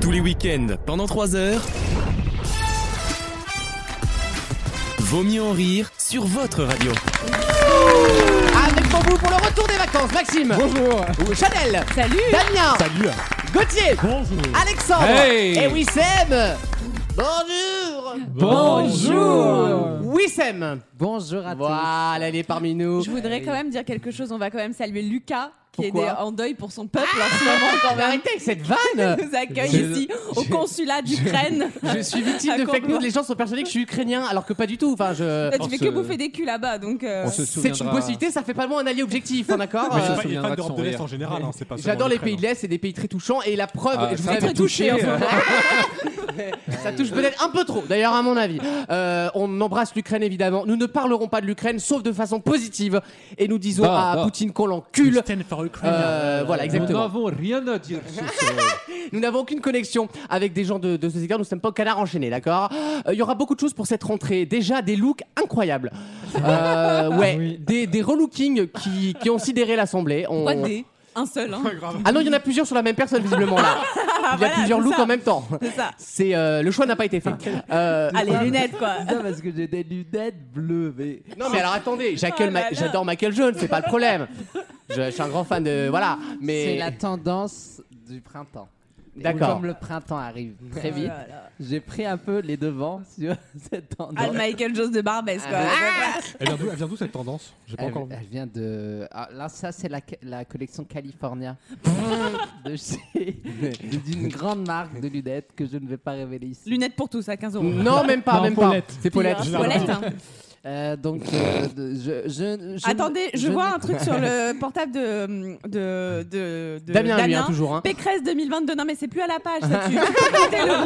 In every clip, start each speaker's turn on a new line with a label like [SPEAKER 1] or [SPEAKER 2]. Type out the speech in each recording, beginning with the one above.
[SPEAKER 1] Tous les week-ends, pendant 3 heures. Vaut mieux en rire sur votre radio.
[SPEAKER 2] Avec pour vous pour le retour des vacances, Maxime.
[SPEAKER 3] Bonjour.
[SPEAKER 2] Chanel.
[SPEAKER 4] Salut
[SPEAKER 2] Damien.
[SPEAKER 3] Salut.
[SPEAKER 2] Gauthier.
[SPEAKER 3] Bonjour.
[SPEAKER 2] Alexandre.
[SPEAKER 3] Hey.
[SPEAKER 2] Et Wissem. Bonjour. Wissem.
[SPEAKER 5] Bonjour à
[SPEAKER 2] Voilà, il est parmi nous.
[SPEAKER 4] Je voudrais quand même dire quelque chose. On va quand même saluer Lucas, qui
[SPEAKER 2] Pourquoi
[SPEAKER 4] est né en deuil pour son peuple en ce moment quand même.
[SPEAKER 2] Arrêtez avec cette vanne.
[SPEAKER 4] nous accueille
[SPEAKER 3] Je-
[SPEAKER 4] ici au consulat d'Ukraine.
[SPEAKER 2] Je suis victime de
[SPEAKER 4] À
[SPEAKER 2] fake news.
[SPEAKER 4] Courbevoie.
[SPEAKER 2] Les gens sont persuadés que je suis ukrainien, alors que pas du tout. Enfin, je.
[SPEAKER 4] Là, tu
[SPEAKER 3] on
[SPEAKER 4] fais
[SPEAKER 3] se-
[SPEAKER 4] que bouffer des culs là-bas, donc. euh,
[SPEAKER 5] On se
[SPEAKER 2] C'est une
[SPEAKER 5] souviendra.
[SPEAKER 2] possibilité, ça fait pas de moi un allié objectif, hein, d'accord Euh,
[SPEAKER 3] Mais je suis pas
[SPEAKER 5] se
[SPEAKER 3] une
[SPEAKER 5] souviendra
[SPEAKER 3] fan
[SPEAKER 5] de
[SPEAKER 3] d'Europe
[SPEAKER 5] son
[SPEAKER 3] de l'Est
[SPEAKER 5] rire.
[SPEAKER 3] en général, hein, c'est pas
[SPEAKER 2] J'adore
[SPEAKER 3] seulement
[SPEAKER 2] les pays de
[SPEAKER 3] l'Ukraine.
[SPEAKER 2] l'Est, c'est des pays très touchants et la preuve,
[SPEAKER 5] Ah,
[SPEAKER 2] et je vous
[SPEAKER 5] ça
[SPEAKER 2] avais
[SPEAKER 4] très touché en ce
[SPEAKER 3] hein.
[SPEAKER 4] moment.
[SPEAKER 2] Ça touche peut-être un peu trop, d'ailleurs, à mon avis. Euh, on embrasse l'Ukraine, évidemment. Nous ne parlerons pas de l'Ukraine, sauf de façon positive. Et nous disons
[SPEAKER 5] Bah,
[SPEAKER 2] à
[SPEAKER 5] bah.
[SPEAKER 2] Poutine qu'on l'encule.
[SPEAKER 3] Stand for Ukraine.
[SPEAKER 2] Euh, voilà,
[SPEAKER 5] Nous
[SPEAKER 2] exactement.
[SPEAKER 5] n'avons rien à dire sur ce.
[SPEAKER 2] Nous n'avons aucune connexion avec des gens de, de ce secteur. Nous ne sommes pas au canard enchaîné, d'accord Euh, Il y aura beaucoup de choses pour cette rentrée. Déjà, des looks incroyables. Euh, ouais, des, des relookings qui, qui ont sidéré l'Assemblée. On-
[SPEAKER 4] 3D, un seul. Hein.
[SPEAKER 2] Ah non, il y en a plusieurs sur la même personne, visiblement, là. Il y a
[SPEAKER 4] voilà,
[SPEAKER 2] plusieurs
[SPEAKER 4] c'est
[SPEAKER 2] looks
[SPEAKER 4] ça.
[SPEAKER 2] en même temps.
[SPEAKER 4] C'est ça.
[SPEAKER 2] C'est euh, le choix n'a pas été fait. Euh,
[SPEAKER 4] Ah, les lunettes, quoi.
[SPEAKER 5] ça parce que j'ai des lunettes bleues, mais.
[SPEAKER 2] non mais alors attendez, j'accueille
[SPEAKER 4] Oh là
[SPEAKER 2] Ma-
[SPEAKER 4] là.
[SPEAKER 2] j'adore Michael Jaune, c'est pas le problème. Je, je suis un grand fan de voilà,
[SPEAKER 6] C'est
[SPEAKER 2] mais
[SPEAKER 6] la tendance du printemps. Et
[SPEAKER 2] D'accord.
[SPEAKER 6] Comme le printemps arrive très
[SPEAKER 4] Oh
[SPEAKER 6] vite,
[SPEAKER 4] là là.
[SPEAKER 6] j'ai pris un peu les devants sur cette
[SPEAKER 4] Ah,
[SPEAKER 6] tendance.
[SPEAKER 4] le Michael Jones de Barbès, quoi. Ah
[SPEAKER 3] Elle vient d'où- elle vient d'où cette tendance J'ai pas
[SPEAKER 6] Elle,
[SPEAKER 3] encore vu.
[SPEAKER 6] elle vient de. Ah, là, ça, c'est la, ca- la collection California. de chez. d'une grande marque de lunettes que je ne vais pas révéler ici.
[SPEAKER 4] Lunettes pour tous à 15 euros.
[SPEAKER 2] non même pas,
[SPEAKER 3] Non,
[SPEAKER 2] même
[SPEAKER 3] Paulette.
[SPEAKER 2] pas. C'est Paulette.
[SPEAKER 3] Paulette.
[SPEAKER 4] Paulette, hein.
[SPEAKER 6] Euh, donc, euh, de- je, je- je-
[SPEAKER 4] Attendez, je, vois
[SPEAKER 6] ne-
[SPEAKER 4] un truc sur le portable de. de, de, de
[SPEAKER 2] Damien lui hein,
[SPEAKER 4] Danin.
[SPEAKER 2] toujours hein.
[SPEAKER 4] Pécresse 2022. Non, mais c'est plus à la page, ça. Tu tu peux quitter le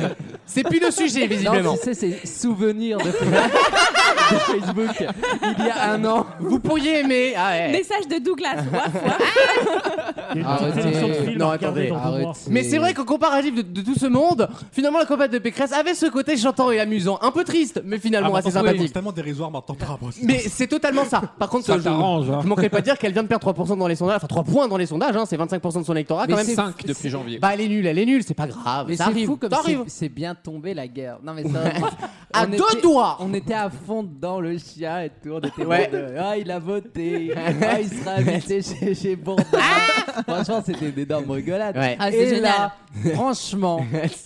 [SPEAKER 4] groupe.
[SPEAKER 2] C'est plus le sujet
[SPEAKER 6] Non,
[SPEAKER 2] visiblement.
[SPEAKER 6] tu sais, c'est souvenir de, de Facebook. Il y a un an.
[SPEAKER 2] Vous pourriez aimer. Ah, ouais.
[SPEAKER 4] Message de Douglas. Ouaf, ouaf.
[SPEAKER 7] Il y a une
[SPEAKER 6] Arrêtez.
[SPEAKER 7] petite sélection de films
[SPEAKER 2] Non,
[SPEAKER 7] à regarder
[SPEAKER 2] attendez,
[SPEAKER 7] dans ton noir.
[SPEAKER 2] Mais c'est vrai qu'en comparatif de, de tout ce monde, finalement la campagne de Pécresse avait ce côté chantant et amusant, un peu triste, mais finalement assez
[SPEAKER 3] C'est
[SPEAKER 2] sympathique.
[SPEAKER 3] tellement dérisoire maintenant par rapport à ça.
[SPEAKER 2] Mais c'est totalement ça. Par contre,
[SPEAKER 5] Ça
[SPEAKER 2] je-
[SPEAKER 5] t'arrange, hein.
[SPEAKER 2] Je manquerai pas de dire qu'elle vient de perdre 3% dans les sondages, enfin 3 points dans les sondages, hein, c'est 25% de son électorat quand
[SPEAKER 6] Mais
[SPEAKER 2] même.
[SPEAKER 6] c'est-
[SPEAKER 5] 5 depuis janvier.
[SPEAKER 2] Bah elle est nulle, elle est nulle, c'est pas grave.
[SPEAKER 6] Mais
[SPEAKER 2] ça
[SPEAKER 6] c'est
[SPEAKER 2] arrive,
[SPEAKER 6] fou comme
[SPEAKER 2] ça
[SPEAKER 6] c'est-
[SPEAKER 2] arrive.
[SPEAKER 6] c'est bien tombé la guerre. Non mais ça, on
[SPEAKER 2] À
[SPEAKER 6] était-
[SPEAKER 2] deux doigts
[SPEAKER 3] Ah.
[SPEAKER 6] On était à fond dans le chien et tout. On était
[SPEAKER 2] Ouais.
[SPEAKER 6] ouais. Ah il a voté. Ah il sera invité chez, chez Bourdin.
[SPEAKER 3] Ah.
[SPEAKER 6] Franchement c'était une énorme rigolade.
[SPEAKER 2] Ouais.
[SPEAKER 4] Ah, c'est
[SPEAKER 6] et
[SPEAKER 4] génial.
[SPEAKER 6] là, franchement,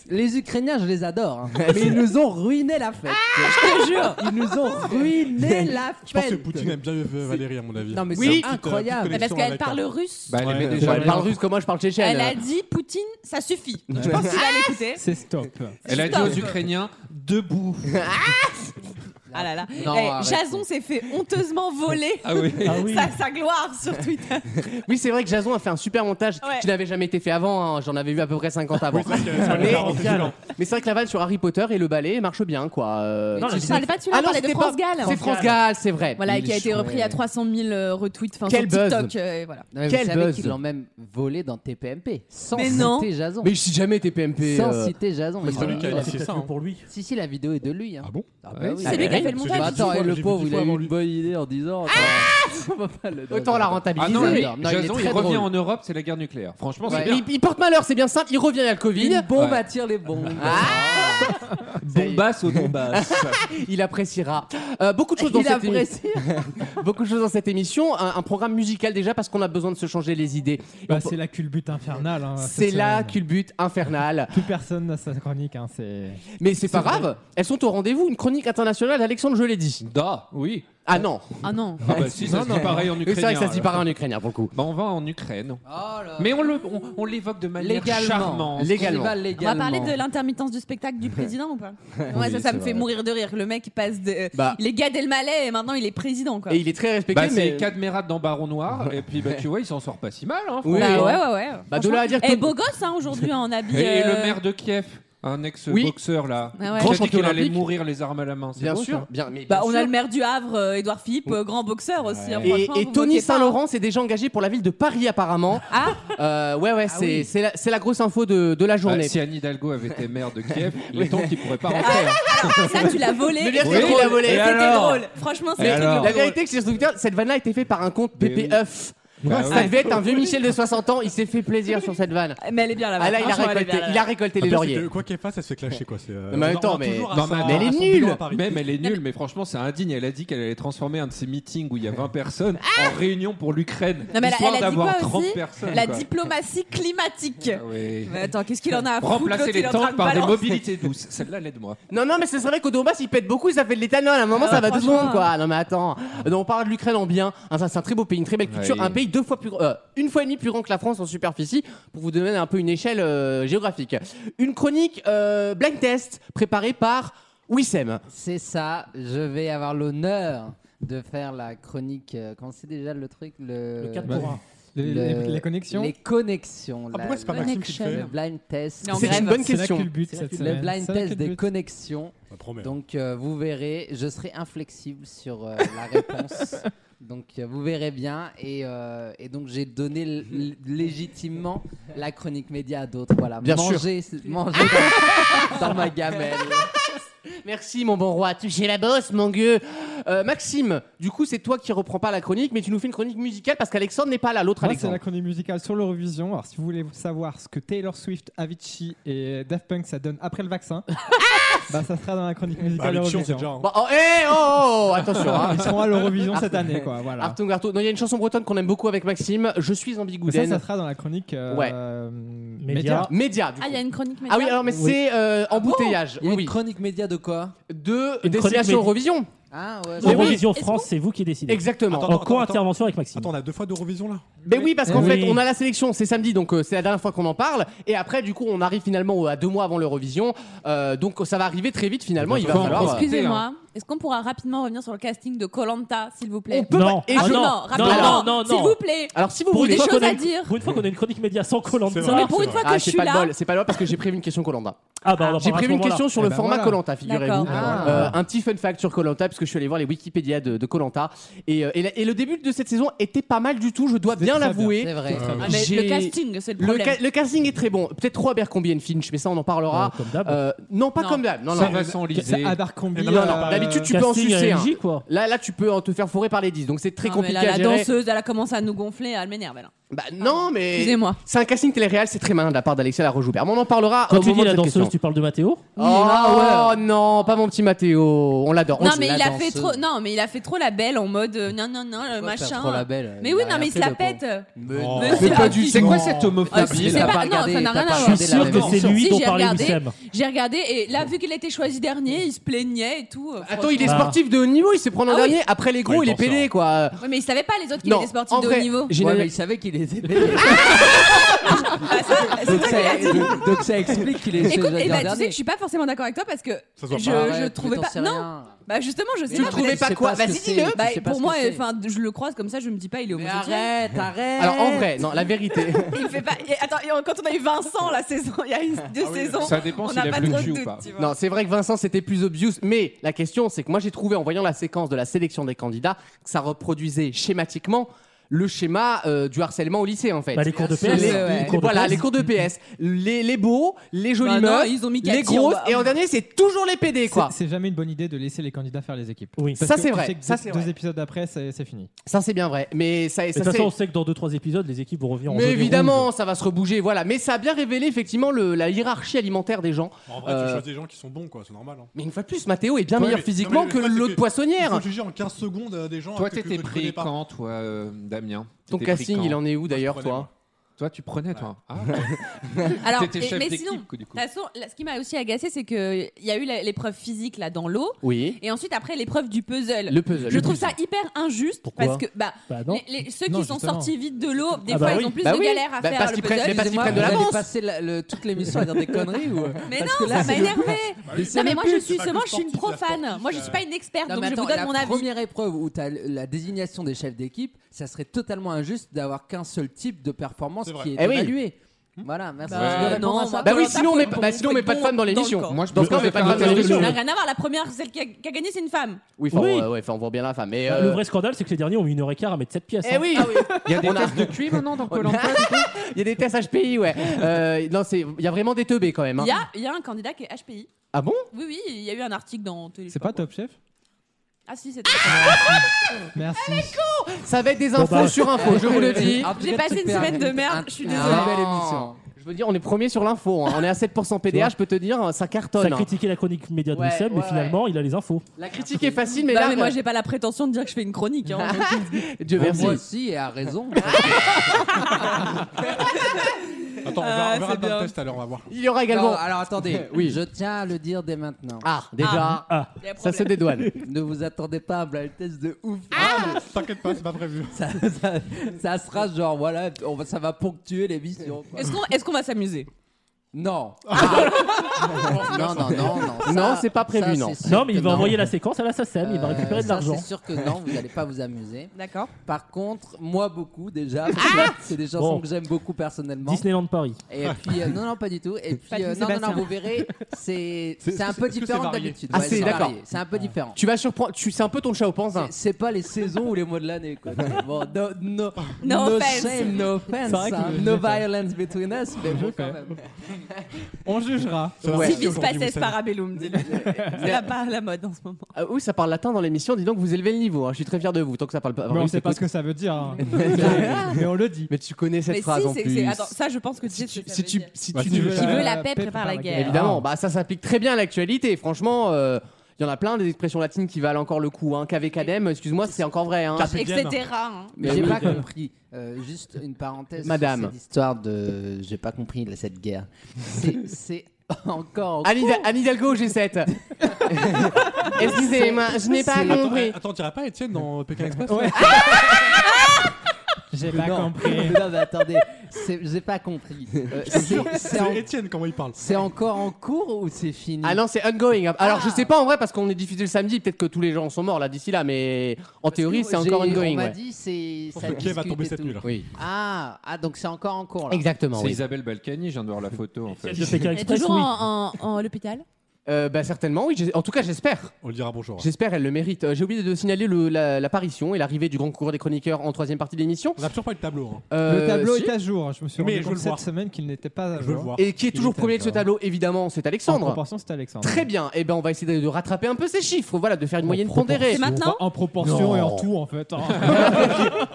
[SPEAKER 6] les Ukrainiens je les adore. hein. mais ils nous ont ruiné la fête. je te jure. Ils nous ont ruiné la fête.
[SPEAKER 3] Ah. Je pense que Poutine aime bien euh, Valérie, à mon avis.
[SPEAKER 6] Non mais
[SPEAKER 2] Oui.
[SPEAKER 6] c'est incroyable.
[SPEAKER 3] Petite, euh,
[SPEAKER 4] Parce
[SPEAKER 3] connexion
[SPEAKER 4] qu'elle
[SPEAKER 3] avec la-
[SPEAKER 4] parle russe.
[SPEAKER 5] Bah, elle
[SPEAKER 3] Ouais,
[SPEAKER 5] aimait
[SPEAKER 3] ouais.
[SPEAKER 5] déjà.
[SPEAKER 2] elle parle russe comme moi, je parle tchétchène.
[SPEAKER 4] Elle a dit Poutine, ça suffit. Je pense qu'il va l'écouter.
[SPEAKER 7] C'est stop.
[SPEAKER 5] Elle a dit
[SPEAKER 4] Stop.
[SPEAKER 5] aux Ukrainiens debout.
[SPEAKER 4] Ah là là.
[SPEAKER 6] Non,
[SPEAKER 4] Eh,
[SPEAKER 6] arrête.
[SPEAKER 4] Jason s'est fait honteusement voler
[SPEAKER 5] Ah oui.
[SPEAKER 7] Ah oui.
[SPEAKER 4] sa, sa gloire sur Twitter.
[SPEAKER 2] Oui, c'est vrai que Jason a fait un super montage
[SPEAKER 4] Ouais.
[SPEAKER 2] qui n'avait jamais été fait avant, hein, j'en avais vu à peu près 50 avant.
[SPEAKER 3] Oui, c'est vrai que- c'est
[SPEAKER 2] mais
[SPEAKER 3] vrai que-
[SPEAKER 2] mais c'est vrai que la vanne sur Harry Potter et le ballet marche bien, quoi. euh.
[SPEAKER 7] Non, la
[SPEAKER 4] Tu parlais pas de celui-là,
[SPEAKER 2] Ah non,
[SPEAKER 4] parlais de
[SPEAKER 2] c'était
[SPEAKER 4] France
[SPEAKER 2] pas-
[SPEAKER 4] Gall.
[SPEAKER 2] C'est France Gall, c'est vrai.
[SPEAKER 4] Voilà,
[SPEAKER 6] Il
[SPEAKER 4] qui a
[SPEAKER 6] est
[SPEAKER 4] été
[SPEAKER 6] chaud,
[SPEAKER 4] repris
[SPEAKER 6] ouais.
[SPEAKER 4] à 300 000 euh, retweets, enfin
[SPEAKER 2] Quel
[SPEAKER 4] sur
[SPEAKER 2] buzz.
[SPEAKER 4] TikTok. euh, et voilà.
[SPEAKER 6] Non, mais
[SPEAKER 2] Quel
[SPEAKER 6] vous savez
[SPEAKER 2] buzz.
[SPEAKER 6] qu'ils l'ont même volé dans TPMP sans
[SPEAKER 4] Mais non.
[SPEAKER 6] citer Jason.
[SPEAKER 2] Mais je suis jamais TPMP.
[SPEAKER 6] sans
[SPEAKER 2] euh.
[SPEAKER 6] citer Jason. Ils
[SPEAKER 3] c'est lui
[SPEAKER 6] ont-
[SPEAKER 3] qui a
[SPEAKER 6] ils ont-
[SPEAKER 3] initié
[SPEAKER 7] C'est
[SPEAKER 3] ça,
[SPEAKER 7] peut-être
[SPEAKER 3] hein.
[SPEAKER 7] mieux pour lui.
[SPEAKER 6] Si, si, la vidéo est de lui. Hein.
[SPEAKER 3] Ah bon
[SPEAKER 6] Ah
[SPEAKER 5] bah oui.
[SPEAKER 4] C'est lui qui a fait le
[SPEAKER 3] Parce que
[SPEAKER 4] montage.
[SPEAKER 6] Bah, attends,
[SPEAKER 3] J'ai vu
[SPEAKER 6] et le
[SPEAKER 3] dix
[SPEAKER 6] pauvre,
[SPEAKER 3] fois
[SPEAKER 6] il a
[SPEAKER 3] avant
[SPEAKER 6] eu
[SPEAKER 3] lui.
[SPEAKER 6] une bonne idée en disant. on va pas le-
[SPEAKER 2] Autant la
[SPEAKER 5] Ah
[SPEAKER 2] rentabiliser.
[SPEAKER 5] non, mais
[SPEAKER 6] Non, il est
[SPEAKER 5] Jason, il
[SPEAKER 6] très
[SPEAKER 5] revient
[SPEAKER 6] drôle.
[SPEAKER 5] en Europe, c'est la guerre nucléaire. Franchement, c'est
[SPEAKER 2] Ouais.
[SPEAKER 5] bien.
[SPEAKER 2] il, il porte malheur, c'est bien simple. Il revient à le Covid.
[SPEAKER 6] Une bombe
[SPEAKER 5] Ouais.
[SPEAKER 6] attire les bombes. Ah.
[SPEAKER 5] Bombasse au Donbass.
[SPEAKER 2] Il appréciera. Euh, beaucoup de choses dans
[SPEAKER 6] Il
[SPEAKER 2] cette émission.
[SPEAKER 6] apprécie.
[SPEAKER 2] Beaucoup de choses dans cette émission. Un, un programme musical déjà parce qu'on a besoin de se changer les idées.
[SPEAKER 7] Bah, c'est la culbute infernale. hein,
[SPEAKER 2] C'est
[SPEAKER 7] cette
[SPEAKER 2] là
[SPEAKER 7] semaine.
[SPEAKER 2] culbute infernale.
[SPEAKER 7] Plus personne n'a sa chronique. Hein, c'est.
[SPEAKER 2] Mais c'est pas
[SPEAKER 7] vrai.
[SPEAKER 2] grave. Elles sont au rendez-vous. Une chronique internationale d'Alexandre, je l'ai dit.
[SPEAKER 5] Da, oui.
[SPEAKER 2] Ah non.
[SPEAKER 4] Ah non.
[SPEAKER 5] Ah bah si, ça se dit pareil en
[SPEAKER 2] Oui,
[SPEAKER 5] Ukraine.
[SPEAKER 2] C'est vrai que ça se dit pareil en ukrainien pour le coup.
[SPEAKER 5] Bah, on va en Ukraine.
[SPEAKER 6] Oh là.
[SPEAKER 5] Mais on le- on- on l'évoque de manière
[SPEAKER 6] Légalement.
[SPEAKER 5] charmante.
[SPEAKER 2] Légalement.
[SPEAKER 6] Il va
[SPEAKER 4] On va
[SPEAKER 6] légalement.
[SPEAKER 4] parler de l'intermittence du spectacle du président ou pas Ouais, ça, ça me fait mourir de rire. Le mec il passe de.
[SPEAKER 2] Bah.
[SPEAKER 4] Il est Gad Elmaleh et maintenant il est président quoi.
[SPEAKER 2] Et il est très respecté.
[SPEAKER 5] Bah,
[SPEAKER 2] mais
[SPEAKER 5] c'est Cadmerat dans Baron Noir, et puis bah, tu vois, il s'en sort pas si mal. Hein,
[SPEAKER 2] Oui.
[SPEAKER 4] Bah,
[SPEAKER 5] franchement.
[SPEAKER 4] ouais, ouais, ouais.
[SPEAKER 2] Bah, de là à dire
[SPEAKER 4] Et
[SPEAKER 2] que-
[SPEAKER 4] beau gosse hein, aujourd'hui en habit.
[SPEAKER 5] Et
[SPEAKER 4] euh,
[SPEAKER 5] le maire de Kiev, un
[SPEAKER 2] Oui.
[SPEAKER 5] ex-boxeur là,
[SPEAKER 4] Ah
[SPEAKER 2] Grand
[SPEAKER 4] ouais.
[SPEAKER 5] qui a dit
[SPEAKER 2] champion
[SPEAKER 5] qu'il allait
[SPEAKER 2] olympique.
[SPEAKER 5] mourir les armes à la main. c'est
[SPEAKER 2] bien
[SPEAKER 5] beau,
[SPEAKER 2] sûr.
[SPEAKER 5] ça.
[SPEAKER 2] Bien, mais
[SPEAKER 4] Bah,
[SPEAKER 2] bien
[SPEAKER 4] on
[SPEAKER 2] sûr.
[SPEAKER 4] a le maire du Havre, euh, Édouard Philippe, euh, grand boxeur aussi. hein,
[SPEAKER 2] Et,
[SPEAKER 4] franchement,
[SPEAKER 2] et
[SPEAKER 4] vous vous
[SPEAKER 2] Tony
[SPEAKER 4] moquez pas,
[SPEAKER 2] Saint-Laurent s'est déjà engagé pour la ville de Paris apparemment.
[SPEAKER 4] hein.
[SPEAKER 2] Euh, ouais ouais, c'est
[SPEAKER 6] oui.
[SPEAKER 2] c'est la, c'est la grosse info de, de la
[SPEAKER 5] Ah,
[SPEAKER 2] journée.
[SPEAKER 5] si Anne Hidalgo avait été maire de Kiev, les temps qu'il pourrait pas rentrer. hein.
[SPEAKER 4] Ah, ça tu l'as volé.
[SPEAKER 2] Le bien
[SPEAKER 4] C'était
[SPEAKER 2] sûr qu'il l'a volé.
[SPEAKER 4] drôle.
[SPEAKER 5] Et
[SPEAKER 4] C'était
[SPEAKER 5] alors
[SPEAKER 4] drôle. Franchement,
[SPEAKER 5] Et
[SPEAKER 4] c'était
[SPEAKER 5] alors
[SPEAKER 2] la vérité, c'est que cette vanne-là a été faite par un compte
[SPEAKER 5] Mais oui.
[SPEAKER 2] PPF.
[SPEAKER 5] Bah
[SPEAKER 2] Ça
[SPEAKER 5] ouais.
[SPEAKER 2] devait être un vieux Michel de 60 ans, il s'est fait plaisir sur cette vanne.
[SPEAKER 4] Mais elle est bien là-bas.
[SPEAKER 2] Ah là, il a
[SPEAKER 4] bah, Franchement, elle est
[SPEAKER 2] récolté, il
[SPEAKER 4] bien,
[SPEAKER 2] a
[SPEAKER 4] là-bas.
[SPEAKER 2] récolté
[SPEAKER 3] Après,
[SPEAKER 2] les
[SPEAKER 3] c'est
[SPEAKER 2] lauriers.
[SPEAKER 3] que Quoi qu'elle fasse, elle se fait clasher quoi. c'est, euh,
[SPEAKER 2] Mais en même
[SPEAKER 3] on
[SPEAKER 2] temps,
[SPEAKER 3] en revient
[SPEAKER 2] mais-
[SPEAKER 3] toujours à
[SPEAKER 5] Non,
[SPEAKER 3] ça,
[SPEAKER 5] mais
[SPEAKER 3] à
[SPEAKER 2] elle est
[SPEAKER 3] son
[SPEAKER 2] nulle.
[SPEAKER 3] bilan à Paris.
[SPEAKER 5] Même elle est nulle, mais franchement, c'est indigne. Elle a dit qu'elle allait transformer un de ses meetings où il y a 20 personnes en réunion pour l'Ukraine.
[SPEAKER 4] Ah Non, mais elle a-
[SPEAKER 5] histoire
[SPEAKER 4] elle a dit
[SPEAKER 5] d'avoir
[SPEAKER 4] quoi
[SPEAKER 5] 30
[SPEAKER 4] aussi
[SPEAKER 5] personnes.
[SPEAKER 4] La
[SPEAKER 5] quoi.
[SPEAKER 4] diplomatie climatique.
[SPEAKER 5] Ah oui.
[SPEAKER 4] Mais attends, qu'est-ce qu'il en a à foutre l'autre,
[SPEAKER 5] Remplacer
[SPEAKER 4] il est
[SPEAKER 5] les
[SPEAKER 4] en train
[SPEAKER 5] tanks
[SPEAKER 4] de
[SPEAKER 5] par des
[SPEAKER 4] balancer.
[SPEAKER 5] mobilités douces. Celle-là, l'aide-moi.
[SPEAKER 2] Non, non, mais c'est vrai qu'au Donbass, il pète beaucoup, ça fait de l'éthanol. À un moment,
[SPEAKER 4] Ah,
[SPEAKER 2] ça va deux
[SPEAKER 4] franchement.
[SPEAKER 2] secondes, quoi. Non, mais attends. Euh, non, on parle de l'Ukraine en bien. Hein, ça, c'est un très beau pays, une très belle culture.
[SPEAKER 5] Oui.
[SPEAKER 2] Un pays deux fois plus, euh, une fois et demie plus grand que la France en superficie, pour vous donner un peu une échelle euh, géographique. Une chronique euh, blind test préparée par Wissem.
[SPEAKER 6] C'est ça, je vais avoir l'honneur de faire la chronique. euh, comment c'est déjà le truc Le,
[SPEAKER 2] Le quatre
[SPEAKER 7] pour un. Les, les-
[SPEAKER 6] le-
[SPEAKER 7] les connexions
[SPEAKER 6] Les connexions.
[SPEAKER 3] Ah,
[SPEAKER 6] la-
[SPEAKER 3] pourquoi c'est pas
[SPEAKER 6] le-
[SPEAKER 3] Maxime qui le fait
[SPEAKER 6] le blind test.
[SPEAKER 4] Non, en
[SPEAKER 2] C'est
[SPEAKER 4] grève.
[SPEAKER 2] une bonne
[SPEAKER 7] C'est la
[SPEAKER 2] question.
[SPEAKER 7] culbute
[SPEAKER 6] C'est la-
[SPEAKER 7] cette
[SPEAKER 6] le
[SPEAKER 7] semaine.
[SPEAKER 6] blind
[SPEAKER 7] C'est la
[SPEAKER 6] test des
[SPEAKER 7] culbute.
[SPEAKER 6] connexions.
[SPEAKER 3] On promet.
[SPEAKER 6] Donc euh, vous verrez, je serai inflexible sur euh, la réponse. Donc euh, vous verrez bien. Et, euh, et donc j'ai donné l- l- légitimement la chronique média à d'autres. Voilà.
[SPEAKER 2] Bien sûr. Ah
[SPEAKER 6] manger, c'est- manger dans- dans ma gamelle.
[SPEAKER 2] Merci, mon bon roi. Touchez la bosse, mon gueux. Euh, Maxime, du coup, c'est toi qui reprends pas la chronique, mais tu nous fais une chronique musicale parce qu'Alexandre n'est pas là, l'autre
[SPEAKER 7] Moi, Ah, c'est
[SPEAKER 2] Alexandre.
[SPEAKER 7] la chronique musicale sur l'Eurovision. Alors, si vous voulez savoir ce que Taylor Swift, Avicii et Daft Punk ça donne après le vaccin, bah, ça sera dans la chronique
[SPEAKER 3] Bah,
[SPEAKER 7] musicale
[SPEAKER 3] Luc Chion, c'est
[SPEAKER 7] Eurovision.
[SPEAKER 3] déjà. hein.
[SPEAKER 2] Bon, oh, eh, oh, oh, oh, attention. hein.
[SPEAKER 7] Ils seront à l'Eurovision cette année, quoi. Voilà.
[SPEAKER 2] Artung Artung. Non, il y a une chanson bretonne qu'on aime beaucoup avec Maxime. Je suis
[SPEAKER 7] Mais ça,
[SPEAKER 2] Ambigouden.
[SPEAKER 7] ça sera dans la chronique euh,
[SPEAKER 2] Ouais.
[SPEAKER 7] euh,
[SPEAKER 2] Média.
[SPEAKER 7] média.
[SPEAKER 2] Média, du coup.
[SPEAKER 4] Ah, il y a une chronique
[SPEAKER 2] Ah
[SPEAKER 4] média.
[SPEAKER 2] oui, alors mais
[SPEAKER 6] Oui.
[SPEAKER 2] c'est
[SPEAKER 6] Ah
[SPEAKER 2] euh, embouteillage.
[SPEAKER 6] Il y a
[SPEAKER 2] oui,
[SPEAKER 6] une
[SPEAKER 2] oui.
[SPEAKER 6] chronique média de quoi
[SPEAKER 2] De
[SPEAKER 8] Une
[SPEAKER 2] destination
[SPEAKER 8] chronique
[SPEAKER 2] Eurovision.
[SPEAKER 6] Ah ouais.
[SPEAKER 2] Mais oui,
[SPEAKER 8] Eurovision
[SPEAKER 4] est-ce
[SPEAKER 8] France, c'est vous qui décidez.
[SPEAKER 2] Exactement.
[SPEAKER 3] Attends,
[SPEAKER 8] En
[SPEAKER 3] attends, attends.
[SPEAKER 8] co-intervention avec Maxime.
[SPEAKER 3] Attends, on a deux fois d'Eurovision là
[SPEAKER 2] Mais oui, parce qu'en
[SPEAKER 7] Oui.
[SPEAKER 2] fait, on a la sélection, c'est samedi, donc euh, c'est la dernière fois qu'on en parle. Et après, du coup, on arrive finalement à deux mois avant l'Eurovision. Euh, donc ça va arriver très vite finalement. Il va
[SPEAKER 5] Bon,
[SPEAKER 2] falloir.
[SPEAKER 5] excuse-
[SPEAKER 4] Excusez-moi, est-ce qu'on pourra rapidement revenir sur le casting de Colanta, s'il vous plaît
[SPEAKER 2] euh, On peut-
[SPEAKER 8] Non.
[SPEAKER 2] et
[SPEAKER 4] Ah
[SPEAKER 2] je-
[SPEAKER 4] non,
[SPEAKER 8] non,
[SPEAKER 4] rapidement,
[SPEAKER 8] non, non,
[SPEAKER 4] s'il
[SPEAKER 8] non.
[SPEAKER 4] vous plaît.
[SPEAKER 2] Alors si vous
[SPEAKER 8] Pour
[SPEAKER 2] voulez.
[SPEAKER 4] des
[SPEAKER 8] une fois
[SPEAKER 4] choses
[SPEAKER 8] qu'on a
[SPEAKER 4] à
[SPEAKER 8] une-
[SPEAKER 4] dire.
[SPEAKER 8] Pour une fois qu'on a une chronique média sans Colanta.
[SPEAKER 3] C'est
[SPEAKER 4] Non,
[SPEAKER 3] vrai.
[SPEAKER 4] mais pour une
[SPEAKER 3] c'est
[SPEAKER 4] fois
[SPEAKER 2] Ah,
[SPEAKER 4] que je
[SPEAKER 2] c'est
[SPEAKER 4] suis
[SPEAKER 2] pas de
[SPEAKER 4] là,
[SPEAKER 2] bol, c'est pas de bol parce que j'ai prévu une question Colanta.
[SPEAKER 8] Ah bah on en
[SPEAKER 2] J'ai
[SPEAKER 8] parlera à
[SPEAKER 2] prévu
[SPEAKER 8] ce
[SPEAKER 2] une
[SPEAKER 8] moment-là.
[SPEAKER 2] question sur
[SPEAKER 7] Eh
[SPEAKER 2] le
[SPEAKER 7] ben
[SPEAKER 2] format
[SPEAKER 7] voilà.
[SPEAKER 2] Colanta, figurez-vous.
[SPEAKER 4] D'accord.
[SPEAKER 6] Ah.
[SPEAKER 2] Euh, un petit fun fact sur Colanta, parce que je suis allé voir les Wikipédia de Colanta. et, euh, et la- et le début de cette saison était pas mal du tout, je dois
[SPEAKER 7] C'était
[SPEAKER 2] bien
[SPEAKER 7] très bien,
[SPEAKER 2] l'avouer.
[SPEAKER 6] C'est vrai.
[SPEAKER 4] Ah, mais
[SPEAKER 2] J'ai-
[SPEAKER 4] le casting, c'est le
[SPEAKER 2] Le,
[SPEAKER 4] problème.
[SPEAKER 2] ca- le casting est très bon. Peut-être Robert Combien Finch, mais ça on en
[SPEAKER 8] Euh,
[SPEAKER 2] parlera.
[SPEAKER 8] Comme d'hab.
[SPEAKER 2] Euh, non, pas
[SPEAKER 4] Non.
[SPEAKER 2] comme d'hab. Non, non.
[SPEAKER 5] Ça va s'enliser.
[SPEAKER 7] C'est Abercrombie.
[SPEAKER 3] Non, non,
[SPEAKER 7] euh,
[SPEAKER 2] D'habitude, tu peux en
[SPEAKER 8] Casting
[SPEAKER 2] sucer. hein.
[SPEAKER 8] RMJ, quoi.
[SPEAKER 2] Là, là, tu peux en te faire fourrer par les 10, donc c'est très
[SPEAKER 4] Non, mais
[SPEAKER 2] compliqué
[SPEAKER 4] là,
[SPEAKER 2] à
[SPEAKER 4] la
[SPEAKER 2] gérer.
[SPEAKER 4] danseuse, elle a commencé à nous gonfler, elle m'énerve. elle. hein.
[SPEAKER 2] Bah, non, mais.
[SPEAKER 4] Excusez-moi.
[SPEAKER 2] C'est un casting télé-réal, c'est très malin de la part d'Alexia Larojoubert. Mais on en parlera
[SPEAKER 8] Quand
[SPEAKER 2] au
[SPEAKER 8] tu
[SPEAKER 2] moment
[SPEAKER 8] dis
[SPEAKER 2] de
[SPEAKER 8] la
[SPEAKER 2] cette
[SPEAKER 8] danseuse,
[SPEAKER 2] question.
[SPEAKER 8] tu parles de Mathéo
[SPEAKER 2] Oh,
[SPEAKER 6] Ah ouais.
[SPEAKER 2] non, pas mon petit Mathéo. On l'adore. on
[SPEAKER 4] Non,
[SPEAKER 2] le sait.
[SPEAKER 4] mais
[SPEAKER 6] la
[SPEAKER 4] il a fait
[SPEAKER 6] danseuse.
[SPEAKER 4] trop. Non, mais il a fait trop la belle en mode euh, non, non, non, le
[SPEAKER 6] Pourquoi faire
[SPEAKER 4] machin.
[SPEAKER 6] trop la belle
[SPEAKER 4] Mais
[SPEAKER 6] Il
[SPEAKER 4] oui,
[SPEAKER 6] a
[SPEAKER 4] non,
[SPEAKER 6] rien
[SPEAKER 4] mais il se
[SPEAKER 6] fait,
[SPEAKER 4] la
[SPEAKER 6] le
[SPEAKER 4] pète.
[SPEAKER 3] Oh.
[SPEAKER 4] Mais c'est
[SPEAKER 3] Mais
[SPEAKER 4] pas
[SPEAKER 3] pas
[SPEAKER 4] du-
[SPEAKER 3] du
[SPEAKER 5] C'est quoi cette
[SPEAKER 4] Ah,
[SPEAKER 5] homophobie
[SPEAKER 4] c'est
[SPEAKER 5] là
[SPEAKER 4] pas- non, ça n'a rien à voir.
[SPEAKER 8] Je suis sûr que c'est lui
[SPEAKER 4] Si,
[SPEAKER 8] dont
[SPEAKER 4] j'ai
[SPEAKER 8] parlait
[SPEAKER 4] regardé.
[SPEAKER 8] Wissem.
[SPEAKER 4] J'ai regardé et là, vu qu'il était choisi dernier, il se plaignait et tout. euh,
[SPEAKER 2] Attends, il est
[SPEAKER 8] Ah.
[SPEAKER 2] sportif de haut niveau, il s'est prendre en
[SPEAKER 4] Ah oui.
[SPEAKER 2] dernier. Après les gros,
[SPEAKER 3] Ouais,
[SPEAKER 2] il est
[SPEAKER 3] penseur.
[SPEAKER 8] hein.
[SPEAKER 2] pédé, quoi.
[SPEAKER 4] Oui, mais il savait pas les autres qu'il
[SPEAKER 2] Non,
[SPEAKER 4] étaient sportifs
[SPEAKER 2] en
[SPEAKER 4] de haut
[SPEAKER 2] vrai,
[SPEAKER 4] niveau.
[SPEAKER 2] j'ai une
[SPEAKER 6] Ouais,
[SPEAKER 2] ana-
[SPEAKER 6] mais il savait qu'il était bébé.
[SPEAKER 4] Ah, ça, c'est
[SPEAKER 6] donc,
[SPEAKER 4] toi qui
[SPEAKER 6] ça, euh,
[SPEAKER 4] l'as dit.
[SPEAKER 6] donc- donc ça explique qu'il est
[SPEAKER 4] Écoute, eh
[SPEAKER 6] choisi
[SPEAKER 4] ben,
[SPEAKER 6] en
[SPEAKER 4] tu sais
[SPEAKER 6] dernier.
[SPEAKER 4] que je suis pas forcément d'accord avec toi parce que
[SPEAKER 3] Ça se
[SPEAKER 4] je,
[SPEAKER 3] voit
[SPEAKER 4] je
[SPEAKER 3] pas.
[SPEAKER 6] Arrête,
[SPEAKER 4] trouvais
[SPEAKER 6] Ah mais
[SPEAKER 4] pas.
[SPEAKER 6] t'en sais
[SPEAKER 4] Non,
[SPEAKER 6] rien.
[SPEAKER 4] bah justement, je sais
[SPEAKER 6] Mais
[SPEAKER 4] pas.
[SPEAKER 6] tu
[SPEAKER 4] peut-être-
[SPEAKER 2] trouvais
[SPEAKER 6] sais
[SPEAKER 2] pas quoi
[SPEAKER 6] ce que
[SPEAKER 2] Vas-y,
[SPEAKER 6] c'est,
[SPEAKER 2] dis-le.
[SPEAKER 6] tu
[SPEAKER 4] Bah,
[SPEAKER 6] sais pas
[SPEAKER 4] pour
[SPEAKER 6] ce
[SPEAKER 4] moi,
[SPEAKER 6] que
[SPEAKER 4] euh,
[SPEAKER 6] c'est.
[SPEAKER 4] enfin, je le croise comme ça, je me dis pas, il est
[SPEAKER 6] Mais
[SPEAKER 4] homosexuel.
[SPEAKER 6] arrête, arrête.
[SPEAKER 2] Alors en vrai, non, la vérité.
[SPEAKER 4] Il fait pas. et- Attends, et on- quand on a eu Vincent la saison, il y a une, deux saisons,
[SPEAKER 5] Ah Ça dépend
[SPEAKER 4] on
[SPEAKER 5] s'il
[SPEAKER 4] n'a
[SPEAKER 5] a
[SPEAKER 4] pas trop
[SPEAKER 5] le
[SPEAKER 4] de
[SPEAKER 5] cul ou
[SPEAKER 4] doute.
[SPEAKER 5] pas.
[SPEAKER 4] tu vois.
[SPEAKER 2] non, c'est vrai que Vincent c'était plus obvious, mais la question c'est que moi j'ai trouvé en voyant la séquence de la sélection des candidats que ça reproduisait schématiquement le schéma euh, du harcèlement au lycée en fait.
[SPEAKER 8] Bah, les cours de PS.
[SPEAKER 2] Les-
[SPEAKER 4] ouais,
[SPEAKER 8] les
[SPEAKER 4] ouais.
[SPEAKER 8] cours de
[SPEAKER 2] voilà,
[SPEAKER 8] PS.
[SPEAKER 2] les cours de PS, les, les beaux, les jolies
[SPEAKER 4] Bah non,
[SPEAKER 2] meufs,
[SPEAKER 4] ils ont mis
[SPEAKER 2] les
[SPEAKER 4] Cathy en
[SPEAKER 2] grosses,
[SPEAKER 4] bas.
[SPEAKER 2] et en dernier c'est toujours les PD
[SPEAKER 7] C'est
[SPEAKER 2] quoi.
[SPEAKER 7] c'est jamais une bonne idée de laisser les candidats faire les équipes.
[SPEAKER 8] Oui.
[SPEAKER 7] Parce
[SPEAKER 2] Ça,
[SPEAKER 7] que
[SPEAKER 2] c'est
[SPEAKER 7] tu
[SPEAKER 2] vrai,
[SPEAKER 7] sais que
[SPEAKER 2] ça,
[SPEAKER 7] deux-
[SPEAKER 2] c'est vrai.
[SPEAKER 7] Deux épisodes après, c'est c'est fini.
[SPEAKER 2] Ça c'est bien vrai, mais ça,
[SPEAKER 8] Et
[SPEAKER 2] ça
[SPEAKER 8] de toute façon,
[SPEAKER 2] c'est.
[SPEAKER 8] on sait que dans 2-3 épisodes, les équipes vont revenir en
[SPEAKER 2] Mais
[SPEAKER 8] jaune et
[SPEAKER 2] évidemment,
[SPEAKER 8] rouge.
[SPEAKER 2] ça va se rebouger, voilà. Mais ça a bien révélé effectivement le- la hiérarchie alimentaire des gens.
[SPEAKER 3] En vrai,
[SPEAKER 2] Euh,
[SPEAKER 3] tu choisis des gens qui sont bons, quoi, c'est normal. hein.
[SPEAKER 2] Mais une fois de plus, Mathéo est bien
[SPEAKER 3] Ouais,
[SPEAKER 2] meilleur
[SPEAKER 3] mais-
[SPEAKER 2] physiquement
[SPEAKER 3] non, mais
[SPEAKER 2] que
[SPEAKER 3] le fait, c'est
[SPEAKER 2] l'autre
[SPEAKER 3] que- Il
[SPEAKER 2] poissonnière.
[SPEAKER 3] faut juger en 15 secondes euh, des gens.
[SPEAKER 5] Toi,
[SPEAKER 3] que- que
[SPEAKER 5] t'étais
[SPEAKER 3] tu connais
[SPEAKER 5] pris
[SPEAKER 3] pas.
[SPEAKER 5] quand, toi, euh, Damien
[SPEAKER 2] Ton
[SPEAKER 5] T'étais pris
[SPEAKER 2] casting,
[SPEAKER 5] quand
[SPEAKER 2] il en est où d'ailleurs,
[SPEAKER 3] prenais,
[SPEAKER 2] toi
[SPEAKER 3] moi.
[SPEAKER 5] Toi, tu prenais, toi. Ah,
[SPEAKER 4] Alors,
[SPEAKER 5] t'étais
[SPEAKER 4] et-
[SPEAKER 5] chef
[SPEAKER 4] mais sinon,
[SPEAKER 5] d'équipe, du coup.
[SPEAKER 4] de toute façon, là, ce qui m'a aussi agacé, c'est que il y a eu la- l'épreuve physique là dans l'eau,
[SPEAKER 2] Oui.
[SPEAKER 4] et ensuite après l'épreuve du puzzle.
[SPEAKER 2] Le puzzle.
[SPEAKER 4] Je trouve ça hyper injuste
[SPEAKER 8] Pourquoi
[SPEAKER 4] parce que bah,
[SPEAKER 8] Bah non.
[SPEAKER 4] les- les- ceux
[SPEAKER 7] Non,
[SPEAKER 4] qui sont
[SPEAKER 7] justement.
[SPEAKER 4] sortis vite de l'eau, des fois
[SPEAKER 8] Ah bah
[SPEAKER 4] ils ont
[SPEAKER 8] oui.
[SPEAKER 4] plus
[SPEAKER 2] Bah
[SPEAKER 4] de
[SPEAKER 2] oui.
[SPEAKER 4] galère à
[SPEAKER 2] Bah
[SPEAKER 4] faire
[SPEAKER 2] parce
[SPEAKER 4] le
[SPEAKER 2] qu'ils
[SPEAKER 4] puzzle.
[SPEAKER 2] prennent- mais parce qu'ils
[SPEAKER 6] Excusez-moi,
[SPEAKER 2] prennent de
[SPEAKER 6] vous
[SPEAKER 2] l'avance.
[SPEAKER 6] allez passer la- le- toute l'émission à dire des conneries ou
[SPEAKER 4] Mais
[SPEAKER 6] Parce
[SPEAKER 4] non,
[SPEAKER 6] que
[SPEAKER 4] ça
[SPEAKER 6] là,
[SPEAKER 4] m'a
[SPEAKER 6] c'est-
[SPEAKER 4] énervé.
[SPEAKER 3] Bah oui,
[SPEAKER 4] Non mais
[SPEAKER 6] le
[SPEAKER 4] moi
[SPEAKER 6] but.
[SPEAKER 4] je
[SPEAKER 3] C'est
[SPEAKER 4] suis
[SPEAKER 3] pas
[SPEAKER 4] seulement
[SPEAKER 3] que
[SPEAKER 4] je suis une
[SPEAKER 3] sportif,
[SPEAKER 4] pro
[SPEAKER 3] c'est la
[SPEAKER 4] fan.
[SPEAKER 3] sportive,
[SPEAKER 4] Moi je suis
[SPEAKER 3] euh.
[SPEAKER 4] pas une experte
[SPEAKER 6] Non,
[SPEAKER 4] donc
[SPEAKER 6] mais
[SPEAKER 4] je
[SPEAKER 6] attends,
[SPEAKER 4] vous donne
[SPEAKER 6] la
[SPEAKER 4] mon avis.
[SPEAKER 6] première épreuve où tu as la désignation des chefs d'équipe, ça serait totalement injuste d'avoir qu'un seul type de performance
[SPEAKER 3] C'est vrai.
[SPEAKER 6] qui est
[SPEAKER 2] Eh oui.
[SPEAKER 6] évalué. Voilà, merci.
[SPEAKER 4] Bah,
[SPEAKER 6] Je vais répondre
[SPEAKER 4] non,
[SPEAKER 6] à ça.
[SPEAKER 4] moi,
[SPEAKER 2] Bah oui,
[SPEAKER 4] Colanta,
[SPEAKER 2] sinon on
[SPEAKER 4] faut-
[SPEAKER 2] met,
[SPEAKER 4] faut-
[SPEAKER 2] bah,
[SPEAKER 4] faut
[SPEAKER 2] sinon on met
[SPEAKER 4] être
[SPEAKER 2] pas de
[SPEAKER 4] bon
[SPEAKER 2] femmes dans
[SPEAKER 4] dans le
[SPEAKER 2] l'émission.
[SPEAKER 4] corps.
[SPEAKER 5] Moi, je
[SPEAKER 2] Dans ce cas, on
[SPEAKER 5] préfère
[SPEAKER 2] met pas de
[SPEAKER 5] faire
[SPEAKER 2] femmes
[SPEAKER 5] un
[SPEAKER 2] dans
[SPEAKER 5] truc
[SPEAKER 4] Ça
[SPEAKER 2] l'émission.
[SPEAKER 4] n'a rien à voir, la première, celle qui a, qui a gagné, c'est une femme.
[SPEAKER 2] Oui, enfin,
[SPEAKER 8] Oui.
[SPEAKER 2] ouais, ouais, enfin, on voit bien la femme. Mais.
[SPEAKER 8] Bah,
[SPEAKER 2] euh,
[SPEAKER 8] Le vrai scandale, c'est que les derniers ont mis une heure et quart à mettre 7 pièces.
[SPEAKER 2] Eh
[SPEAKER 8] hein.
[SPEAKER 2] oui,
[SPEAKER 5] Il y a des
[SPEAKER 2] On a-
[SPEAKER 5] tests de QI maintenant dans Colanta
[SPEAKER 2] il y a des tests HPI, ouais. Euh, non, c'est, il y a vraiment des teubés quand même. hein.
[SPEAKER 4] Il y a, il y a un candidat qui est HPI.
[SPEAKER 2] Ah bon
[SPEAKER 4] Oui, oui, il y a eu un article dans Télé.
[SPEAKER 7] C'est pas Top Chef
[SPEAKER 4] Ah si, c'était.
[SPEAKER 7] Merci.
[SPEAKER 2] Ça va être des infos
[SPEAKER 8] bah.
[SPEAKER 2] sur infos, je vous le dis. Oh.
[SPEAKER 6] En tout
[SPEAKER 4] J'ai
[SPEAKER 6] cas,
[SPEAKER 4] passé une
[SPEAKER 6] super-
[SPEAKER 4] semaine de merde, je suis
[SPEAKER 6] Ah.
[SPEAKER 4] désolée.
[SPEAKER 2] belle émission. Ah, Je veux dire, on est premier sur l'info. hein. On est à 7% PDA, je peux te dire, ça
[SPEAKER 8] Ça
[SPEAKER 2] cartonne. hein.
[SPEAKER 8] critiquait la chronique média de
[SPEAKER 2] Ouais,
[SPEAKER 8] Wissem,
[SPEAKER 2] ouais,
[SPEAKER 8] mais finalement, il a les infos.
[SPEAKER 2] La critique est facile, mais
[SPEAKER 4] Non,
[SPEAKER 2] là,
[SPEAKER 4] mais moi j'ai pas la prétention de dire que je fais une chronique. hein.
[SPEAKER 2] Dieu
[SPEAKER 6] Ah,
[SPEAKER 2] merci.
[SPEAKER 6] Moi aussi, et à raison.
[SPEAKER 3] Attends, on
[SPEAKER 4] Ah,
[SPEAKER 3] verra, on verra
[SPEAKER 4] c'est
[SPEAKER 3] le blind
[SPEAKER 4] bien.
[SPEAKER 3] test alors, on va voir.
[SPEAKER 2] Il y aura également.
[SPEAKER 6] Alors, alors, attendez,
[SPEAKER 2] Oui.
[SPEAKER 6] je tiens à le dire dès maintenant.
[SPEAKER 2] Ah, déjà,
[SPEAKER 4] Il y a
[SPEAKER 2] ça
[SPEAKER 4] problème.
[SPEAKER 2] se dédouane.
[SPEAKER 6] Ne vous attendez pas à un blind test de ouf.
[SPEAKER 3] Ah, T'inquiète pas, c'est pas prévu.
[SPEAKER 6] Ça, ça- ça sera genre, voilà, on va- ça va ponctuer l'émission. quoi.
[SPEAKER 4] Est-ce qu'on est-ce qu'on va s'amuser
[SPEAKER 6] Non. non, non, non, non. ça-
[SPEAKER 2] Non, c'est pas prévu,
[SPEAKER 6] ça,
[SPEAKER 2] non.
[SPEAKER 6] c'est sûr
[SPEAKER 8] Non, mais il
[SPEAKER 6] que
[SPEAKER 8] va
[SPEAKER 6] non.
[SPEAKER 8] envoyer la séquence à la SACEM, il
[SPEAKER 6] Euh,
[SPEAKER 8] va récupérer de
[SPEAKER 6] ça,
[SPEAKER 8] l'argent.
[SPEAKER 6] C'est sûr que non, vous n'allez pas vous amuser.
[SPEAKER 4] D'accord.
[SPEAKER 6] Par contre, moi beaucoup déjà. parce que c'est des chansons
[SPEAKER 8] Ah Bon.
[SPEAKER 6] que j'aime beaucoup personnellement.
[SPEAKER 8] Disneyland Paris.
[SPEAKER 6] Et puis euh, non non pas du tout. Et puis
[SPEAKER 4] Patrick
[SPEAKER 6] euh, non non non
[SPEAKER 4] Sébastien.
[SPEAKER 6] vous verrez, c'est
[SPEAKER 3] C'est-
[SPEAKER 6] c'est un
[SPEAKER 3] c'est-
[SPEAKER 6] peu
[SPEAKER 3] est-ce que
[SPEAKER 6] différent
[SPEAKER 3] c'est
[SPEAKER 6] de
[SPEAKER 3] varié
[SPEAKER 6] d'habitude.
[SPEAKER 2] Ah,
[SPEAKER 6] Ouais,
[SPEAKER 2] c'est- d'accord.
[SPEAKER 6] varié, C'est Ah. un peu différent.
[SPEAKER 2] Tu vas surprendre. Tu, c'est un peu ton chat au panzin.
[SPEAKER 6] C'est- C'est pas les saisons ou les mois de l'année quoi. Bon, no,
[SPEAKER 4] No
[SPEAKER 6] no, no
[SPEAKER 4] offense.
[SPEAKER 6] shame, no offense,
[SPEAKER 7] vrai que
[SPEAKER 6] hein.
[SPEAKER 7] je
[SPEAKER 6] no
[SPEAKER 7] l'ai fait.
[SPEAKER 6] violence between us, mais
[SPEAKER 7] Je
[SPEAKER 6] bon
[SPEAKER 7] l'ai
[SPEAKER 6] quand
[SPEAKER 7] fait.
[SPEAKER 6] même.
[SPEAKER 7] On jugera.
[SPEAKER 3] Ça va
[SPEAKER 2] Ouais.
[SPEAKER 3] aussi
[SPEAKER 4] Civis
[SPEAKER 3] aujourd'hui,
[SPEAKER 4] passes
[SPEAKER 3] vous savez.
[SPEAKER 4] parabellum, dis-le. C'est la, pas la mode en ce moment.
[SPEAKER 2] Ah oui, ça parle latin dans l'émission. Dis donc, vous élevez le niveau. hein. Je suis très fier de vous. Tant que ça parle pas.
[SPEAKER 7] Mais
[SPEAKER 2] Oui,
[SPEAKER 7] on sait pas
[SPEAKER 2] t'écoutes.
[SPEAKER 7] ce que ça veut dire. hein. Mais on le dit.
[SPEAKER 2] Mais tu connais cette
[SPEAKER 4] Mais
[SPEAKER 2] phrase
[SPEAKER 4] si,
[SPEAKER 2] en
[SPEAKER 4] c'est-
[SPEAKER 2] plus.
[SPEAKER 4] c'est- attends, ça je pense que tu
[SPEAKER 2] si
[SPEAKER 4] sais ce
[SPEAKER 2] tu,
[SPEAKER 4] que ça
[SPEAKER 2] si
[SPEAKER 4] veut
[SPEAKER 2] tu,
[SPEAKER 4] dire.
[SPEAKER 2] si
[SPEAKER 3] Bah,
[SPEAKER 2] tu
[SPEAKER 3] si tu
[SPEAKER 2] veux-
[SPEAKER 3] veux
[SPEAKER 4] Qui
[SPEAKER 3] Euh,
[SPEAKER 4] veut la paix prépare la guerre.
[SPEAKER 2] Évidemment, bah ça s'applique très bien à l'actualité. Franchement, euh, il y en a plein des expressions latines qui valent encore le coup. Hein. Cave cadem, excuse-moi, c'est encore vrai. Hein.
[SPEAKER 3] Carpe diem.
[SPEAKER 4] Etc. hein.
[SPEAKER 6] Mais
[SPEAKER 2] Mais
[SPEAKER 6] j'ai
[SPEAKER 2] oui.
[SPEAKER 6] pas compris. Euh, juste une parenthèse.
[SPEAKER 2] Madame.
[SPEAKER 6] Sur cette histoire de, j'ai pas compris là, cette guerre. C'est- C'est encore. en
[SPEAKER 2] Anne Hida- Anne Hidalgo, G7. Excusez-moi, je n'ai pas
[SPEAKER 4] Ah,
[SPEAKER 6] C'est-
[SPEAKER 3] Attends,
[SPEAKER 2] compris.
[SPEAKER 3] eh, Attends, t'iras pas Étienne dans Pékin Express
[SPEAKER 7] Ouais. J'ai pas
[SPEAKER 6] non,
[SPEAKER 7] compris.
[SPEAKER 6] non, mais attendez, c'est- j'ai pas compris. Euh, c'est- c'est en-
[SPEAKER 3] C'est Étienne comment il parle.
[SPEAKER 6] C'est encore en cours ou c'est fini
[SPEAKER 2] Ah non, c'est ongoing. Alors,
[SPEAKER 6] Ah.
[SPEAKER 2] je sais pas en vrai parce qu'on est diffusé le samedi. Peut-être que tous les gens sont morts là d'ici là, mais en théorie, c'est encore
[SPEAKER 6] J'ai-
[SPEAKER 2] ongoing.
[SPEAKER 6] On m'a
[SPEAKER 2] Ouais.
[SPEAKER 6] dit c'est.
[SPEAKER 3] Je pense
[SPEAKER 6] ça
[SPEAKER 3] que Kiev va
[SPEAKER 6] discute
[SPEAKER 3] tomber
[SPEAKER 6] et
[SPEAKER 3] cette
[SPEAKER 6] tout.
[SPEAKER 3] nuit là.
[SPEAKER 2] Oui,
[SPEAKER 6] Ah, ah, donc c'est encore en cours là.
[SPEAKER 2] exactement.
[SPEAKER 5] C'est
[SPEAKER 2] Oui.
[SPEAKER 5] Isabelle Balkany, je viens de voir la photo en fait.
[SPEAKER 8] Celle de Pékin
[SPEAKER 4] Elle est
[SPEAKER 8] Express,
[SPEAKER 4] toujours
[SPEAKER 8] oui.
[SPEAKER 4] en, en- en l'hôpital.
[SPEAKER 2] Euh, bah, certainement, oui. J'ai- En tout cas, j'espère.
[SPEAKER 3] On lui dira bonjour.
[SPEAKER 2] J'espère, elle le mérite. Euh, J'ai oublié de signaler le- la- l'apparition et l'arrivée du grand concours des chroniqueurs en troisième partie de l'émission.
[SPEAKER 3] On n'a toujours pas eu le tableau. hein.
[SPEAKER 2] Euh,
[SPEAKER 7] le tableau
[SPEAKER 2] si.
[SPEAKER 7] est à jour. hein. Je me suis
[SPEAKER 3] Mais
[SPEAKER 7] rendu
[SPEAKER 3] je
[SPEAKER 7] compte
[SPEAKER 3] veux le
[SPEAKER 7] cette
[SPEAKER 3] voir.
[SPEAKER 7] semaine qu'il n'était pas
[SPEAKER 3] Je
[SPEAKER 7] à jour.
[SPEAKER 3] veux le voir.
[SPEAKER 2] Euh, Et qui est
[SPEAKER 7] Il
[SPEAKER 2] toujours
[SPEAKER 7] était
[SPEAKER 2] premier de ce
[SPEAKER 7] encore.
[SPEAKER 2] tableau, évidemment, c'est
[SPEAKER 7] En
[SPEAKER 2] Alexandre.
[SPEAKER 7] proportion, c'est Alexandre.
[SPEAKER 2] Très bien. Et ben, on va essayer de, de rattraper un peu ces chiffres. Voilà, de faire une moyenne pondérée.
[SPEAKER 4] C'est maintenant
[SPEAKER 7] En proportion
[SPEAKER 2] Non.
[SPEAKER 7] et en tout en fait. hein.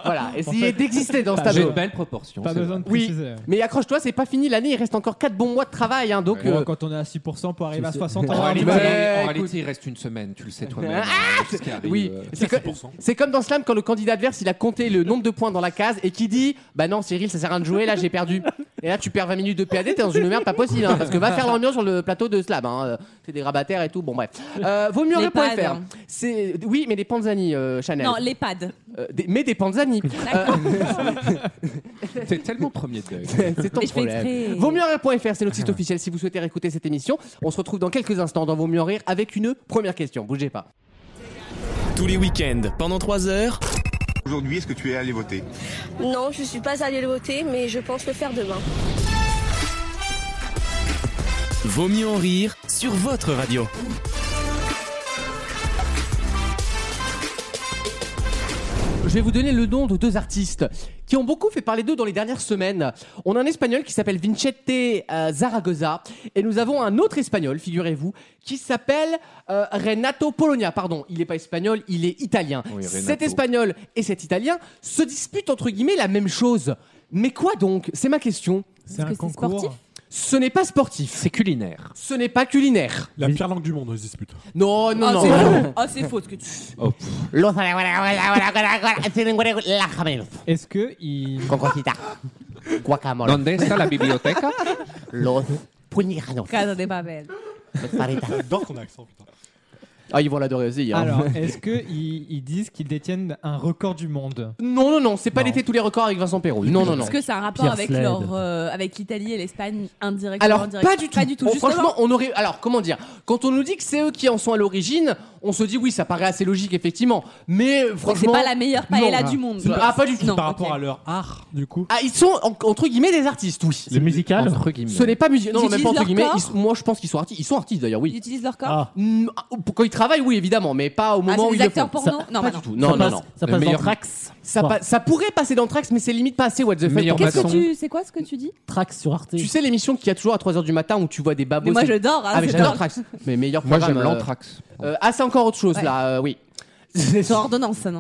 [SPEAKER 2] Voilà, essayer d'exister dans ce
[SPEAKER 5] J'ai une
[SPEAKER 2] tableau.
[SPEAKER 5] belle proportion.
[SPEAKER 7] pas
[SPEAKER 5] c'est
[SPEAKER 7] besoin de
[SPEAKER 2] Oui.
[SPEAKER 7] préciser.
[SPEAKER 2] Mais accroche-toi, c'est pas fini l'année. Il reste encore 4 bons mois de travail. hein, donc,
[SPEAKER 5] Ouais.
[SPEAKER 2] euh,
[SPEAKER 7] Bon, quand on est à 6% pour arriver à
[SPEAKER 2] c'est-
[SPEAKER 5] vrai.
[SPEAKER 7] 60
[SPEAKER 5] En
[SPEAKER 7] ans.
[SPEAKER 5] réalité,
[SPEAKER 2] Ouais, Oh,
[SPEAKER 5] en
[SPEAKER 2] écoute. Ah
[SPEAKER 5] réalité, il reste une semaine, tu le sais toi-même. hein, c'est ce qui arrive.
[SPEAKER 2] oui, euh, c'est comme,
[SPEAKER 3] 4%.
[SPEAKER 2] c'est comme dans Slam quand le candidat adverse il a compté le nombre de points dans la case et qui dit Bah non, Cyril, ça sert à rien de jouer, là j'ai perdu. Et là tu perds 20 minutes de PAD, t'es dans une merde pas possible. hein, parce que va faire l'ambiance sur le plateau de Slam. hein, euh, C'est des rabataires et tout, bon bref. Euh, vaut mieux
[SPEAKER 4] Les
[SPEAKER 2] rire.fr.
[SPEAKER 4] pads, hein.
[SPEAKER 2] C'est Oui, mais des Panzani, euh, Chanel.
[SPEAKER 4] Non, l'EHPAD.
[SPEAKER 2] Euh, des- mais des Panzani.
[SPEAKER 4] D'accord.
[SPEAKER 5] T'es tellement premier de deuil.
[SPEAKER 2] c'est ton
[SPEAKER 4] Mais je fais
[SPEAKER 2] problème.
[SPEAKER 4] exprès.
[SPEAKER 2] Vaut mieux en rire.fr, c'est notre site officiel si vous souhaitez réécouter cette émission. On se retrouve dans quelques instants dans Vaut mieux en rire avec une première question. Bougez pas.
[SPEAKER 1] Tous les week-ends, pendant 3 heures,
[SPEAKER 9] Aujourd'hui, est-ce que tu es allé voter
[SPEAKER 10] Non, je suis pas allée le voter, mais je pense le faire demain.
[SPEAKER 1] Vaut mieux en rire sur votre radio.
[SPEAKER 2] Je vais vous donner le nom de deux artistes qui ont beaucoup fait parler d'eux dans les dernières semaines. On a un espagnol qui s'appelle Vincente euh, Zaragoza et nous avons un autre espagnol, figurez-vous, qui s'appelle euh, Renato Polonia. Pardon, il n'est pas espagnol, il est italien.
[SPEAKER 5] Oui, Renato.
[SPEAKER 2] cet espagnol et cet italien se disputent entre guillemets la même chose. Mais quoi donc C'est ma question.
[SPEAKER 7] C'est
[SPEAKER 4] que
[SPEAKER 7] un
[SPEAKER 4] c'est
[SPEAKER 7] concours.
[SPEAKER 4] sportif
[SPEAKER 2] Ce n'est pas sportif,
[SPEAKER 5] C'est culinaire.
[SPEAKER 2] ce n'est pas culinaire.
[SPEAKER 3] La pire langue du monde, on se dispute.
[SPEAKER 2] Non, non,
[SPEAKER 4] Oh,
[SPEAKER 2] non.
[SPEAKER 4] c'est faux. Oh, c'est faux ce que tu
[SPEAKER 2] Los- voilà, voilà, voilà, voilà, voilà, voilà, la jamel,
[SPEAKER 7] Est-ce que il
[SPEAKER 2] con cosita. Guacamole.
[SPEAKER 5] Donde está la bibliothèque hein.
[SPEAKER 2] Los puñiganos.
[SPEAKER 4] Casa de Babel.
[SPEAKER 3] J'adore ton accent, putain.
[SPEAKER 2] Ah, ils vont l'adorer aussi. hein.
[SPEAKER 7] alors est-ce que ils, ils disent qu'ils détiennent un record du monde
[SPEAKER 2] Non, non, non, c'est pas
[SPEAKER 7] Non.
[SPEAKER 2] l'été tous les records avec Vincent Perrault. Non, non, non.
[SPEAKER 4] Est-ce que ça a un rapport
[SPEAKER 8] Pierre
[SPEAKER 4] avec
[SPEAKER 8] Slade.
[SPEAKER 4] leur, euh, avec l'Italie et l'Espagne indirectement
[SPEAKER 2] Alors,
[SPEAKER 4] indirectement
[SPEAKER 2] pas du tout.
[SPEAKER 4] Pas du tout.
[SPEAKER 2] On-
[SPEAKER 4] justement.
[SPEAKER 2] franchement, on aurait. Alors, comment dire Quand on nous dit que c'est eux qui en sont à l'origine, on se dit oui, ça paraît assez logique, effectivement. Mais euh,
[SPEAKER 4] c'est
[SPEAKER 2] franchement.
[SPEAKER 4] pas la meilleure paella
[SPEAKER 7] Non.
[SPEAKER 4] du monde.
[SPEAKER 2] C'est pas- Ah, pas du tout.
[SPEAKER 4] Non,
[SPEAKER 3] Par
[SPEAKER 4] ok.
[SPEAKER 3] rapport à leur art, du coup.
[SPEAKER 2] Ah, ils sont en- entre guillemets des artistes, oui.
[SPEAKER 8] C'est musical.
[SPEAKER 5] Entre guillemets.
[SPEAKER 2] Ce n'est pas musique. Non,
[SPEAKER 4] Ils
[SPEAKER 2] non, même pas
[SPEAKER 4] utilisent
[SPEAKER 2] entre
[SPEAKER 4] leur
[SPEAKER 2] guillemets.
[SPEAKER 4] corps
[SPEAKER 2] ils sont- moi, je pense qu'ils sont artistes. Ils sont artistes d'ailleurs,
[SPEAKER 4] Ils
[SPEAKER 2] oui.
[SPEAKER 4] utilisent leur corps.
[SPEAKER 8] Ah,
[SPEAKER 2] Mm, ah, Quand ils travaillent, oui, évidemment, mais pas au
[SPEAKER 4] Ah,
[SPEAKER 2] moment
[SPEAKER 4] c'est
[SPEAKER 2] où ils
[SPEAKER 4] des
[SPEAKER 2] le
[SPEAKER 4] acteurs
[SPEAKER 2] font.
[SPEAKER 4] porno
[SPEAKER 2] Pas
[SPEAKER 4] Non, bah non.
[SPEAKER 2] du tout. Non,
[SPEAKER 8] ça
[SPEAKER 2] non,
[SPEAKER 8] passe,
[SPEAKER 2] non.
[SPEAKER 8] Ça
[SPEAKER 5] Le
[SPEAKER 8] passe dans
[SPEAKER 5] meilleur-
[SPEAKER 8] Trax.
[SPEAKER 2] Ça, pa- ça pourrait passer dans Trax, mais c'est limite pas assez What the fuck.
[SPEAKER 5] Meilleur
[SPEAKER 2] Qu'est-ce-
[SPEAKER 4] Qu'est-ce que
[SPEAKER 5] Façon.
[SPEAKER 4] tu. C'est quoi ce que tu dis
[SPEAKER 8] Trax sur Arte.
[SPEAKER 2] Tu sais l'émission qu'il y a toujours à 3h du matin où tu vois des babos.
[SPEAKER 4] Mais moi
[SPEAKER 2] c'est-
[SPEAKER 4] je dors. hein,
[SPEAKER 2] Ah mais
[SPEAKER 4] c'est
[SPEAKER 2] j'adore
[SPEAKER 4] drôle.
[SPEAKER 2] Trax. Mais meilleur
[SPEAKER 5] Moi
[SPEAKER 2] programme.
[SPEAKER 5] j'aime
[SPEAKER 2] euh,
[SPEAKER 5] l'anthrax.
[SPEAKER 2] euh, ah c'est encore autre chose
[SPEAKER 4] Ouais.
[SPEAKER 2] là, euh, oui.
[SPEAKER 4] C'est en ordonnance, ça, non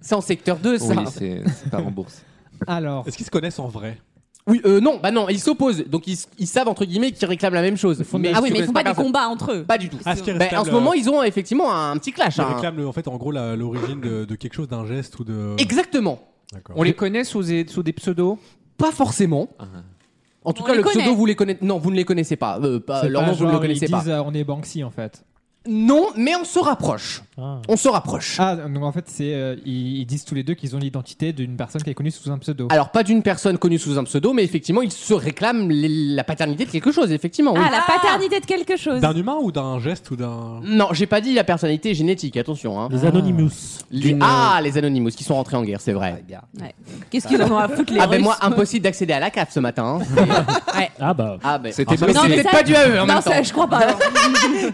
[SPEAKER 2] C'est en secteur 2, ça.
[SPEAKER 5] Oui, c'est c'est pas en bourse.
[SPEAKER 7] Alors,
[SPEAKER 3] Est-ce qu'ils se connaissent en vrai
[SPEAKER 2] Oui, euh, non, bah non, ils s'opposent. Donc ils, ils savent entre guillemets qu'ils réclament la même chose. Mais
[SPEAKER 4] Ah oui, mais ils
[SPEAKER 2] se
[SPEAKER 4] font pas des
[SPEAKER 2] connaissent
[SPEAKER 4] combats entre eux.
[SPEAKER 2] Pas du tout.
[SPEAKER 3] Ah, ce qui est
[SPEAKER 2] Bah, en
[SPEAKER 3] restable,
[SPEAKER 2] ce moment,
[SPEAKER 3] euh,
[SPEAKER 2] ils ont effectivement un, un petit clash.
[SPEAKER 3] ils
[SPEAKER 2] hein.
[SPEAKER 3] réclament le- en fait en gros la- l'origine de, de quelque chose, d'un geste ou de.
[SPEAKER 2] Exactement.
[SPEAKER 3] D'accord.
[SPEAKER 5] On les connaît sous des, sous des pseudos
[SPEAKER 2] Pas forcément. En tout
[SPEAKER 4] On
[SPEAKER 2] cas,
[SPEAKER 4] les
[SPEAKER 2] le
[SPEAKER 4] connaît.
[SPEAKER 2] pseudo, vous les connaissez. Non, vous ne les connaissez pas. Euh, pas-
[SPEAKER 7] c'est
[SPEAKER 2] leur
[SPEAKER 7] pas
[SPEAKER 2] nom, vous ne le
[SPEAKER 7] genre,
[SPEAKER 2] connaissez
[SPEAKER 7] ils
[SPEAKER 2] pas.
[SPEAKER 7] disent, euh, on est Banksy en fait.
[SPEAKER 2] Non, mais on se rapproche.
[SPEAKER 8] Ah.
[SPEAKER 2] On se rapproche.
[SPEAKER 7] Ah, donc en fait, c'est euh, ils, ils disent tous les deux qu'ils ont l'identité d'une personne qui est connue sous un pseudo.
[SPEAKER 2] Alors, pas d'une personne connue sous un pseudo, mais effectivement, ils se réclament les- la paternité de quelque chose, effectivement. oui.
[SPEAKER 4] Ah, la paternité de quelque chose.
[SPEAKER 3] D'un humain ou d'un geste ou d'un.
[SPEAKER 2] Non, j'ai pas dit la paternité génétique, attention. Hein.
[SPEAKER 8] Les Anonymous.
[SPEAKER 2] Les- Ah, les Anonymous qui sont rentrés en guerre, c'est vrai.
[SPEAKER 4] Qu'est-ce qu'ils en ont à foutre les
[SPEAKER 2] Ah ben
[SPEAKER 4] Russes
[SPEAKER 2] moi, impossible d'accéder à la CAF ce matin. hein.
[SPEAKER 8] Ah bah.
[SPEAKER 2] Ah ben,
[SPEAKER 5] C'était
[SPEAKER 2] Ah,
[SPEAKER 5] pas-
[SPEAKER 2] mais
[SPEAKER 5] Non,
[SPEAKER 2] c'est
[SPEAKER 5] mais
[SPEAKER 2] peut-être
[SPEAKER 4] ça-
[SPEAKER 2] pas dû à eux en
[SPEAKER 4] Non,
[SPEAKER 2] même temps.
[SPEAKER 4] ça, je crois pas. alors.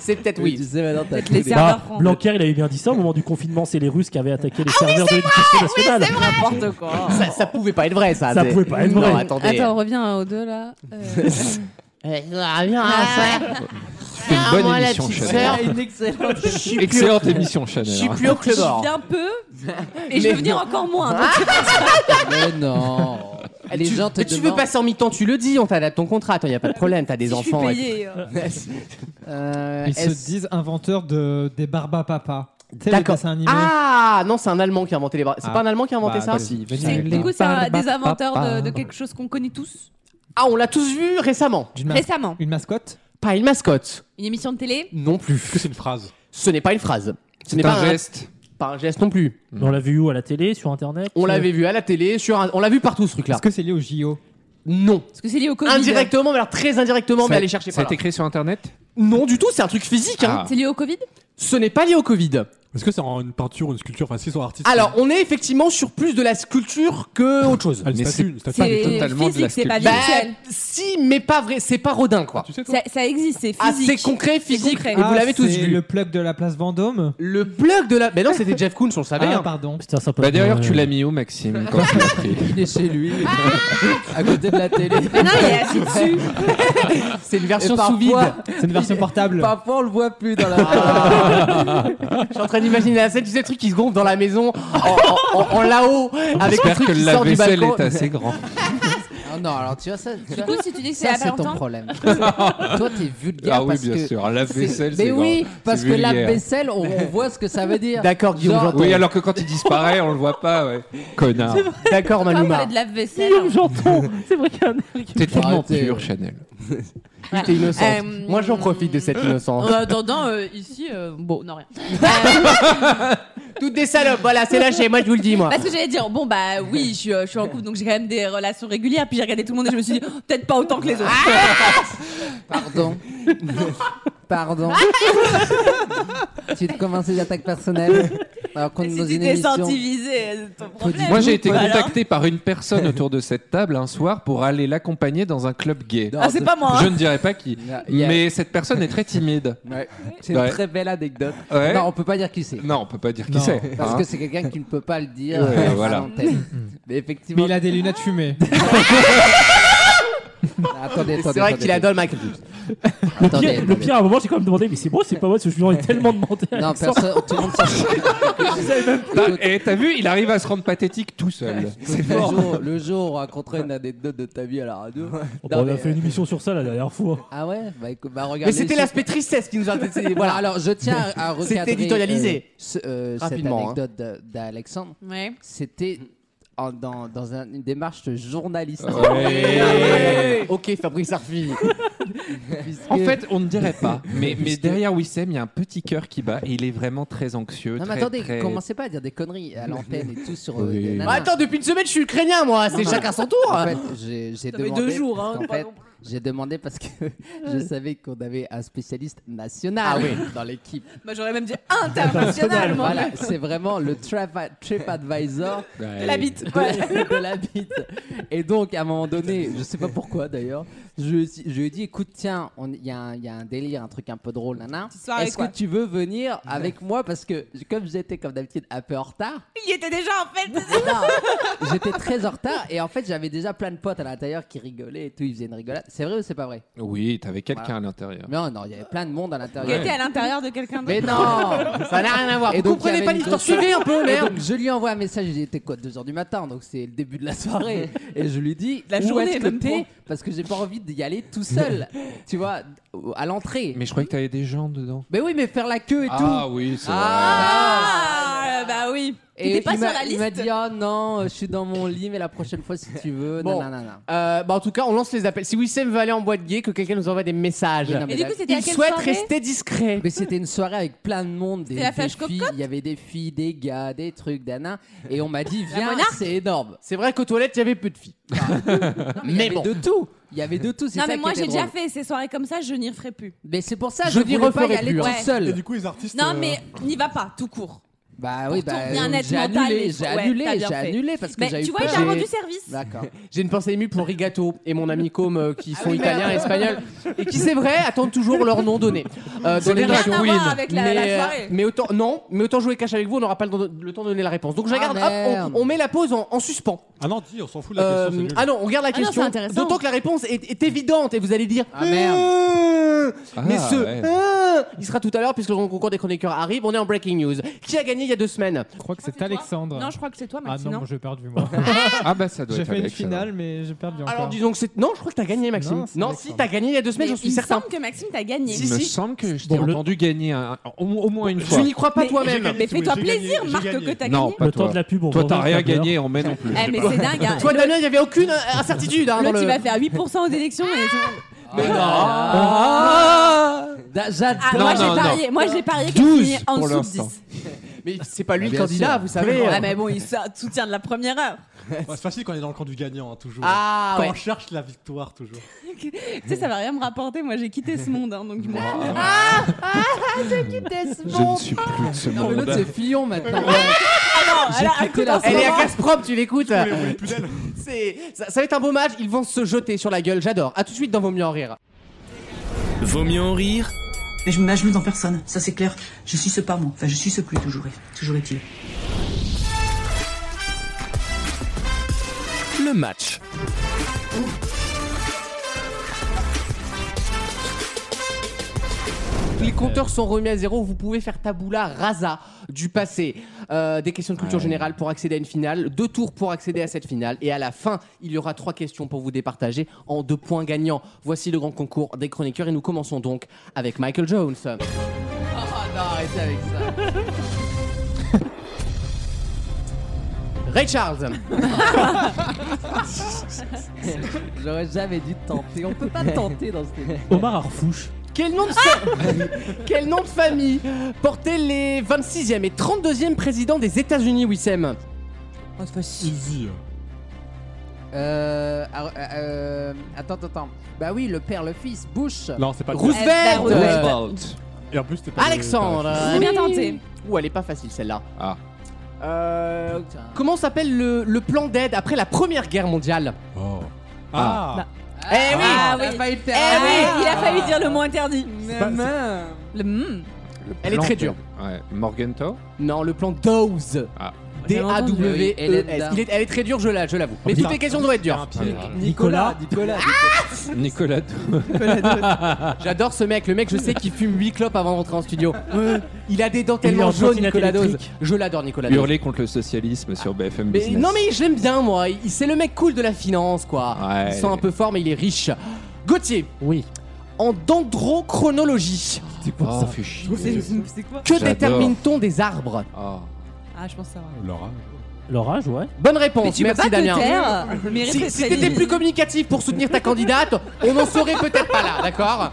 [SPEAKER 2] C'est peut-être
[SPEAKER 6] Tu
[SPEAKER 2] oui.
[SPEAKER 6] sais, maintenant, t'as
[SPEAKER 4] Peut-être les
[SPEAKER 6] tous les-
[SPEAKER 4] serveurs
[SPEAKER 8] Bah,
[SPEAKER 4] français.
[SPEAKER 8] Blanquer, il avait bien dit ça au moment du confinement. C'est les Russes qui avaient attaqué les serveurs de l'éducation nationale.
[SPEAKER 4] N'importe quoi.
[SPEAKER 2] Ça, ça pouvait pas être vrai, ça.
[SPEAKER 8] Ça
[SPEAKER 2] c'est-
[SPEAKER 8] pouvait pas être
[SPEAKER 2] Non,
[SPEAKER 8] vrai.
[SPEAKER 2] attendez.
[SPEAKER 4] Attends, on revient aux deux là. Euh,
[SPEAKER 6] Ah,
[SPEAKER 4] Ah,
[SPEAKER 5] Tu fais
[SPEAKER 2] Ah,
[SPEAKER 5] une bonne émission, Chanel.
[SPEAKER 2] sœur,
[SPEAKER 5] Excellente émission,
[SPEAKER 2] Je
[SPEAKER 5] Chanel. hein.
[SPEAKER 2] suis plus haut que le
[SPEAKER 4] je
[SPEAKER 2] bord.
[SPEAKER 4] viens peu et je veux
[SPEAKER 2] Mais
[SPEAKER 4] venir
[SPEAKER 2] non. Ah,
[SPEAKER 4] encore moins. donc-
[SPEAKER 6] Mais non Les
[SPEAKER 2] Eh, tu,
[SPEAKER 6] gens te
[SPEAKER 2] mais tu veux
[SPEAKER 6] demandent.
[SPEAKER 2] passer en mi-temps, tu le dis, on t'adapte ton contrat. Attends, y a pas de problème, t'as des
[SPEAKER 4] si
[SPEAKER 2] enfants.
[SPEAKER 4] Je suis payée, euh.
[SPEAKER 6] Euh,
[SPEAKER 7] ils se
[SPEAKER 6] est-ce-
[SPEAKER 7] disent inventeurs de, des Barba Papa. Tu sais, les
[SPEAKER 2] D'accord.
[SPEAKER 7] dessins animés.
[SPEAKER 2] Ah non, c'est un Allemand qui a inventé les bras. C'est
[SPEAKER 7] Ah.
[SPEAKER 2] pas un Allemand qui a inventé
[SPEAKER 7] Bah,
[SPEAKER 2] ça
[SPEAKER 7] bah, si, vas-y,
[SPEAKER 4] C'est-
[SPEAKER 7] les-
[SPEAKER 4] Du coup, c'est un des inventeurs de, de quelque chose qu'on connaît tous
[SPEAKER 2] Ah, on l'a tous vu récemment.
[SPEAKER 7] d'une mas-
[SPEAKER 4] récemment.
[SPEAKER 7] Une mascotte
[SPEAKER 2] Pas une mascotte,
[SPEAKER 4] Une émission de télé.
[SPEAKER 2] non plus.
[SPEAKER 3] Est-ce que c'est une phrase
[SPEAKER 2] Ce n'est pas une phrase. Ce n'est
[SPEAKER 5] C'est
[SPEAKER 2] pas
[SPEAKER 5] un geste.
[SPEAKER 2] pas un geste non plus.
[SPEAKER 8] Mais on l'a vu où À la télé, sur internet euh,
[SPEAKER 2] On l'avait vu à la télé, sur un- on l'a vu partout ce truc-là.
[SPEAKER 7] Est-ce que c'est lié au JO
[SPEAKER 2] Non.
[SPEAKER 4] Parce que c'est lié au Covid.
[SPEAKER 2] Indirectement, mais alors très indirectement, mais
[SPEAKER 5] Ça-
[SPEAKER 2] allez chercher
[SPEAKER 5] Ça a
[SPEAKER 2] pas. Ah.
[SPEAKER 5] été
[SPEAKER 2] là.
[SPEAKER 5] créé sur Internet
[SPEAKER 2] Non, du tout, c'est un truc physique. hein.
[SPEAKER 5] Ah.
[SPEAKER 4] C'est lié au Covid
[SPEAKER 2] Ce n'est pas lié au Covid.
[SPEAKER 3] Est-ce que c'est en une peinture ou une sculpture Enfin, s'ils sont artistes.
[SPEAKER 2] Alors, on est effectivement sur plus de la sculpture que autre chose.
[SPEAKER 3] Ah, une
[SPEAKER 5] Mais
[SPEAKER 3] statue, une statue.
[SPEAKER 4] C'est
[SPEAKER 5] totalement de la
[SPEAKER 4] physique, c'est pas
[SPEAKER 2] Bah,
[SPEAKER 4] virtuel.
[SPEAKER 2] si, mais pas vrai. C'est pas Rodin, quoi.
[SPEAKER 3] Tu sais, toi
[SPEAKER 4] Ça, ça existe, c'est
[SPEAKER 2] Ah, c'est
[SPEAKER 4] physique.
[SPEAKER 2] Bah, concret, physique.
[SPEAKER 4] concret.
[SPEAKER 2] Et vous
[SPEAKER 7] Ah,
[SPEAKER 2] l'avez tous
[SPEAKER 7] c'est
[SPEAKER 2] vu.
[SPEAKER 7] le
[SPEAKER 2] Le...
[SPEAKER 7] plug de la place Vendôme
[SPEAKER 2] plug de la. Mais non, c'était Jeff Koons, on le savait.
[SPEAKER 7] Ah,
[SPEAKER 2] hein.
[SPEAKER 7] pardon.
[SPEAKER 8] Putain, ça peut
[SPEAKER 5] Bah
[SPEAKER 8] être,
[SPEAKER 5] d'ailleurs,
[SPEAKER 8] euh,
[SPEAKER 5] tu l'as mis où, Maxime quand tu l'as pris
[SPEAKER 6] Il est chez lui, à côté de la télé.
[SPEAKER 4] Mais non, il est assis dessus.
[SPEAKER 2] C'est une
[SPEAKER 6] Et
[SPEAKER 2] version sous vide.
[SPEAKER 6] parfois,
[SPEAKER 7] C'est une version portable.
[SPEAKER 6] parfois, on le voit plus dans la.
[SPEAKER 2] Ah. Je suis en train d'imaginer la scène, tu sais, le truc qui se gonfle dans la maison, en, en- en- en là-haut, avec le
[SPEAKER 5] J'espère
[SPEAKER 2] truc
[SPEAKER 5] que
[SPEAKER 2] qui
[SPEAKER 5] le
[SPEAKER 2] sort du
[SPEAKER 5] lave-vaisselle
[SPEAKER 2] balcon.
[SPEAKER 5] est assez grand.
[SPEAKER 6] Ah non, alors tu vois ça. tu
[SPEAKER 4] Du
[SPEAKER 6] vois,
[SPEAKER 4] coup, si tu dis que c'est à
[SPEAKER 6] ça,
[SPEAKER 4] pas
[SPEAKER 6] c'est ton
[SPEAKER 4] longtemps,
[SPEAKER 6] problème. Toi, t'es vulgaire
[SPEAKER 5] Ah oui,
[SPEAKER 6] parce
[SPEAKER 5] bien
[SPEAKER 6] que.
[SPEAKER 5] sûr. Un lave-vaisselle, c'est
[SPEAKER 6] Mais oui,
[SPEAKER 5] grand.
[SPEAKER 6] parce
[SPEAKER 5] C'est
[SPEAKER 6] que
[SPEAKER 5] vulgaire.
[SPEAKER 6] la vaisselle, on, on voit ce que ça veut dire.
[SPEAKER 2] D'accord, Guillaume,
[SPEAKER 6] Genre-
[SPEAKER 2] j'entends.
[SPEAKER 5] Oui, alors que quand il disparaît, on le voit pas, ouais. Connard.
[SPEAKER 2] D'accord,
[SPEAKER 4] on
[SPEAKER 2] Manouma.
[SPEAKER 4] parlait de lave-vaisselle.
[SPEAKER 8] Guillaume Janton C'est vrai qu'il y a un air qui-
[SPEAKER 5] T'es tellement
[SPEAKER 6] Arrêtez.
[SPEAKER 5] pur, Chanel.
[SPEAKER 4] Voilà.
[SPEAKER 2] T'es innocente.
[SPEAKER 4] Euh,
[SPEAKER 2] Moi, j'en profite de cette innocence.
[SPEAKER 4] En attendant, euh, ici, euh, bon, non, rien. Euh,
[SPEAKER 2] Toutes des salopes, voilà, c'est lâché, moi je vous le dis, moi.
[SPEAKER 4] Parce que j'allais dire, bon, bah oui, je suis, euh, je suis en couple, donc j'ai quand même des relations régulières. Puis j'ai regardé tout le monde et je me suis dit, oh, peut-être pas autant que
[SPEAKER 6] Ah,
[SPEAKER 4] les autres.
[SPEAKER 6] Pardon. Pardon. tu te convainces des attaques personnelles alors qu'on
[SPEAKER 4] Et
[SPEAKER 6] est
[SPEAKER 4] si
[SPEAKER 6] dans
[SPEAKER 4] tu
[SPEAKER 6] une
[SPEAKER 4] t'es
[SPEAKER 6] émission.
[SPEAKER 4] senti visé, euh, c'est ton problème.
[SPEAKER 5] Moi, j'ai été
[SPEAKER 4] Voilà.
[SPEAKER 5] contacté par une personne autour de cette table un soir pour aller l'accompagner dans un club gay.
[SPEAKER 6] Non,
[SPEAKER 4] Ah, c'est pas moi.
[SPEAKER 5] Je
[SPEAKER 4] hein.
[SPEAKER 5] ne dirais pas qui.
[SPEAKER 6] Yeah, yeah.
[SPEAKER 5] Mais cette personne est très timide.
[SPEAKER 6] Ouais. C'est une
[SPEAKER 5] Ouais.
[SPEAKER 6] très belle anecdote.
[SPEAKER 5] Ouais.
[SPEAKER 6] Non, on peut pas dire qui c'est.
[SPEAKER 5] Non, on peut pas dire qui
[SPEAKER 7] Non.
[SPEAKER 5] c'est.
[SPEAKER 6] Parce
[SPEAKER 5] hein.
[SPEAKER 6] que c'est quelqu'un qui ne peut pas le dire.
[SPEAKER 5] Ouais,
[SPEAKER 6] euh, à
[SPEAKER 5] voilà.
[SPEAKER 6] l'antenne. Mais
[SPEAKER 7] Mais
[SPEAKER 6] effectivement.
[SPEAKER 7] il a des lunettes fumées.
[SPEAKER 6] Attendez, attendez.
[SPEAKER 2] C'est vrai
[SPEAKER 6] attendez,
[SPEAKER 2] qu'il adore le Mac.
[SPEAKER 8] Le
[SPEAKER 6] attendez,
[SPEAKER 8] pire, le
[SPEAKER 6] attendez.
[SPEAKER 8] pire, à un moment, j'ai quand même demandé, mais c'est moi, c'est pas moi, parce que je lui en ai tellement demandé.
[SPEAKER 6] Non,
[SPEAKER 8] Alexandre.
[SPEAKER 6] personne. Tout le monde s'en fout.
[SPEAKER 5] T'as- Bah, Et t'as vu, il arrive à se rendre pathétique tout seul. C'est
[SPEAKER 6] le,
[SPEAKER 5] fort.
[SPEAKER 6] jour, le jour où on racontera une anecdote de ta vie à la radio.
[SPEAKER 8] Oh, bah,
[SPEAKER 6] Non,
[SPEAKER 8] on a
[SPEAKER 6] mais-
[SPEAKER 8] fait une émission sur ça la dernière fois.
[SPEAKER 6] Ah ouais Bah écoute, bah regarde.
[SPEAKER 2] Mais c'était l'aspect tristesse qui nous a. c'est-
[SPEAKER 6] Voilà,
[SPEAKER 2] Voilà.
[SPEAKER 6] alors je tiens à à recadrer.
[SPEAKER 2] C'était éditorialisé.
[SPEAKER 6] euh, ce- euh, cette
[SPEAKER 2] Rapidement, hein.
[SPEAKER 6] anecdote de- d'Alexandre.
[SPEAKER 4] Ouais.
[SPEAKER 6] C'était en- dans, dans un- une démarche journaliste.
[SPEAKER 2] Ouais. Ok, Fabrice Arfi.
[SPEAKER 5] En fait, on ne dirait pas. Mais, mais derrière Wissem, il y a un petit cœur qui bat et il est vraiment très anxieux.
[SPEAKER 6] Non, mais
[SPEAKER 5] très,
[SPEAKER 6] attendez,
[SPEAKER 5] très-
[SPEAKER 6] commencez pas à dire des conneries à l'antenne et tout sur. euh,
[SPEAKER 5] Oui.
[SPEAKER 6] des nanas.
[SPEAKER 2] Bah, Attends, depuis une semaine, je suis ukrainien, moi. C'est chacun son tour.
[SPEAKER 6] En fait, j'ai j'ai
[SPEAKER 4] Ça fait
[SPEAKER 6] demandé.
[SPEAKER 4] deux jours, hein,
[SPEAKER 6] parce qu'en
[SPEAKER 4] pas
[SPEAKER 6] fait,
[SPEAKER 4] non
[SPEAKER 6] j'ai demandé parce que je savais qu'on avait un spécialiste national
[SPEAKER 2] Ah oui.
[SPEAKER 6] dans l'équipe.
[SPEAKER 4] Moi, j'aurais même dit international, moi.
[SPEAKER 6] Voilà, c'est vraiment le trip, advisor
[SPEAKER 5] Ouais.
[SPEAKER 4] La bite.
[SPEAKER 6] de la, de la bite. Et donc, à un moment donné, je sais pas pourquoi d'ailleurs, Je, je lui ai dit, écoute, tiens, on- il y, a un- il y a un délire, un truc un peu drôle, nana.
[SPEAKER 4] Petite soirée,
[SPEAKER 6] Est-ce
[SPEAKER 4] quoi.
[SPEAKER 6] que tu veux venir avec moi Parce que comme j'étais, comme d'habitude, un peu en retard,
[SPEAKER 4] Il était déjà en fait.
[SPEAKER 6] Non, j'étais très en retard et en fait j'avais déjà plein de potes à l'intérieur qui rigolaient et tout, ils faisaient une rigolade. C'est vrai ou c'est pas vrai
[SPEAKER 5] Oui, t'avais quelqu'un à l'intérieur.
[SPEAKER 6] Non, non, il y avait plein de monde à
[SPEAKER 4] Il
[SPEAKER 6] l'intérieur.
[SPEAKER 4] était à l'intérieur de quelqu'un
[SPEAKER 6] Mais
[SPEAKER 4] d'autre.
[SPEAKER 6] non
[SPEAKER 2] Ça n'a rien à voir.
[SPEAKER 6] Et
[SPEAKER 2] Vous
[SPEAKER 6] donc, il y
[SPEAKER 2] comprenez
[SPEAKER 6] avait
[SPEAKER 2] pas
[SPEAKER 6] une
[SPEAKER 2] l'histoire.
[SPEAKER 6] grosse-
[SPEAKER 2] Suivez un peu,
[SPEAKER 6] Et
[SPEAKER 2] merde.
[SPEAKER 6] donc, je lui envoie un message, il était quoi 2h du matin, donc c'est le début de la soirée. Et je lui dis
[SPEAKER 4] La
[SPEAKER 6] où
[SPEAKER 4] journée,
[SPEAKER 6] est-ce que
[SPEAKER 4] même
[SPEAKER 6] t'es Parce que j'ai pas envie d'y aller tout seul, tu vois, à l'entrée. Mais...
[SPEAKER 5] Mais je croyais que t'avais des gens dedans.
[SPEAKER 6] oui, mais faire la queue et
[SPEAKER 5] ah
[SPEAKER 6] tout.
[SPEAKER 5] oui, c'est
[SPEAKER 4] Ah, bah oui. Il
[SPEAKER 6] Et
[SPEAKER 4] était pas
[SPEAKER 6] il
[SPEAKER 4] sur
[SPEAKER 6] m'a-
[SPEAKER 4] la
[SPEAKER 6] Il m'a
[SPEAKER 4] liste.
[SPEAKER 6] dit, oh non, je suis dans mon lit, mais la prochaine fois si tu veux.
[SPEAKER 2] Bon.
[SPEAKER 6] nanana.
[SPEAKER 2] Euh, bah, en tout cas, on lance les appels. Si Wissem veut aller en boîte gay, que quelqu'un nous envoie des messages.
[SPEAKER 6] Oui, non, mais
[SPEAKER 4] Et du
[SPEAKER 6] la-
[SPEAKER 4] coup, c'était à
[SPEAKER 2] Il
[SPEAKER 4] quelle
[SPEAKER 2] souhaite
[SPEAKER 4] soirée
[SPEAKER 2] rester discret.
[SPEAKER 6] Mais c'était une soirée avec plein de monde. Des,
[SPEAKER 4] C'était la
[SPEAKER 6] des
[SPEAKER 4] Flash
[SPEAKER 6] filles, Il y avait des filles, des gars, des trucs, d'ana. Et on m'a dit, viens,
[SPEAKER 4] monarque
[SPEAKER 6] c'est énorme.
[SPEAKER 2] C'est vrai qu'aux toilettes, il y avait peu de filles.
[SPEAKER 6] Ah. Non,
[SPEAKER 2] Mais
[SPEAKER 6] il y avait
[SPEAKER 2] bon.
[SPEAKER 6] de tout. Il y avait de tout. c'est
[SPEAKER 4] Non,
[SPEAKER 6] ça
[SPEAKER 4] mais
[SPEAKER 6] qui
[SPEAKER 4] moi
[SPEAKER 6] était
[SPEAKER 4] j'ai déjà
[SPEAKER 6] drôle.
[SPEAKER 4] fait ces soirées comme ça, je n'y referai plus.
[SPEAKER 6] Mais c'est pour ça que
[SPEAKER 2] Je
[SPEAKER 6] je
[SPEAKER 2] n'y
[SPEAKER 6] voulais pas y
[SPEAKER 2] referai
[SPEAKER 6] aller
[SPEAKER 2] plus,
[SPEAKER 6] tout
[SPEAKER 4] hein.
[SPEAKER 3] Et
[SPEAKER 6] seul.
[SPEAKER 3] du coup, les artistes.
[SPEAKER 4] Non,
[SPEAKER 3] euh,
[SPEAKER 4] mais n'y va pas, tout court.
[SPEAKER 6] Bah oui,
[SPEAKER 4] Pour
[SPEAKER 6] bah,
[SPEAKER 4] ton bien-être
[SPEAKER 6] j'ai
[SPEAKER 4] mental et
[SPEAKER 6] annulé,
[SPEAKER 4] tout.
[SPEAKER 6] j'ai
[SPEAKER 4] Ouais,
[SPEAKER 6] annulé,
[SPEAKER 4] t'as bien
[SPEAKER 6] j'ai
[SPEAKER 4] fait.
[SPEAKER 6] annulé parce que
[SPEAKER 4] Mais
[SPEAKER 6] j'ai eu
[SPEAKER 4] tu vois,
[SPEAKER 6] peur.
[SPEAKER 4] il a rendu service.
[SPEAKER 6] D'accord.
[SPEAKER 2] J'ai une pensée émue pour Rigato et mon ami Com euh, qui
[SPEAKER 4] Ah
[SPEAKER 2] sont italiens, espagnols et qui, c'est vrai, attendent toujours leur nom donné. euh, dans les
[SPEAKER 4] Rien
[SPEAKER 2] régions.
[SPEAKER 4] à voir hein, avec la,
[SPEAKER 2] mais,
[SPEAKER 4] la
[SPEAKER 2] euh,
[SPEAKER 4] soirée.
[SPEAKER 2] mais autant non, mais autant jouer cash avec vous, on n'aura pas le temps de, le temps de donner la réponse. Donc je
[SPEAKER 6] Ah,
[SPEAKER 2] regarde, hop,
[SPEAKER 6] merde.
[SPEAKER 2] on, on met la pause en, en suspens.
[SPEAKER 3] Ah non, dis, on s'en fout de la
[SPEAKER 2] Euh,
[SPEAKER 3] question. c'est nul.
[SPEAKER 2] ah non, on regarde la
[SPEAKER 4] Ah non,
[SPEAKER 2] question.
[SPEAKER 4] c'est intéressant.
[SPEAKER 2] D'autant que la réponse est, est évidente et vous allez dire
[SPEAKER 6] Ah, merde.
[SPEAKER 2] Euh,
[SPEAKER 5] Ah,
[SPEAKER 2] Mais ce
[SPEAKER 5] ouais.
[SPEAKER 2] Euh, il sera tout à l'heure puisque le concours des chroniqueurs arrive. On est en breaking news. Qui a gagné il y a deux semaines
[SPEAKER 7] Je crois que
[SPEAKER 4] crois que
[SPEAKER 7] c'est Alexandre.
[SPEAKER 4] Non, je crois que c'est toi,
[SPEAKER 7] ah
[SPEAKER 4] Maxime.
[SPEAKER 7] non,
[SPEAKER 4] non
[SPEAKER 7] j'ai perdu moi.
[SPEAKER 5] Ah bah ça doit
[SPEAKER 7] j'ai
[SPEAKER 5] être
[SPEAKER 7] fait une
[SPEAKER 5] Alex, alors.
[SPEAKER 7] finale, mais j'ai perdu encore.
[SPEAKER 2] Alors disons que c'est non, je crois que t'as gagné Maxime.
[SPEAKER 7] Non, c'est
[SPEAKER 2] Non,
[SPEAKER 7] Alexandre.
[SPEAKER 2] si t'as gagné il y a deux semaines,
[SPEAKER 4] Mais
[SPEAKER 2] j'en suis
[SPEAKER 4] il me
[SPEAKER 2] certain.
[SPEAKER 4] semble que Maxime t'a gagné.
[SPEAKER 5] Il me semble que je t'ai
[SPEAKER 8] Bon, le-
[SPEAKER 5] entendu gagner un- un- au, au moins une
[SPEAKER 2] Tu
[SPEAKER 5] fois.
[SPEAKER 2] n'y crois pas
[SPEAKER 4] Mais-
[SPEAKER 2] toi-même.
[SPEAKER 4] Mais fais-toi
[SPEAKER 3] J'ai gagné,
[SPEAKER 4] plaisir,
[SPEAKER 3] j'ai
[SPEAKER 4] Marc,
[SPEAKER 3] gagné.
[SPEAKER 4] que t'as
[SPEAKER 5] Non,
[SPEAKER 4] gagné.
[SPEAKER 5] pas
[SPEAKER 8] Le
[SPEAKER 5] toi.
[SPEAKER 8] temps de la pub, on
[SPEAKER 5] Toi,
[SPEAKER 8] va
[SPEAKER 5] t'as
[SPEAKER 8] ouvrir
[SPEAKER 5] rien
[SPEAKER 8] le tableur.
[SPEAKER 5] gagné, on met non plus.
[SPEAKER 4] Eh, mais c'est dingue. hein.
[SPEAKER 2] Toi
[SPEAKER 4] Le-
[SPEAKER 2] Damien, Ah, il n'y avait aucune euh, incertitude. hein, dans
[SPEAKER 4] L'autre,
[SPEAKER 2] le-
[SPEAKER 4] il va faire 8% aux élections. et tout.
[SPEAKER 6] Da-
[SPEAKER 4] Ah,
[SPEAKER 6] J'adore.
[SPEAKER 4] moi,
[SPEAKER 5] non,
[SPEAKER 4] j'ai
[SPEAKER 5] non.
[SPEAKER 4] parié, moi, j'ai parié qu'il
[SPEAKER 5] 12
[SPEAKER 4] finit en
[SPEAKER 5] pour
[SPEAKER 4] dessous de
[SPEAKER 5] l'instant.
[SPEAKER 4] 10.
[SPEAKER 2] Mais c'est pas lui le
[SPEAKER 5] Ah, Bien
[SPEAKER 2] candidat,
[SPEAKER 5] sûr.
[SPEAKER 2] vous savez.
[SPEAKER 4] Ah, mais bon, il se- soutient de la première heure.
[SPEAKER 3] Ouais, c'est facile quand on est dans le camp du gagnant, hein, toujours.
[SPEAKER 2] Ah
[SPEAKER 3] Quand
[SPEAKER 2] ouais.
[SPEAKER 3] on cherche la victoire, toujours.
[SPEAKER 4] Tu sais, ça va rien me rapporter. Moi, j'ai quitté ce monde. hein, donc je m'en fous.
[SPEAKER 5] Je ne suis plus de ce
[SPEAKER 6] Non, mais l'autre,
[SPEAKER 5] monde.
[SPEAKER 6] c'est Fillon maintenant.
[SPEAKER 4] Alors, elle a un coup
[SPEAKER 6] quitté la
[SPEAKER 4] dans son
[SPEAKER 2] Elle est à
[SPEAKER 4] bras.
[SPEAKER 2] casse propre, tu l'écoutes.
[SPEAKER 3] On est plus d'elle.
[SPEAKER 2] C'est ça, ça va être un beau match. Ils vont se jeter sur la gueule. J'adore. À tout de suite dans Vaut mieux en rire.
[SPEAKER 1] Vaut mieux en rire
[SPEAKER 11] Je me mets à genoux dans personne, ça c'est clair. Je suis ce pas moi. Enfin, je suis ce plus, toujours, est- toujours est-il.
[SPEAKER 1] le match.
[SPEAKER 2] Les compteurs sont remis à zéro. Vous pouvez faire taboula rasa du passé. Euh, des questions de culture générale pour accéder à une finale. Deux tours pour accéder à cette finale. Et à la fin, il y aura trois questions pour vous départager en deux points gagnants. Voici le grand concours des chroniqueurs. Et nous commençons donc avec Michael Jones.
[SPEAKER 6] Ah non, arrêtez avec ça.
[SPEAKER 2] Ray Charles.
[SPEAKER 6] J'aurais jamais dû tenter. On peut pas tenter dans cette émission.
[SPEAKER 8] Omar Arfouche.
[SPEAKER 2] Quel nom, de fa- Quel nom de famille portaient les 26e et 32e présidents des États-Unis, Wissem
[SPEAKER 3] Easy.
[SPEAKER 6] Euh, ah, euh, attends, attends, attends. Bah oui, le père, le fils, Bush.
[SPEAKER 3] Non, c'est pas
[SPEAKER 2] Roosevelt.
[SPEAKER 4] Roosevelt.
[SPEAKER 3] Et en plus, c'était pas.
[SPEAKER 2] Alexandre
[SPEAKER 4] C'est bien tenté.
[SPEAKER 2] Ouh, elle est pas facile celle-là.
[SPEAKER 5] Ah.
[SPEAKER 2] Euh,
[SPEAKER 6] Tiens.
[SPEAKER 2] comment s'appelle le, le plan d'aide après la Première Guerre mondiale
[SPEAKER 3] Oh.
[SPEAKER 4] Bah,
[SPEAKER 3] Ah,
[SPEAKER 2] Eh oui
[SPEAKER 4] Ah
[SPEAKER 6] Il a
[SPEAKER 4] oui.
[SPEAKER 6] failli le faire.
[SPEAKER 4] Eh oui,
[SPEAKER 6] Ah.
[SPEAKER 4] il a failli dire le mot interdit.
[SPEAKER 6] Maman.
[SPEAKER 4] Le mm.
[SPEAKER 2] Elle est très dure.
[SPEAKER 5] Ouais. Morgenthau
[SPEAKER 2] Non, le plan DOWS.
[SPEAKER 5] Ah.
[SPEAKER 2] D-A-W-E-S.
[SPEAKER 6] J'ai entendu, oui.
[SPEAKER 2] E Il est- Elle est très dure, je la- je l'avoue. Mais
[SPEAKER 3] putain.
[SPEAKER 2] toutes les questions doivent être
[SPEAKER 3] Il y a un
[SPEAKER 2] dures.
[SPEAKER 3] pied.
[SPEAKER 6] Nicolas. Nicolas. Ah,
[SPEAKER 5] Nicolas Dou-
[SPEAKER 2] J'adore ce mec. Le mec, je sais qu'il fume 8 clopes avant de rentrer en studio. Il a des dents
[SPEAKER 8] Il est
[SPEAKER 2] tellement
[SPEAKER 8] en
[SPEAKER 2] jaunes,
[SPEAKER 8] trottinette
[SPEAKER 2] Nicolas Dose.
[SPEAKER 8] électrique.
[SPEAKER 2] Je l'adore, Nicolas Dose.
[SPEAKER 5] Hurler contre le socialisme sur BFM
[SPEAKER 2] Ah. Mais-
[SPEAKER 5] Business.
[SPEAKER 2] non mais je l'aime bien moi, Il- c'est le mec cool de la finance quoi.
[SPEAKER 5] Ouais.
[SPEAKER 2] Il sent un peu fort mais il est riche. Gauthier,
[SPEAKER 8] Oui.
[SPEAKER 2] en dendrochronologie,
[SPEAKER 5] C'est quoi
[SPEAKER 8] Ah.
[SPEAKER 5] ça fait Oh, chier.
[SPEAKER 4] C'est quoi
[SPEAKER 2] que
[SPEAKER 5] J'adore.
[SPEAKER 2] détermine-t-on des arbres
[SPEAKER 5] Ah.
[SPEAKER 4] Ah, je pense savoir.
[SPEAKER 3] Laura.
[SPEAKER 8] L'orage, ouais.
[SPEAKER 2] Bonne réponse,
[SPEAKER 4] Mais tu
[SPEAKER 2] merci
[SPEAKER 4] peux pas
[SPEAKER 2] Damien.
[SPEAKER 4] te taire. Mais
[SPEAKER 2] Si,
[SPEAKER 4] reste
[SPEAKER 2] si t'étais plus communicatif pour soutenir ta candidate, on n'en serait peut-être pas là, d'accord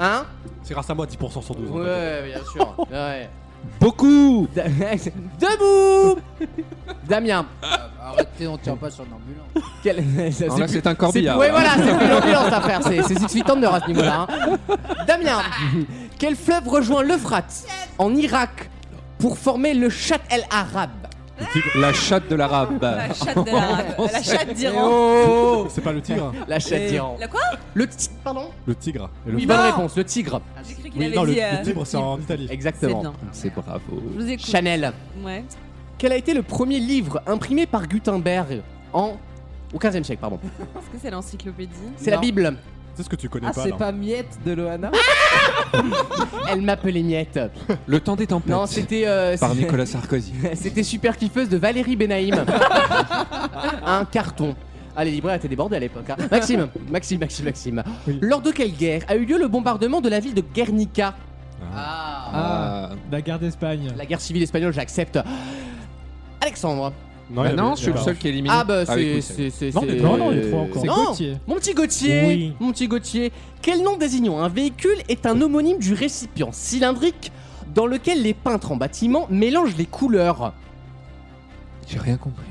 [SPEAKER 2] Hein
[SPEAKER 3] C'est grâce à moi 10% sur 12. hein,
[SPEAKER 2] bien sûr. Beaucoup Debout Damien,
[SPEAKER 6] Arrêtez, Euh, on tient pas sur une ambulance.
[SPEAKER 2] quel...
[SPEAKER 5] Non, Ah, là, c'est un corbillard.
[SPEAKER 2] Ouais,
[SPEAKER 5] là.
[SPEAKER 2] voilà, c'est plus l'ambulance à faire, c'est c'est Six Feet Under à ce niveau-là. hein. Damien, quel fleuve rejoint l'Euphrate en Irak pour former le Chat El Arabe
[SPEAKER 5] La chatte de l'arabe.
[SPEAKER 4] La chatte de l'arabe.
[SPEAKER 5] En français.
[SPEAKER 4] La chatte
[SPEAKER 3] Oh,
[SPEAKER 4] d'Iran.
[SPEAKER 3] C'est pas le tigre
[SPEAKER 2] La chatte
[SPEAKER 3] Et-
[SPEAKER 2] d'Iran.
[SPEAKER 4] La quoi
[SPEAKER 2] Le ti- Pardon
[SPEAKER 3] Le tigre. Et le-
[SPEAKER 2] Oui,
[SPEAKER 4] Non.
[SPEAKER 2] bonne réponse, le tigre.
[SPEAKER 4] J'ai cru qu'il
[SPEAKER 3] Oui,
[SPEAKER 4] avait
[SPEAKER 3] non, le,
[SPEAKER 4] dit.
[SPEAKER 3] le
[SPEAKER 4] euh,
[SPEAKER 3] tigre, c'est en Italie.
[SPEAKER 4] C'est
[SPEAKER 2] Exactement.
[SPEAKER 4] non.
[SPEAKER 5] C'est bravo.
[SPEAKER 4] Je vous écoute.
[SPEAKER 2] Chanel.
[SPEAKER 4] Ouais.
[SPEAKER 2] Quel a été le premier livre imprimé par Gutenberg en. au 15e siècle, pardon
[SPEAKER 4] Est-ce que c'est l'encyclopédie
[SPEAKER 2] C'est la
[SPEAKER 6] Non.
[SPEAKER 2] Bible.
[SPEAKER 3] C'est ce que tu connais
[SPEAKER 6] Ah,
[SPEAKER 3] pas.
[SPEAKER 6] c'est
[SPEAKER 3] là.
[SPEAKER 6] pas Miette de Loana
[SPEAKER 2] Elle m'appelait Miette.
[SPEAKER 5] Le temps des tempêtes.
[SPEAKER 2] Non, c'était. euh,
[SPEAKER 5] Par
[SPEAKER 2] c'est-
[SPEAKER 5] Nicolas Sarkozy.
[SPEAKER 2] C'était Super Kiffeuse de Valérie Benaïm. un carton. Ah, les libraires étaient débordés à l'époque. hein. Maxime, Maxime, Maxime, Maxime.
[SPEAKER 7] Oui.
[SPEAKER 2] Lors de quelle guerre a eu lieu le bombardement de la ville de Guernica
[SPEAKER 6] Ah
[SPEAKER 7] Ah. La guerre d'Espagne.
[SPEAKER 2] La guerre civile espagnole, j'accepte. Alexandre.
[SPEAKER 8] Ah
[SPEAKER 3] Non,
[SPEAKER 5] Bah
[SPEAKER 3] il y
[SPEAKER 5] non,
[SPEAKER 3] avait-
[SPEAKER 5] je suis le seul qui est éliminé.
[SPEAKER 2] Ah bah
[SPEAKER 5] avec
[SPEAKER 2] c'est...
[SPEAKER 5] Wissem.
[SPEAKER 2] c'est- c'est-
[SPEAKER 8] Non, mais
[SPEAKER 2] c'est-
[SPEAKER 8] non, non, il est trois encore.
[SPEAKER 7] C'est
[SPEAKER 2] Non.
[SPEAKER 7] Gauthier.
[SPEAKER 2] Mon petit Gauthier,
[SPEAKER 8] Oui.
[SPEAKER 2] mon petit Gauthier, quel nom désignant un véhicule est un homonyme du récipient cylindrique dans lequel les peintres en bâtiment mélangent les couleurs
[SPEAKER 5] J'ai rien compris.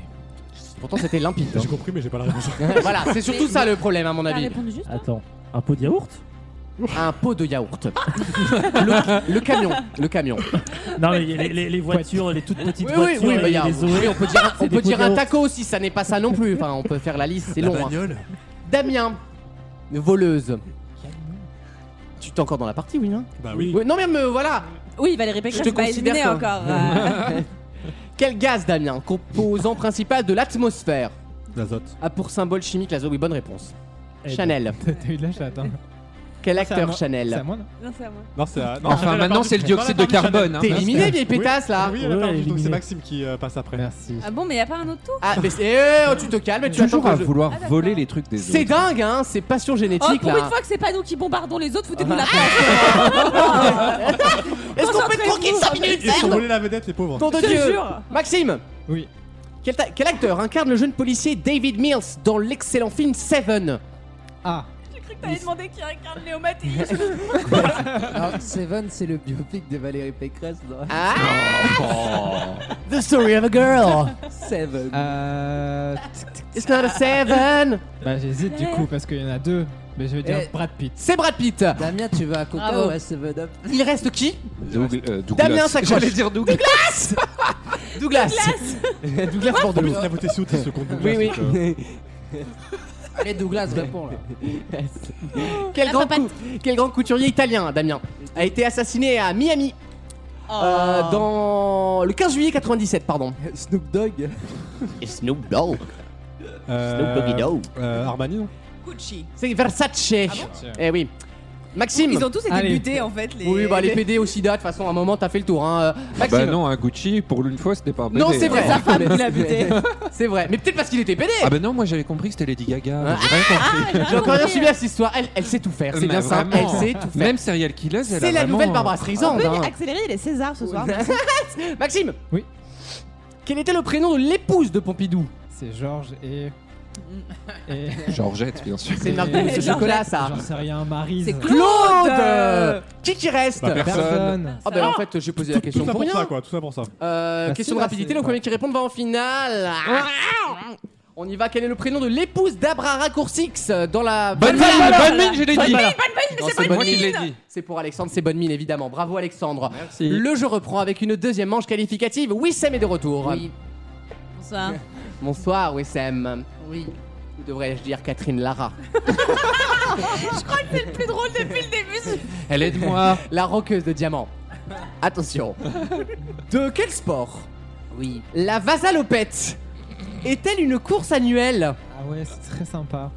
[SPEAKER 2] Pourtant c'était limpide. hein.
[SPEAKER 3] J'ai compris, mais j'ai pas la réponse.
[SPEAKER 2] voilà, c'est surtout ça le problème à mon
[SPEAKER 4] T'as
[SPEAKER 2] avis.
[SPEAKER 4] répondu juste
[SPEAKER 8] Attends, un pot de yaourt
[SPEAKER 2] Un pot de yaourt. le, le camion, le camion.
[SPEAKER 8] Non, mais les, les- les voitures, les toutes petites
[SPEAKER 2] Oui, oui,
[SPEAKER 8] voitures,
[SPEAKER 2] oui, bah,
[SPEAKER 8] les,
[SPEAKER 2] y a-
[SPEAKER 8] les Zoé.
[SPEAKER 2] oui, on peut dire,
[SPEAKER 8] c'est
[SPEAKER 2] on
[SPEAKER 8] des
[SPEAKER 2] peut dire
[SPEAKER 8] pots de
[SPEAKER 2] un
[SPEAKER 8] yaourt.
[SPEAKER 2] taco si ça n'est pas ça non plus. Enfin, on peut faire la liste, c'est long. hein. Damien, voleuse. Tu t'es encore dans la partie, oui, non
[SPEAKER 3] Bah oui.
[SPEAKER 2] Oui, Non, mais me- voilà.
[SPEAKER 4] Oui, Valérie Pécresse,
[SPEAKER 2] Je te
[SPEAKER 4] c'est pas
[SPEAKER 2] considère
[SPEAKER 4] éliminé
[SPEAKER 2] comme-
[SPEAKER 4] encore. euh.
[SPEAKER 2] Quel gaz, Damien, composant principal de l'atmosphère,
[SPEAKER 3] D'azote.
[SPEAKER 2] a pour symbole chimique la oui, bonne réponse.
[SPEAKER 8] Eh ben.
[SPEAKER 2] Chanel.
[SPEAKER 7] T'as t'as eu de la chatte, hein.
[SPEAKER 2] Quel
[SPEAKER 7] C'est à
[SPEAKER 2] acteur
[SPEAKER 7] moi- C'est à
[SPEAKER 2] Chanel
[SPEAKER 7] moi, non
[SPEAKER 4] Non, c'est à moi.
[SPEAKER 3] Non, c'est. à- non,
[SPEAKER 5] Enfin,
[SPEAKER 3] Chanel a
[SPEAKER 5] maintenant,
[SPEAKER 3] perdu.
[SPEAKER 5] c'est le dioxyde de
[SPEAKER 3] Non, elle a perdu,
[SPEAKER 5] carbone.
[SPEAKER 2] T'es
[SPEAKER 5] hein.
[SPEAKER 2] éliminé, vieille pétasse, là
[SPEAKER 3] Oui, elle a
[SPEAKER 8] Ouais,
[SPEAKER 3] perdu, donc
[SPEAKER 8] éliminé.
[SPEAKER 3] c'est Maxime qui euh, passe après.
[SPEAKER 7] Merci.
[SPEAKER 4] Ah bon, mais y a pas un autre tour
[SPEAKER 2] Ah, mais c'est- eh, oh, tu te calmes, mais tu attends
[SPEAKER 5] Toujours à
[SPEAKER 2] que je-
[SPEAKER 5] vouloir
[SPEAKER 4] Ah, d'accord.
[SPEAKER 5] voler les trucs des
[SPEAKER 2] C'est
[SPEAKER 5] autres.
[SPEAKER 2] dingue, hein, c'est passion
[SPEAKER 4] Oh,
[SPEAKER 2] génétique,
[SPEAKER 4] pour
[SPEAKER 2] là.
[SPEAKER 4] une fois que c'est pas nous qui bombardons les autres, foutez-nous la paix.
[SPEAKER 2] Est-ce qu'on peut être
[SPEAKER 4] Concentrez-vous.
[SPEAKER 2] tranquille 5 minutes,
[SPEAKER 3] Ils ont
[SPEAKER 2] merde
[SPEAKER 3] volé la vedette, les pauvres.
[SPEAKER 2] Nom de
[SPEAKER 4] Je te
[SPEAKER 2] Dieu.
[SPEAKER 4] jure.
[SPEAKER 2] Maxime
[SPEAKER 7] Oui.
[SPEAKER 2] Quel, ta- quel acteur incarne le jeune policier David Mills dans l'excellent film Seven
[SPEAKER 7] Ah,
[SPEAKER 4] J'ai cru que t'allais demander qui incarne Léo Mattei.
[SPEAKER 6] Alors, Seven, c'est le biopic de Valérie Pécresse. non
[SPEAKER 2] Ah
[SPEAKER 5] Oh.
[SPEAKER 2] The story of a girl
[SPEAKER 6] Seven.
[SPEAKER 7] euh. tic, tic.
[SPEAKER 2] It's not a seven
[SPEAKER 7] Bah, j'hésite du coup parce qu'il y en a deux. Mais je vais dire
[SPEAKER 2] Euh,
[SPEAKER 6] Eh.
[SPEAKER 7] Brad Pitt.
[SPEAKER 2] C'est Brad Pitt
[SPEAKER 6] Damien, tu veux un coca
[SPEAKER 4] Bravo.
[SPEAKER 6] ou un Seven Up
[SPEAKER 2] Il reste qui
[SPEAKER 5] Doug- euh, Douglas.
[SPEAKER 2] Damien Sacoche J'allais dire Douglas Douglas Douglas,
[SPEAKER 3] Mais
[SPEAKER 2] Bordelot
[SPEAKER 3] il a voté sous, il se compte
[SPEAKER 2] Oui, oui
[SPEAKER 3] Douglas, donc, euh,
[SPEAKER 6] Allez, Douglas, réponds là.
[SPEAKER 2] quel
[SPEAKER 4] La
[SPEAKER 2] grand,
[SPEAKER 4] papate.
[SPEAKER 2] cou- quel grand couturier italien, Damien, a été assassiné à Miami
[SPEAKER 4] Oh.
[SPEAKER 2] euh, dans le 15 juillet 97, pardon.
[SPEAKER 6] Snoop Dogg.
[SPEAKER 2] Et Snoop Dogg.
[SPEAKER 3] euh,
[SPEAKER 2] Snoop Doggy Dogg.
[SPEAKER 3] euh, Armani, non
[SPEAKER 4] Gucci.
[SPEAKER 2] C'est Versace. eh oui. Maxime.
[SPEAKER 4] Ah Ils ont tous été
[SPEAKER 7] Allez.
[SPEAKER 4] butés en fait. Les...
[SPEAKER 2] Oui, bah les PD aussi date. De toute façon, à un moment, t'as fait le tour. Hein. Euh,
[SPEAKER 5] Ah
[SPEAKER 2] Maxime.
[SPEAKER 5] Bah non, un Gucci, pour l'une fois, c'était pas un
[SPEAKER 2] Non,
[SPEAKER 5] bébé,
[SPEAKER 2] c'est vrai.
[SPEAKER 5] hein.
[SPEAKER 4] femme qui l'a buté.
[SPEAKER 2] C'est vrai. Mais peut-être parce qu'il était PD.
[SPEAKER 5] Ah bah non, moi j'avais compris que c'était Lady Gaga.
[SPEAKER 2] Ah,
[SPEAKER 5] J'ai rien compris.
[SPEAKER 2] J'ai encore rien suivi à cette histoire. Elle, elle sait tout faire. Ah, C'est
[SPEAKER 5] Mais
[SPEAKER 2] bien ça. Elle
[SPEAKER 5] vraiment.
[SPEAKER 2] sait tout faire.
[SPEAKER 5] Même Serial Killers, elle a
[SPEAKER 2] C'est la
[SPEAKER 5] vraiment-
[SPEAKER 2] nouvelle Barbara
[SPEAKER 4] Ah, On
[SPEAKER 2] Streisand.
[SPEAKER 4] peut
[SPEAKER 2] hein.
[SPEAKER 4] accélérer les Césars ce soir. hein.
[SPEAKER 2] Maxime.
[SPEAKER 7] Oui.
[SPEAKER 2] Quel était le prénom de l'épouse de Pompidou
[SPEAKER 7] C'est Georges et. et...
[SPEAKER 5] Georgette, bien sûr.
[SPEAKER 2] C'est une marque de mousse au
[SPEAKER 4] Jean-Jacques.
[SPEAKER 2] chocolat, ça.
[SPEAKER 7] J'en sais rien, Maryse.
[SPEAKER 4] C'est Claude.
[SPEAKER 2] Claude Qui qui reste
[SPEAKER 5] Bah, personne.
[SPEAKER 7] Personne.
[SPEAKER 2] Ah bah en fait j'ai posé la
[SPEAKER 3] Tout
[SPEAKER 2] question
[SPEAKER 3] ça
[SPEAKER 2] pour
[SPEAKER 3] pour
[SPEAKER 2] rien.
[SPEAKER 3] ça, quoi. Tout ça pour ça.
[SPEAKER 2] Euh,
[SPEAKER 7] Bah,
[SPEAKER 2] question de
[SPEAKER 7] celui-là,
[SPEAKER 2] rapidité,
[SPEAKER 7] c'est-
[SPEAKER 2] le premier qui répond va en finale.
[SPEAKER 5] Ah.
[SPEAKER 2] On y va, quel est le prénom de l'épouse d'Abra Raccourcix euh, dans la...
[SPEAKER 5] Bonne mine, bonne mine, je l'ai dit.
[SPEAKER 2] Non,
[SPEAKER 5] C'est
[SPEAKER 2] bonne
[SPEAKER 5] moi qui
[SPEAKER 2] mine.
[SPEAKER 5] l'ai dit.
[SPEAKER 2] C'est pour Alexandre, c'est bonne mine évidemment. Bravo Alexandre.
[SPEAKER 5] Merci.
[SPEAKER 2] Le jeu reprend avec une deuxième manche qualificative. Wissem est de retour.
[SPEAKER 6] Oui,
[SPEAKER 4] Bonsoir.
[SPEAKER 2] Bonsoir Wissem.
[SPEAKER 6] oui.
[SPEAKER 2] Ou devrais-je dire Catherine Lara
[SPEAKER 4] C'est le plus drôle depuis le début.
[SPEAKER 5] Elle aide-moi.
[SPEAKER 2] La roqueuse de diamant. Attention. De quel sport
[SPEAKER 6] Oui.
[SPEAKER 2] La vasalopette est-elle une course annuelle
[SPEAKER 7] Ah ouais, c'est très sympa.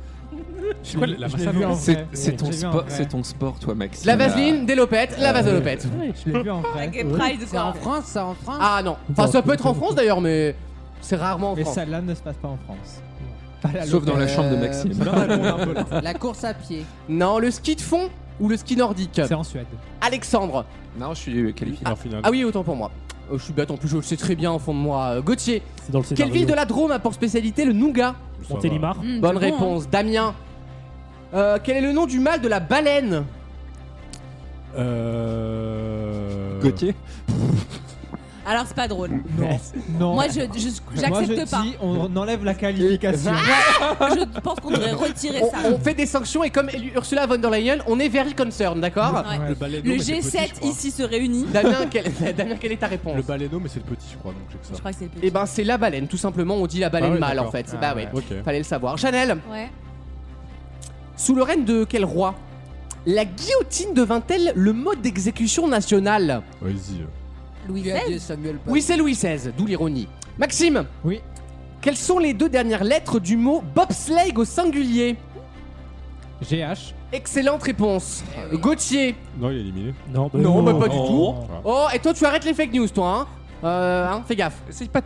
[SPEAKER 3] Je sais pas, la
[SPEAKER 7] Je l'ai vu en
[SPEAKER 3] masse
[SPEAKER 5] C'est
[SPEAKER 7] vrai.
[SPEAKER 5] c'est
[SPEAKER 7] Oui,
[SPEAKER 5] ton,
[SPEAKER 7] je l'ai vu en
[SPEAKER 5] sport-
[SPEAKER 7] vrai.
[SPEAKER 5] c'est ton sport, toi, Maxime.
[SPEAKER 2] La vaseline, des lopettes, la
[SPEAKER 5] Euh,
[SPEAKER 2] vasalopette.
[SPEAKER 7] Ouais, Je l'ai vu en vrai.
[SPEAKER 4] Gay Pride
[SPEAKER 6] C'est
[SPEAKER 4] quoi.
[SPEAKER 6] en France, c'est en France.
[SPEAKER 2] Ah non. Enfin, ça peut être en France d'ailleurs, mais c'est rarement en
[SPEAKER 7] Mais
[SPEAKER 2] France.
[SPEAKER 7] celle-là ne se passe pas en France. Pas la
[SPEAKER 5] Sauf dans la chambre de
[SPEAKER 6] Euh,
[SPEAKER 5] Maxime.
[SPEAKER 6] La course à pied.
[SPEAKER 2] Non, le ski de fond ou le ski nordique
[SPEAKER 7] C'est en Suède.
[SPEAKER 2] Alexandre.
[SPEAKER 5] Non, je suis qualifié.
[SPEAKER 3] En finale.
[SPEAKER 2] Ah oui, autant pour moi. Euh, je suis bête en plus, je le sais très bien au fond de moi. Euh, Gauthier.
[SPEAKER 8] C'est dans le
[SPEAKER 2] Quelle
[SPEAKER 8] scénario.
[SPEAKER 2] ville de la Drôme a pour spécialité le nougat
[SPEAKER 3] Ça va.
[SPEAKER 8] Montélimar.
[SPEAKER 4] Hmm,
[SPEAKER 2] Bonne
[SPEAKER 4] c'est bon, hein.
[SPEAKER 2] réponse. Damien. Euh, quel est le nom du mâle de la baleine
[SPEAKER 3] Euh.
[SPEAKER 5] Gauthier
[SPEAKER 4] Alors c'est pas drôle.
[SPEAKER 7] Non. non.
[SPEAKER 4] Moi, je- je- j'accepte
[SPEAKER 7] Moi, je
[SPEAKER 4] pas.
[SPEAKER 7] dis, on enlève la qualification.
[SPEAKER 4] Je pense qu'on devrait retirer ça.
[SPEAKER 2] On, on fait des sanctions et comme Ursula von der Leyen, on est very concerned, d'accord
[SPEAKER 4] Ouais.
[SPEAKER 3] Le balai d'eau,
[SPEAKER 4] Le
[SPEAKER 3] mais c'est petit, je
[SPEAKER 4] G7
[SPEAKER 3] crois.
[SPEAKER 4] ici se réunit.
[SPEAKER 2] Damien, quelle, Damien, quelle est ta réponse
[SPEAKER 3] Le balai d'eau, mais c'est le petit, je crois, donc j'ai que ça.
[SPEAKER 4] Je crois que c'est le petit.
[SPEAKER 2] Eh ben, c'est la baleine, tout simplement. On dit la baleine
[SPEAKER 3] Ah ouais,
[SPEAKER 2] mâle, en
[SPEAKER 3] d'accord.
[SPEAKER 2] fait.
[SPEAKER 3] Ah
[SPEAKER 2] bah ouais.
[SPEAKER 3] Ok.
[SPEAKER 2] Fallait le savoir. Chanel,
[SPEAKER 4] Ouais.
[SPEAKER 2] sous le règne de quel roi La guillotine devint-elle le mode d'exécution national
[SPEAKER 3] Vas-y. euh.
[SPEAKER 4] Louis
[SPEAKER 6] Tu as
[SPEAKER 4] XVI.
[SPEAKER 6] dit Samuel Paty.
[SPEAKER 2] Oui, c'est Louis XVI, d'où l'ironie. Maxime
[SPEAKER 7] Oui.
[SPEAKER 2] Quelles sont les deux dernières lettres du mot bobsleigh au singulier
[SPEAKER 7] GH.
[SPEAKER 2] Excellente réponse. Gauthier.
[SPEAKER 3] Non, il est éliminé.
[SPEAKER 8] Non, bah
[SPEAKER 2] Non, bah, pas du
[SPEAKER 8] non.
[SPEAKER 2] Oh, et toi, tu arrêtes les fake news, toi, hein Euh, hein, fais gaffe.
[SPEAKER 5] Essaye pas de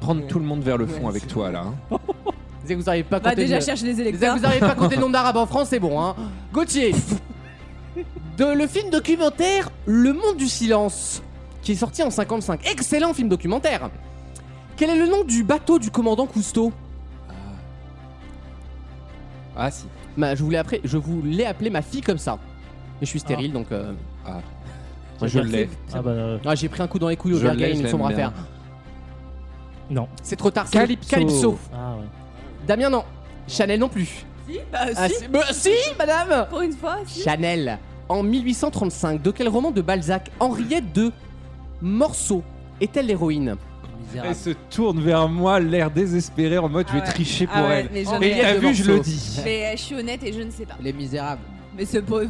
[SPEAKER 5] prendre tout le monde vers le fond avec toi là. hein.
[SPEAKER 2] Vous n'arrivez pas à
[SPEAKER 4] Bah
[SPEAKER 2] compter
[SPEAKER 4] déjà
[SPEAKER 2] le-
[SPEAKER 4] cherche les
[SPEAKER 2] Vous
[SPEAKER 4] électeurs.
[SPEAKER 2] n'arrivez pas à compter le nombre d'arabes en France, c'est bon, hein Gauthier De le film documentaire Le Monde du Silence, qui est sorti en 55. Excellent film documentaire Quel est le nom du bateau du commandant Cousteau
[SPEAKER 5] Ah si.
[SPEAKER 2] Bah, je voulais après, je voulais appeler ma fille comme ça. Mais je suis
[SPEAKER 5] Ah.
[SPEAKER 2] stérile, donc... euh,
[SPEAKER 5] Moi, je l'ai.
[SPEAKER 8] Ah bah euh,
[SPEAKER 2] ah, j'ai pris un coup dans les couilles au
[SPEAKER 5] Je l'ai,
[SPEAKER 2] Berghain,
[SPEAKER 5] je
[SPEAKER 2] une
[SPEAKER 5] l'aime
[SPEAKER 2] sombre
[SPEAKER 5] bien.
[SPEAKER 2] affaire.
[SPEAKER 8] non.
[SPEAKER 2] C'est trop tard. c'est le
[SPEAKER 5] Calypso.
[SPEAKER 2] Calypso.
[SPEAKER 8] Ah ouais.
[SPEAKER 2] Damien, non. Chanel non plus.
[SPEAKER 4] Si, bah,
[SPEAKER 2] Ah,
[SPEAKER 4] si.
[SPEAKER 2] si- bah, si, madame
[SPEAKER 4] Pour une fois, si.
[SPEAKER 2] Chanel, en 1835, de quel roman de Balzac Henriette de Morceau est-elle l'héroïne
[SPEAKER 5] Elle se tourne vers moi, l'air désespéré en mode
[SPEAKER 4] Ah
[SPEAKER 5] je vais
[SPEAKER 4] ouais.
[SPEAKER 5] tricher
[SPEAKER 4] Ah
[SPEAKER 5] pour
[SPEAKER 4] ouais,
[SPEAKER 5] elle.
[SPEAKER 4] mais j'en
[SPEAKER 5] Mais
[SPEAKER 4] ai-
[SPEAKER 5] t'as
[SPEAKER 2] de
[SPEAKER 5] vu, je le
[SPEAKER 2] morceaux.
[SPEAKER 5] dis.
[SPEAKER 4] Mais euh, je suis honnête et je ne sais pas.
[SPEAKER 6] Les Misérables.
[SPEAKER 4] Mais ce pauvre.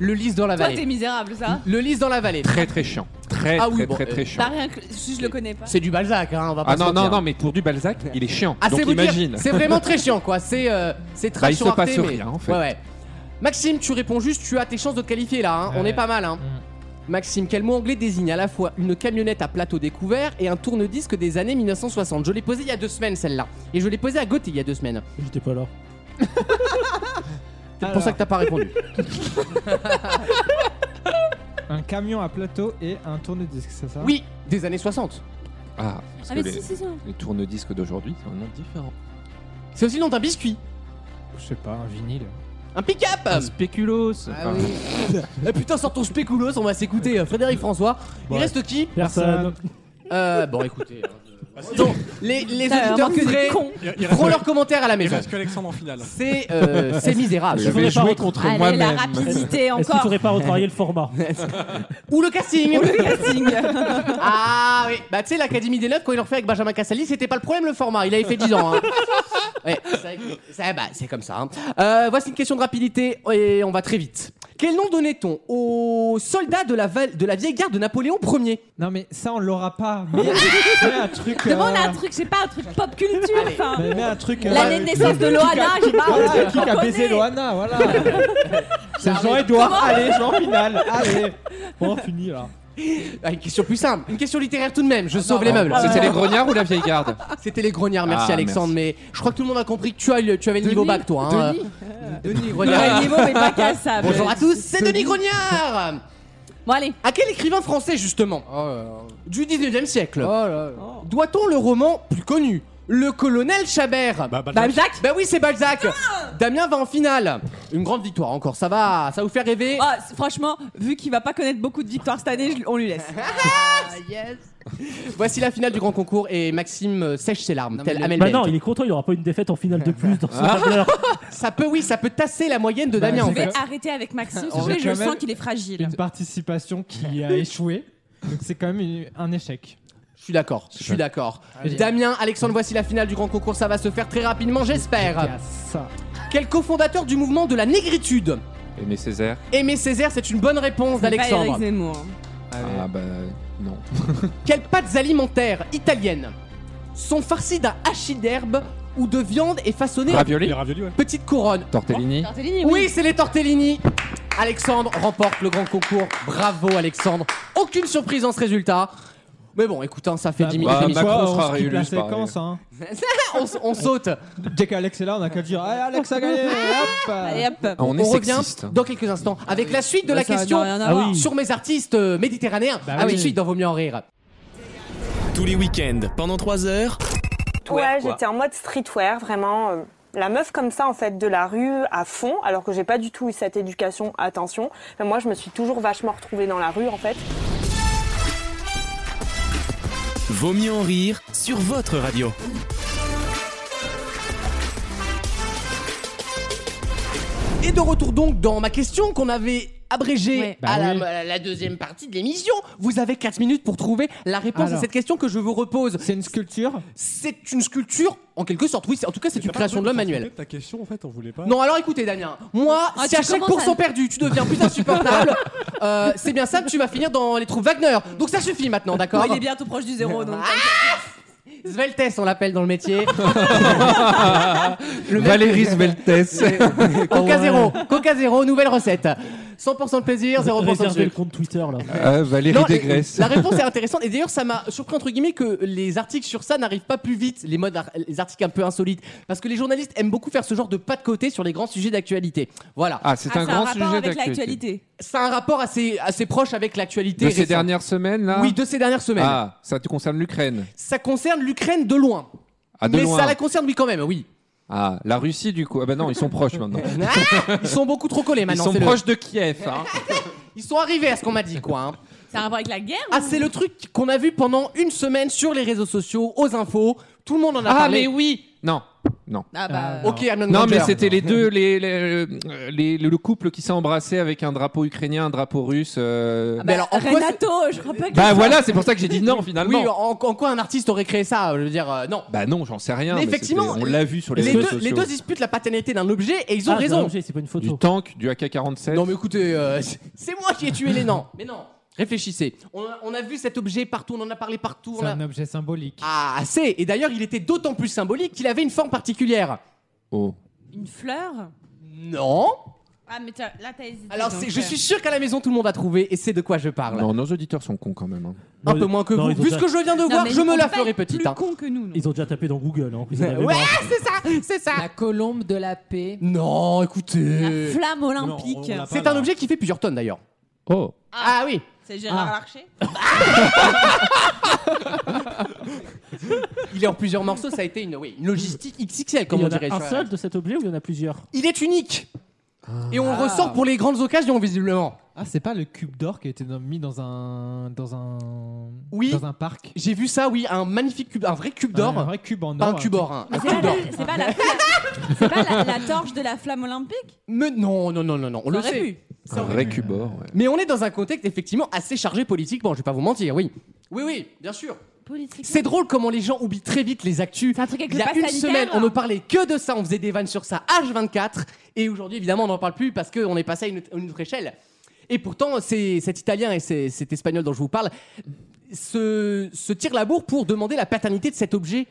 [SPEAKER 2] Le lys dans la
[SPEAKER 4] Toi, t'es
[SPEAKER 2] vallée.
[SPEAKER 4] misérable, ça.
[SPEAKER 2] Le lys dans la vallée.
[SPEAKER 5] Très très chiant. Très
[SPEAKER 2] Ah
[SPEAKER 5] très
[SPEAKER 2] oui, bon,
[SPEAKER 5] très
[SPEAKER 2] euh,
[SPEAKER 5] très
[SPEAKER 4] T'as
[SPEAKER 5] chiant.
[SPEAKER 4] rien. que- Si je le connais pas.
[SPEAKER 2] C'est du Balzac, hein, on va pas
[SPEAKER 5] Ah
[SPEAKER 2] se
[SPEAKER 5] non non
[SPEAKER 2] mentir.
[SPEAKER 5] non, mais pour du Balzac, il est chiant.
[SPEAKER 2] Ah, c'est
[SPEAKER 5] Donc
[SPEAKER 2] vous dire,
[SPEAKER 5] imagine.
[SPEAKER 2] C'est vraiment très chiant, quoi. C'est euh, c'est
[SPEAKER 5] Bah,
[SPEAKER 2] trash
[SPEAKER 5] il se
[SPEAKER 2] sur Arte,
[SPEAKER 5] passe
[SPEAKER 2] mais-
[SPEAKER 5] rien, en fait.
[SPEAKER 2] Ouais, ouais. Maxime, tu réponds juste, tu as tes chances de te qualifier là, hein. on
[SPEAKER 7] Ouais.
[SPEAKER 2] est pas mal. Hein.
[SPEAKER 4] Mm.
[SPEAKER 2] Maxime, quel mot anglais désigne à la fois une camionnette à plateau découvert et un tourne-disque des années 1960 Je l'ai posé il y a deux semaines celle-là. Et je l'ai posé à Gauthier il y a deux semaines.
[SPEAKER 8] J'étais pas là.
[SPEAKER 2] C'est pour ça que t'as pas répondu.
[SPEAKER 7] Un camion à plateau et un tourne-disque, c'est ça
[SPEAKER 2] Hein Oui, des années 60.
[SPEAKER 5] Ah, parce
[SPEAKER 4] Ah,
[SPEAKER 5] que
[SPEAKER 4] mais
[SPEAKER 5] les,
[SPEAKER 4] si, si, si.
[SPEAKER 5] les tourne-disques d'aujourd'hui, c'est un nom différent.
[SPEAKER 2] C'est aussi le nom d'un biscuit.
[SPEAKER 7] Je sais pas, un vinyle.
[SPEAKER 2] Un pick-up
[SPEAKER 5] spéculoos.
[SPEAKER 6] Ah oui.
[SPEAKER 2] Eh Putain, sors ton spéculoos, on va s'écouter euh, Frédéric François. Il
[SPEAKER 7] Ouais.
[SPEAKER 2] reste qui
[SPEAKER 8] Personne.
[SPEAKER 2] Euh, Bon, écoutez. hein, euh, Donc, les, les
[SPEAKER 4] T'as
[SPEAKER 2] auditeurs
[SPEAKER 4] vraiment Ah, que des
[SPEAKER 2] vrais
[SPEAKER 4] cons.
[SPEAKER 3] Il, il reste,
[SPEAKER 2] feront leurs commentaires à la
[SPEAKER 3] il
[SPEAKER 2] maison.
[SPEAKER 3] reste que Alexandre en finale.
[SPEAKER 2] C'est euh, c'est misérable.
[SPEAKER 8] Je voudrais pas
[SPEAKER 5] jouer
[SPEAKER 8] retrouver-
[SPEAKER 5] contre
[SPEAKER 4] Allez, la
[SPEAKER 5] moi-même.
[SPEAKER 4] rapidité
[SPEAKER 8] Est-ce qu'il
[SPEAKER 4] encore.
[SPEAKER 8] faudrait pas retravailler le format
[SPEAKER 2] Ou le casting
[SPEAKER 4] Casting.
[SPEAKER 2] Ah oui, bah tu sais, l'Académie des Neufs, quand ils l'ont fait avec Benjamin Casali, c'était pas le problème le format, il avait fait 10 ans. hein. Ouais, c'est vrai que- ça, bah, c'est comme ça. hein. Euh, voici une question de rapidité et on va très vite. Quel nom donnait-on aux soldats de la, val- de la vieille garde de Napoléon Ier
[SPEAKER 7] Non, mais ça, on l'aura pas. Mais mais un truc. euh,
[SPEAKER 4] Demande un truc, je sais pas, un truc pop culture. enfin.
[SPEAKER 7] mais un truc. euh,
[SPEAKER 4] L'année de naissance de
[SPEAKER 7] le-
[SPEAKER 4] Loana, j'ai pas euh,
[SPEAKER 7] Voilà,
[SPEAKER 4] un
[SPEAKER 7] qui
[SPEAKER 4] truc qu'on
[SPEAKER 7] a baisé
[SPEAKER 4] connaît.
[SPEAKER 7] Loana, voilà. C'est Jean-Edouard. Allez, Jean final. Allez. On finit là.
[SPEAKER 2] Ah, Une question plus simple, une question littéraire tout de même, je sauve les meubles. Ah.
[SPEAKER 5] C'était les grognards ou la vieille garde
[SPEAKER 2] C'était les grognards, bah. merci
[SPEAKER 5] Ah,
[SPEAKER 2] Alexandre, mais je crois que tout le monde a compris que tu, as, le- tu avais le niveau bac, toi. hein.
[SPEAKER 6] Denis,
[SPEAKER 2] Denis
[SPEAKER 4] Ouais,
[SPEAKER 2] Grognard.
[SPEAKER 4] le niveau, mais pas cassable.
[SPEAKER 2] Bonjour à tous, c'est Denis Grognard
[SPEAKER 4] Bon, allez.
[SPEAKER 2] À quel écrivain français, justement
[SPEAKER 6] Oh là là.
[SPEAKER 2] Du 19e siècle.
[SPEAKER 6] Oh là là.
[SPEAKER 2] Doit-on le roman plus connu Le colonel Chabert
[SPEAKER 3] Bah, Balzac.
[SPEAKER 2] Balzac Bah oui, c'est Balzac Damien va en finale Une grande victoire encore, ça va, ça vous fait rêver
[SPEAKER 4] Ah, c'est- franchement, vu qu'il va pas connaître beaucoup de victoires cette année, je- on lui laisse. Ah,
[SPEAKER 2] Voici la finale du grand concours et Maxime euh, sèche ses larmes,
[SPEAKER 6] Non, mais
[SPEAKER 2] tel
[SPEAKER 6] le-
[SPEAKER 2] Amel
[SPEAKER 8] Bah
[SPEAKER 2] Bent.
[SPEAKER 8] non, il est content, il aura pas une défaite en finale de plus dans ce
[SPEAKER 2] Ah.
[SPEAKER 8] tableur.
[SPEAKER 2] Ça peut, oui, ça peut tasser la moyenne de
[SPEAKER 7] Bah,
[SPEAKER 2] Damien en
[SPEAKER 4] Je
[SPEAKER 2] fait.
[SPEAKER 4] vais arrêter avec Maxime,
[SPEAKER 7] On
[SPEAKER 4] s'il vous plaît,
[SPEAKER 7] va
[SPEAKER 4] je
[SPEAKER 7] quand même-
[SPEAKER 4] sens qu'il est fragile.
[SPEAKER 7] Une participation qui a échoué. Donc c'est quand même une- un échec.
[SPEAKER 2] Je suis d'accord, je suis d'accord.
[SPEAKER 7] Allez.
[SPEAKER 2] Damien, Alexandre, voici la finale du grand concours, ça va se faire très rapidement, j'espère.
[SPEAKER 7] ça.
[SPEAKER 2] Quel cofondateur du mouvement de la négritude
[SPEAKER 5] Aimé Césaire
[SPEAKER 2] Aimé Césaire, c'est une bonne réponse
[SPEAKER 4] Pas Éric
[SPEAKER 2] d'Alexandre.
[SPEAKER 4] Zemmour.
[SPEAKER 5] Ah bah non.
[SPEAKER 2] Quelles pâtes alimentaires italiennes sont farcies d'un hachis d'herbe ou de viande et façonnées en
[SPEAKER 5] Ravioli
[SPEAKER 3] Les raviolis, ouais.
[SPEAKER 2] petite couronne
[SPEAKER 5] Tortellini
[SPEAKER 4] Tortellini,
[SPEAKER 2] Oui, c'est les tortellini. Alexandre remporte le grand concours. Bravo Alexandre. Aucune surprise dans ce résultat. Mais bon, écoute, hein, ça fait 10 minutes.
[SPEAKER 5] bah,
[SPEAKER 2] d'émission.
[SPEAKER 5] Macron sera
[SPEAKER 7] on skip la
[SPEAKER 5] réélu, c'est pas
[SPEAKER 7] séquence. Hein.
[SPEAKER 2] on, s- on saute.
[SPEAKER 5] Ah,
[SPEAKER 7] Dès qu'Alex est là, on a qu'à dire Allez, Alex a gagné. Hop.
[SPEAKER 4] Allez, hop.
[SPEAKER 5] Ah, On est
[SPEAKER 2] on revient
[SPEAKER 5] sexiste. hein.
[SPEAKER 2] dans quelques instants avec la suite de
[SPEAKER 4] Bah,
[SPEAKER 2] la
[SPEAKER 4] ça n'a
[SPEAKER 2] question
[SPEAKER 4] rien à voir.
[SPEAKER 8] Ah oui.
[SPEAKER 2] sur mes artistes euh, méditerranéens.
[SPEAKER 7] Bah
[SPEAKER 2] à tout
[SPEAKER 7] oui.
[SPEAKER 2] de suite dans Vaut mieux en rire.
[SPEAKER 1] Tous les week-ends, pendant 3 heures,
[SPEAKER 12] Ouais, j'étais en mode streetwear, vraiment. euh, La meuf comme ça, en fait, de la rue à fond, alors que j'ai pas du tout eu cette éducation, attention. Mais moi, je me suis toujours vachement retrouvée dans la rue, en fait.
[SPEAKER 1] Vaut mieux en rire sur votre radio.
[SPEAKER 2] Et de retour donc dans ma question qu'on avait abrégée
[SPEAKER 13] Ouais.
[SPEAKER 2] à
[SPEAKER 13] Bah
[SPEAKER 2] la,
[SPEAKER 13] oui.
[SPEAKER 2] à la deuxième partie de l'émission. Vous avez 4 minutes pour trouver la réponse à
[SPEAKER 7] Alors.
[SPEAKER 2] cette question que je vous repose.
[SPEAKER 7] C'est une sculpture
[SPEAKER 2] C'est une sculpture, en quelque sorte, oui. c'est- En tout cas, c'est une création de l'homme manuel.
[SPEAKER 3] Ta question, en fait, on voulait pas.
[SPEAKER 2] Non, alors écoutez, Damien, moi,
[SPEAKER 3] Ah,
[SPEAKER 2] si
[SPEAKER 3] tu
[SPEAKER 2] à chaque
[SPEAKER 3] commences
[SPEAKER 2] pourcent
[SPEAKER 3] à-
[SPEAKER 2] perdu, tu deviens plus insupportable, euh, c'est bien simple, tu vas finir dans les troupes Wagner. Donc ça suffit maintenant, d'accord
[SPEAKER 4] Ouais, Oh, il est bientôt proche du zéro. Donc... Ah,
[SPEAKER 2] Sveltes, on l'appelle dans le métier. Le mec-
[SPEAKER 5] Valérie Sveltes.
[SPEAKER 2] Coca zéro, Coca zéro, nouvelle recette. 100% de plaisir, 0% de
[SPEAKER 8] Réservez le
[SPEAKER 2] sucre.
[SPEAKER 8] compte Twitter là.
[SPEAKER 5] Euh, Valérie
[SPEAKER 2] Non,
[SPEAKER 5] Dégresse.
[SPEAKER 2] La réponse est intéressante et d'ailleurs ça m'a surpris entre guillemets que les articles sur ça n'arrivent pas plus vite, les modes, les articles un peu insolites, parce que les journalistes aiment beaucoup faire ce genre de pas de côté sur les grands sujets d'actualité. Voilà.
[SPEAKER 5] Ah, c'est Ah, un ça a un grand rapport sujet avec d'actualité.
[SPEAKER 2] Ça a un rapport assez assez proche avec l'actualité.
[SPEAKER 5] De ces
[SPEAKER 2] récente.
[SPEAKER 5] dernières semaines, là
[SPEAKER 2] Oui, de ces dernières semaines.
[SPEAKER 5] Ah, ça te concerne l'Ukraine.
[SPEAKER 2] Ça concerne l'Ukraine de loin.
[SPEAKER 5] Ah, de
[SPEAKER 2] Mais
[SPEAKER 5] loin.
[SPEAKER 2] ça la concerne oui quand même, oui.
[SPEAKER 5] Ah, la Russie, du coup. Ah, bah non, ils sont proches maintenant.
[SPEAKER 2] Ils sont beaucoup trop collés
[SPEAKER 5] Ils
[SPEAKER 2] maintenant.
[SPEAKER 5] sont
[SPEAKER 2] c'est le-
[SPEAKER 5] proches de Kiev. hein.
[SPEAKER 2] Ils sont arrivés à ce qu'on m'a dit quoi. hein.
[SPEAKER 4] Ça a un rapport avec la guerre
[SPEAKER 2] Ah,
[SPEAKER 4] ou-
[SPEAKER 2] c'est le truc qu'on a vu pendant une semaine sur les réseaux sociaux, aux infos. Tout le monde en a
[SPEAKER 5] Ah,
[SPEAKER 2] parlé.
[SPEAKER 5] mais oui Non, non.
[SPEAKER 4] Ah bah.
[SPEAKER 2] Ok, Hermione
[SPEAKER 5] Non,
[SPEAKER 2] Granger.
[SPEAKER 5] mais c'était les deux, les, les- euh, les- le couple qui s'est embrassé avec un drapeau ukrainien, un drapeau russe. euh,
[SPEAKER 2] Mais alors, en quoi
[SPEAKER 4] bah, Renato, je crois pas que.
[SPEAKER 5] Bah voilà, c'est pour ça que j'ai dit non finalement.
[SPEAKER 2] Bah, Oui, en, en quoi un artiste aurait créé ça Je veux dire, euh, non.
[SPEAKER 5] Bah non, j'en sais rien.
[SPEAKER 2] mais
[SPEAKER 5] mais
[SPEAKER 2] effectivement,
[SPEAKER 5] c'était- on l'a vu sur les,
[SPEAKER 2] deux,
[SPEAKER 5] réseaux sociaux.
[SPEAKER 2] les deux disputent la paternité d'un objet et ils ont
[SPEAKER 8] Ah, d'un
[SPEAKER 2] raison.
[SPEAKER 8] objet, C'est pas une photo.
[SPEAKER 5] Du tank, du AK-47.
[SPEAKER 2] Non mais écoutez, euh, c'est- c'est moi qui ai tué les noms. Mais non. Réfléchissez. On a, on a vu cet objet partout, on en a parlé partout.
[SPEAKER 7] C'est
[SPEAKER 2] on a-
[SPEAKER 7] un objet symbolique.
[SPEAKER 2] Ah, assez. Et d'ailleurs, il était d'autant plus symbolique qu'il avait une forme particulière.
[SPEAKER 5] Oh.
[SPEAKER 4] Une fleur
[SPEAKER 2] Non.
[SPEAKER 4] Ah, mais t'as- là, t'as hésité.
[SPEAKER 2] Alors,
[SPEAKER 4] donc,
[SPEAKER 2] c'est- je
[SPEAKER 4] euh,
[SPEAKER 2] suis sûr qu'à la maison, tout le monde a trouvé et c'est de quoi je parle.
[SPEAKER 5] Non, nos auditeurs sont cons quand même. hein.
[SPEAKER 2] Un peu moins que
[SPEAKER 8] Non,
[SPEAKER 2] vous.
[SPEAKER 8] ils ont
[SPEAKER 2] Vu ce
[SPEAKER 8] déjà-
[SPEAKER 2] que je viens de
[SPEAKER 4] Non,
[SPEAKER 2] voir,
[SPEAKER 4] mais
[SPEAKER 2] je
[SPEAKER 4] on
[SPEAKER 2] me la
[SPEAKER 4] peut
[SPEAKER 2] ferai
[SPEAKER 4] être plus
[SPEAKER 2] petite. hein.
[SPEAKER 4] con que nous. nous.
[SPEAKER 8] Ils ont déjà tapé dans Google. Hein. Ils en avaient
[SPEAKER 2] Ouais,
[SPEAKER 8] marre.
[SPEAKER 2] c'est ça, c'est ça.
[SPEAKER 6] La colombe de la paix.
[SPEAKER 2] Non, écoutez.
[SPEAKER 4] Flamme olympique.
[SPEAKER 3] Non, on- on l'a pas,
[SPEAKER 2] C'est
[SPEAKER 3] là.
[SPEAKER 2] un objet qui fait plusieurs tonnes d'ailleurs.
[SPEAKER 5] Oh.
[SPEAKER 2] Ah, oui.
[SPEAKER 4] C'est Gérard Larcher
[SPEAKER 2] Il est en plusieurs morceaux, ça a été une, oui, une logistique XXL, comme
[SPEAKER 8] il y
[SPEAKER 2] on
[SPEAKER 8] en a
[SPEAKER 2] dirait.
[SPEAKER 8] un
[SPEAKER 2] sur la-
[SPEAKER 8] seul de cet objet ou il y en a plusieurs
[SPEAKER 2] Il est unique. Et on le
[SPEAKER 6] Ah.
[SPEAKER 2] ressort pour les grandes occasions, visiblement.
[SPEAKER 7] Ah, c'est pas le cube d'or qui a été mis dans un. dans un.
[SPEAKER 2] Oui.
[SPEAKER 7] dans un parc
[SPEAKER 2] J'ai vu ça, oui, un magnifique cube, un vrai cube
[SPEAKER 7] Un
[SPEAKER 2] d'or.
[SPEAKER 7] vrai cube en or.
[SPEAKER 2] Pas un cube or, hein,
[SPEAKER 4] Mais
[SPEAKER 2] un
[SPEAKER 4] c'est pas,
[SPEAKER 2] cube d'or.
[SPEAKER 4] la- c'est pas la, c'est pas la- la torche de la flamme olympique
[SPEAKER 2] Mais non, non, non, non, non, on le
[SPEAKER 4] T'aurais
[SPEAKER 2] sait.
[SPEAKER 4] pu.
[SPEAKER 2] Ça
[SPEAKER 5] Un
[SPEAKER 2] aurait
[SPEAKER 5] vrai
[SPEAKER 2] pu.
[SPEAKER 5] cubor. ouais.
[SPEAKER 2] Mais on est dans un contexte effectivement assez chargé politiquement, je vais pas vous mentir, oui. Oui, oui, bien sûr.
[SPEAKER 4] Politique.
[SPEAKER 2] C'est drôle comment les gens oublient très vite les actus.
[SPEAKER 4] C'est un truc avec
[SPEAKER 2] Il
[SPEAKER 4] le
[SPEAKER 2] y a
[SPEAKER 4] pass
[SPEAKER 2] une
[SPEAKER 4] sanitaire,
[SPEAKER 2] semaine, on
[SPEAKER 4] hein.
[SPEAKER 2] ne parlait que de ça, on faisait des vannes sur ça H24, et aujourd'hui, évidemment, on n'en parle plus parce qu'on est passé à une, à une autre échelle. Et pourtant, c'est- cet Italien et c'est- cet Espagnol dont je vous parle se, se tirent la bourre pour demander la paternité de cet objet,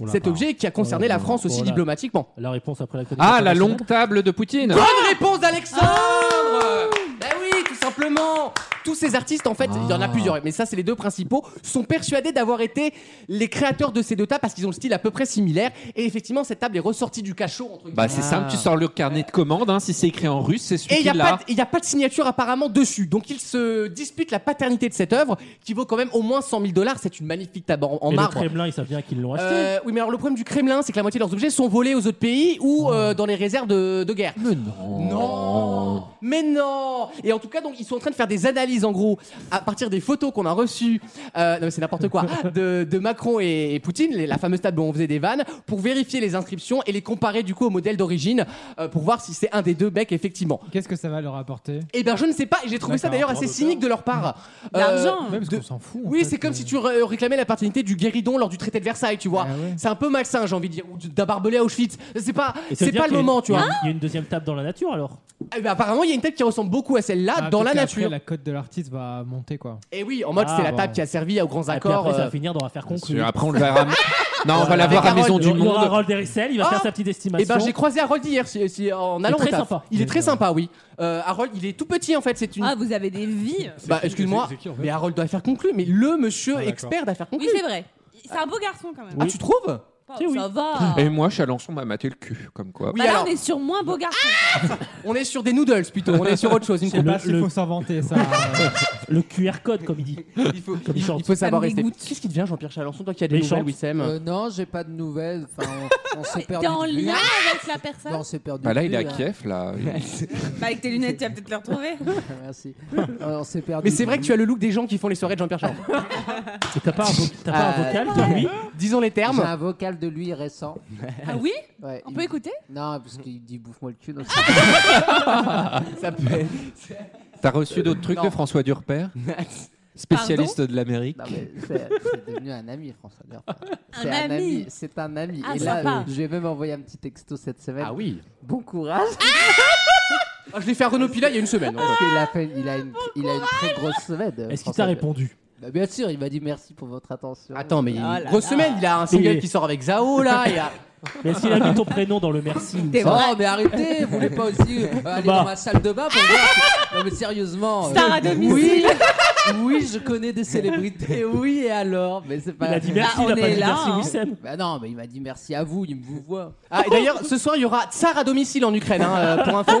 [SPEAKER 8] Oula,
[SPEAKER 2] cet
[SPEAKER 8] bah.
[SPEAKER 2] objet qui a concerné
[SPEAKER 8] Oh là
[SPEAKER 2] la
[SPEAKER 8] là.
[SPEAKER 2] France aussi
[SPEAKER 8] Oh là.
[SPEAKER 2] diplomatiquement.
[SPEAKER 8] La réponse après la chronique
[SPEAKER 5] Ah, la
[SPEAKER 8] internationale.
[SPEAKER 5] longue table de Poutine.
[SPEAKER 2] Bonne réponse
[SPEAKER 5] Ah.
[SPEAKER 2] d'Alexandre Ben oui, tout simplement Tous ces artistes, en fait, il y en a
[SPEAKER 5] Ah.
[SPEAKER 2] plusieurs, mais ça, c'est les deux principaux, sont persuadés d'avoir été les créateurs de ces deux tables parce qu'ils ont le style à peu près similaire. Et effectivement, cette table est ressortie du cachot, entre guillemets.
[SPEAKER 5] Bah c'est simple, tu sors le carnet de commande. hein, si c'est écrit en russe,
[SPEAKER 2] Ah.
[SPEAKER 5] c'est
[SPEAKER 2] Et
[SPEAKER 5] celui
[SPEAKER 2] il n'y
[SPEAKER 5] qui
[SPEAKER 2] a, pas
[SPEAKER 5] l'a.
[SPEAKER 2] de- il y a pas de signature apparemment dessus. Donc ils se disputent la paternité de cette œuvre qui vaut quand même au moins 100 000 dollars. C'est une magnifique table en, en
[SPEAKER 8] Et le
[SPEAKER 2] marbre.
[SPEAKER 8] Kremlin, ils savent bien qu'ils l'ont acheté.
[SPEAKER 2] Euh, oui, mais alors le problème du Kremlin, c'est que la moitié de leurs objets sont volés aux autres pays ou euh, dans les réserves de, de guerre.
[SPEAKER 5] Mais non.
[SPEAKER 2] Non Mais non Et en tout cas, donc, ils sont en train de faire des analyses, en gros, à partir des photos qu'on a reçues, euh, non, mais c'est n'importe quoi, de, de Macron et, et Poutine, les- la fameuse table où on faisait des vannes, pour vérifier les inscriptions et les comparer, du coup, au modèle d'origine, euh, pour voir si c'est un des deux mecs, effectivement.
[SPEAKER 7] Qu'est-ce que ça va leur apporter
[SPEAKER 2] Eh bien, je ne sais pas, et j'ai trouvé ça
[SPEAKER 7] D'accord,
[SPEAKER 2] d'ailleurs
[SPEAKER 7] droit
[SPEAKER 2] assez
[SPEAKER 7] d'auteur.
[SPEAKER 2] cynique de leur part. Euh,
[SPEAKER 4] L'argent
[SPEAKER 7] Même parce
[SPEAKER 2] de-
[SPEAKER 7] qu'on s'en fout. en
[SPEAKER 2] oui,
[SPEAKER 7] fait,
[SPEAKER 2] c'est comme
[SPEAKER 7] euh,
[SPEAKER 2] si tu ré- réclamais la paternité du guéridon lors du traité de Versailles, tu vois.
[SPEAKER 7] Ah ouais.
[SPEAKER 2] C'est un peu malsain, j'ai envie de dire, ou d'un barbelé à Auschwitz. C'est pas,
[SPEAKER 8] Et ça veut
[SPEAKER 2] c'est
[SPEAKER 8] dire
[SPEAKER 2] pas le
[SPEAKER 8] qu'il y a-
[SPEAKER 2] moment, tu
[SPEAKER 8] il y
[SPEAKER 2] vois.
[SPEAKER 8] a- Il y a une deuxième table dans la nature alors.
[SPEAKER 2] Eh ben, apparemment, il y a une tête qui ressemble beaucoup à celle-là
[SPEAKER 7] ah,
[SPEAKER 2] dans
[SPEAKER 7] peut-être
[SPEAKER 2] la
[SPEAKER 7] qu'après,
[SPEAKER 2] nature.
[SPEAKER 7] La cote de l'artiste va monter quoi.
[SPEAKER 2] Et oui, en mode
[SPEAKER 7] Ah,
[SPEAKER 2] c'est la
[SPEAKER 7] bon.
[SPEAKER 2] table qui a servi aux grands
[SPEAKER 8] Et Ah, puis
[SPEAKER 2] accords.
[SPEAKER 8] après, ça
[SPEAKER 2] euh,
[SPEAKER 8] va finir dans l'affaire conclue.
[SPEAKER 5] Sur- Après on le verra. non, on va
[SPEAKER 2] Voilà.
[SPEAKER 5] la voir à
[SPEAKER 2] Avec
[SPEAKER 5] Maison
[SPEAKER 2] Harold,
[SPEAKER 5] du
[SPEAKER 8] Il y aura
[SPEAKER 5] Monde.
[SPEAKER 8] Harold Derrissel, il va
[SPEAKER 2] Ah
[SPEAKER 8] faire sa petite estimation.
[SPEAKER 2] Eh ben j'ai croisé Harold hier si- si- en allant
[SPEAKER 8] Il est
[SPEAKER 2] au
[SPEAKER 8] très
[SPEAKER 2] taf.
[SPEAKER 8] sympa.
[SPEAKER 2] Il est très sympa, oui. Euh, Harold, il est tout petit en fait. C'est une.
[SPEAKER 4] Ah, vous avez des vies
[SPEAKER 2] bah excuse-moi,
[SPEAKER 3] c'est- c'est qui, en fait
[SPEAKER 2] mais Harold doit faire conclure. Mais le monsieur
[SPEAKER 3] Ah, d'accord.
[SPEAKER 2] expert d'affaires
[SPEAKER 4] Oui,
[SPEAKER 2] conclue.
[SPEAKER 4] c'est vrai. C'est un beau garçon quand même.
[SPEAKER 2] Ah tu trouves
[SPEAKER 4] pas,
[SPEAKER 13] Si, oui.
[SPEAKER 4] ça va.
[SPEAKER 5] Et moi, Chalençon m'a maté le cul, comme quoi.
[SPEAKER 4] Bah là, on est sur moins beau garçon.
[SPEAKER 2] On est sur des noodles plutôt, on est sur autre chose. Une
[SPEAKER 7] Bah, C'est pas
[SPEAKER 2] compa-
[SPEAKER 7] s'il faut s'inventer ça.
[SPEAKER 8] Le QR code, comme il dit.
[SPEAKER 2] Il faut,
[SPEAKER 8] il chante.
[SPEAKER 2] faut savoir
[SPEAKER 8] Ça me
[SPEAKER 2] rester.
[SPEAKER 8] dégoûte.
[SPEAKER 2] Qu'est-ce qui devient Jean-Pierre Chalençon, toi qui as des
[SPEAKER 8] Mais il
[SPEAKER 2] nouvelles,
[SPEAKER 8] chante.
[SPEAKER 5] Mm.
[SPEAKER 2] Wissem
[SPEAKER 6] Euh, non, j'ai pas de nouvelles. Enfin, on, on s'est perdu.
[SPEAKER 4] T'es en
[SPEAKER 6] de vue.
[SPEAKER 4] lien avec la personne
[SPEAKER 6] Non, on s'est perdu.
[SPEAKER 5] Bah là,
[SPEAKER 6] de
[SPEAKER 5] il est à
[SPEAKER 6] vue, hein.
[SPEAKER 5] Kiev, là.
[SPEAKER 4] Bah, Avec tes lunettes, tu vas peut-être le retrouver.
[SPEAKER 6] Merci. Euh, on s'est perdu.
[SPEAKER 2] Mais c'est
[SPEAKER 6] de
[SPEAKER 2] vrai que
[SPEAKER 6] vue.
[SPEAKER 2] tu as le look des gens qui font les soirées de Jean-Pierre Chalençon.
[SPEAKER 8] Et t'as pas un, vo- t'as pas un
[SPEAKER 6] Euh,
[SPEAKER 8] vocal, toi, lui
[SPEAKER 2] Disons les
[SPEAKER 6] J'ai
[SPEAKER 2] termes.
[SPEAKER 6] un vocal de lui récent.
[SPEAKER 4] Ah oui
[SPEAKER 6] Ouais,
[SPEAKER 4] On
[SPEAKER 6] il-
[SPEAKER 4] peut écouter
[SPEAKER 6] Non, parce qu'il dit bouffe-moi le cul. donc-
[SPEAKER 2] Ça peut-
[SPEAKER 5] T'as reçu d'autres trucs de François Durper Spécialiste de l'Amérique.
[SPEAKER 6] Non, mais c'est c'est devenu un ami, François. Durand. C'est
[SPEAKER 4] ami.
[SPEAKER 6] C'est un ami.
[SPEAKER 4] Ah,
[SPEAKER 6] Et là,
[SPEAKER 4] sympa.
[SPEAKER 6] euh, je lui ai même envoyé un petit texto cette semaine.
[SPEAKER 2] Ah oui.
[SPEAKER 6] Bon courage.
[SPEAKER 2] Ah, je l'ai fait à Renaud Pila il y a une semaine.
[SPEAKER 4] Ah,
[SPEAKER 2] hein.
[SPEAKER 6] Parce qu'il a, fait- il a, une, il a une très grosse semaine. euh,
[SPEAKER 8] Est-ce qu'il
[SPEAKER 6] François
[SPEAKER 8] t'a
[SPEAKER 6] Durand.
[SPEAKER 8] répondu
[SPEAKER 6] Bah, Bien sûr, il m'a dit merci pour votre attention.
[SPEAKER 2] Attends, mais il y a
[SPEAKER 4] Oh
[SPEAKER 2] une
[SPEAKER 4] là
[SPEAKER 2] grosse
[SPEAKER 4] là.
[SPEAKER 2] semaine, il a un single
[SPEAKER 8] Et-
[SPEAKER 2] qui sort avec Zao là. il y a-
[SPEAKER 8] Mais est-ce qu'il a mis ton prénom dans le merci ou
[SPEAKER 4] T'es
[SPEAKER 8] ça
[SPEAKER 4] vrai.
[SPEAKER 6] Oh, mais arrêtez, vous voulez pas aussi euh, aller
[SPEAKER 8] Bah.
[SPEAKER 6] dans ma salle de bain pour voir si- Non, mais sérieusement. euh,
[SPEAKER 4] Star à
[SPEAKER 6] Oui,
[SPEAKER 4] domicile.
[SPEAKER 6] oui, je connais des célébrités, oui, et alors Mais c'est
[SPEAKER 8] Il
[SPEAKER 6] pas.
[SPEAKER 8] a dit merci,
[SPEAKER 4] Bah,
[SPEAKER 8] il a
[SPEAKER 4] on
[SPEAKER 8] pas
[SPEAKER 4] est
[SPEAKER 8] dit
[SPEAKER 4] là,
[SPEAKER 8] merci,
[SPEAKER 4] hein.
[SPEAKER 8] Wissem.
[SPEAKER 6] Bah non, mais il m'a dit merci à vous, il me vous voit.
[SPEAKER 2] Ah, et D'ailleurs, ce soir, il y aura Tsar à domicile en Ukraine, hein, euh, pour info. Euh,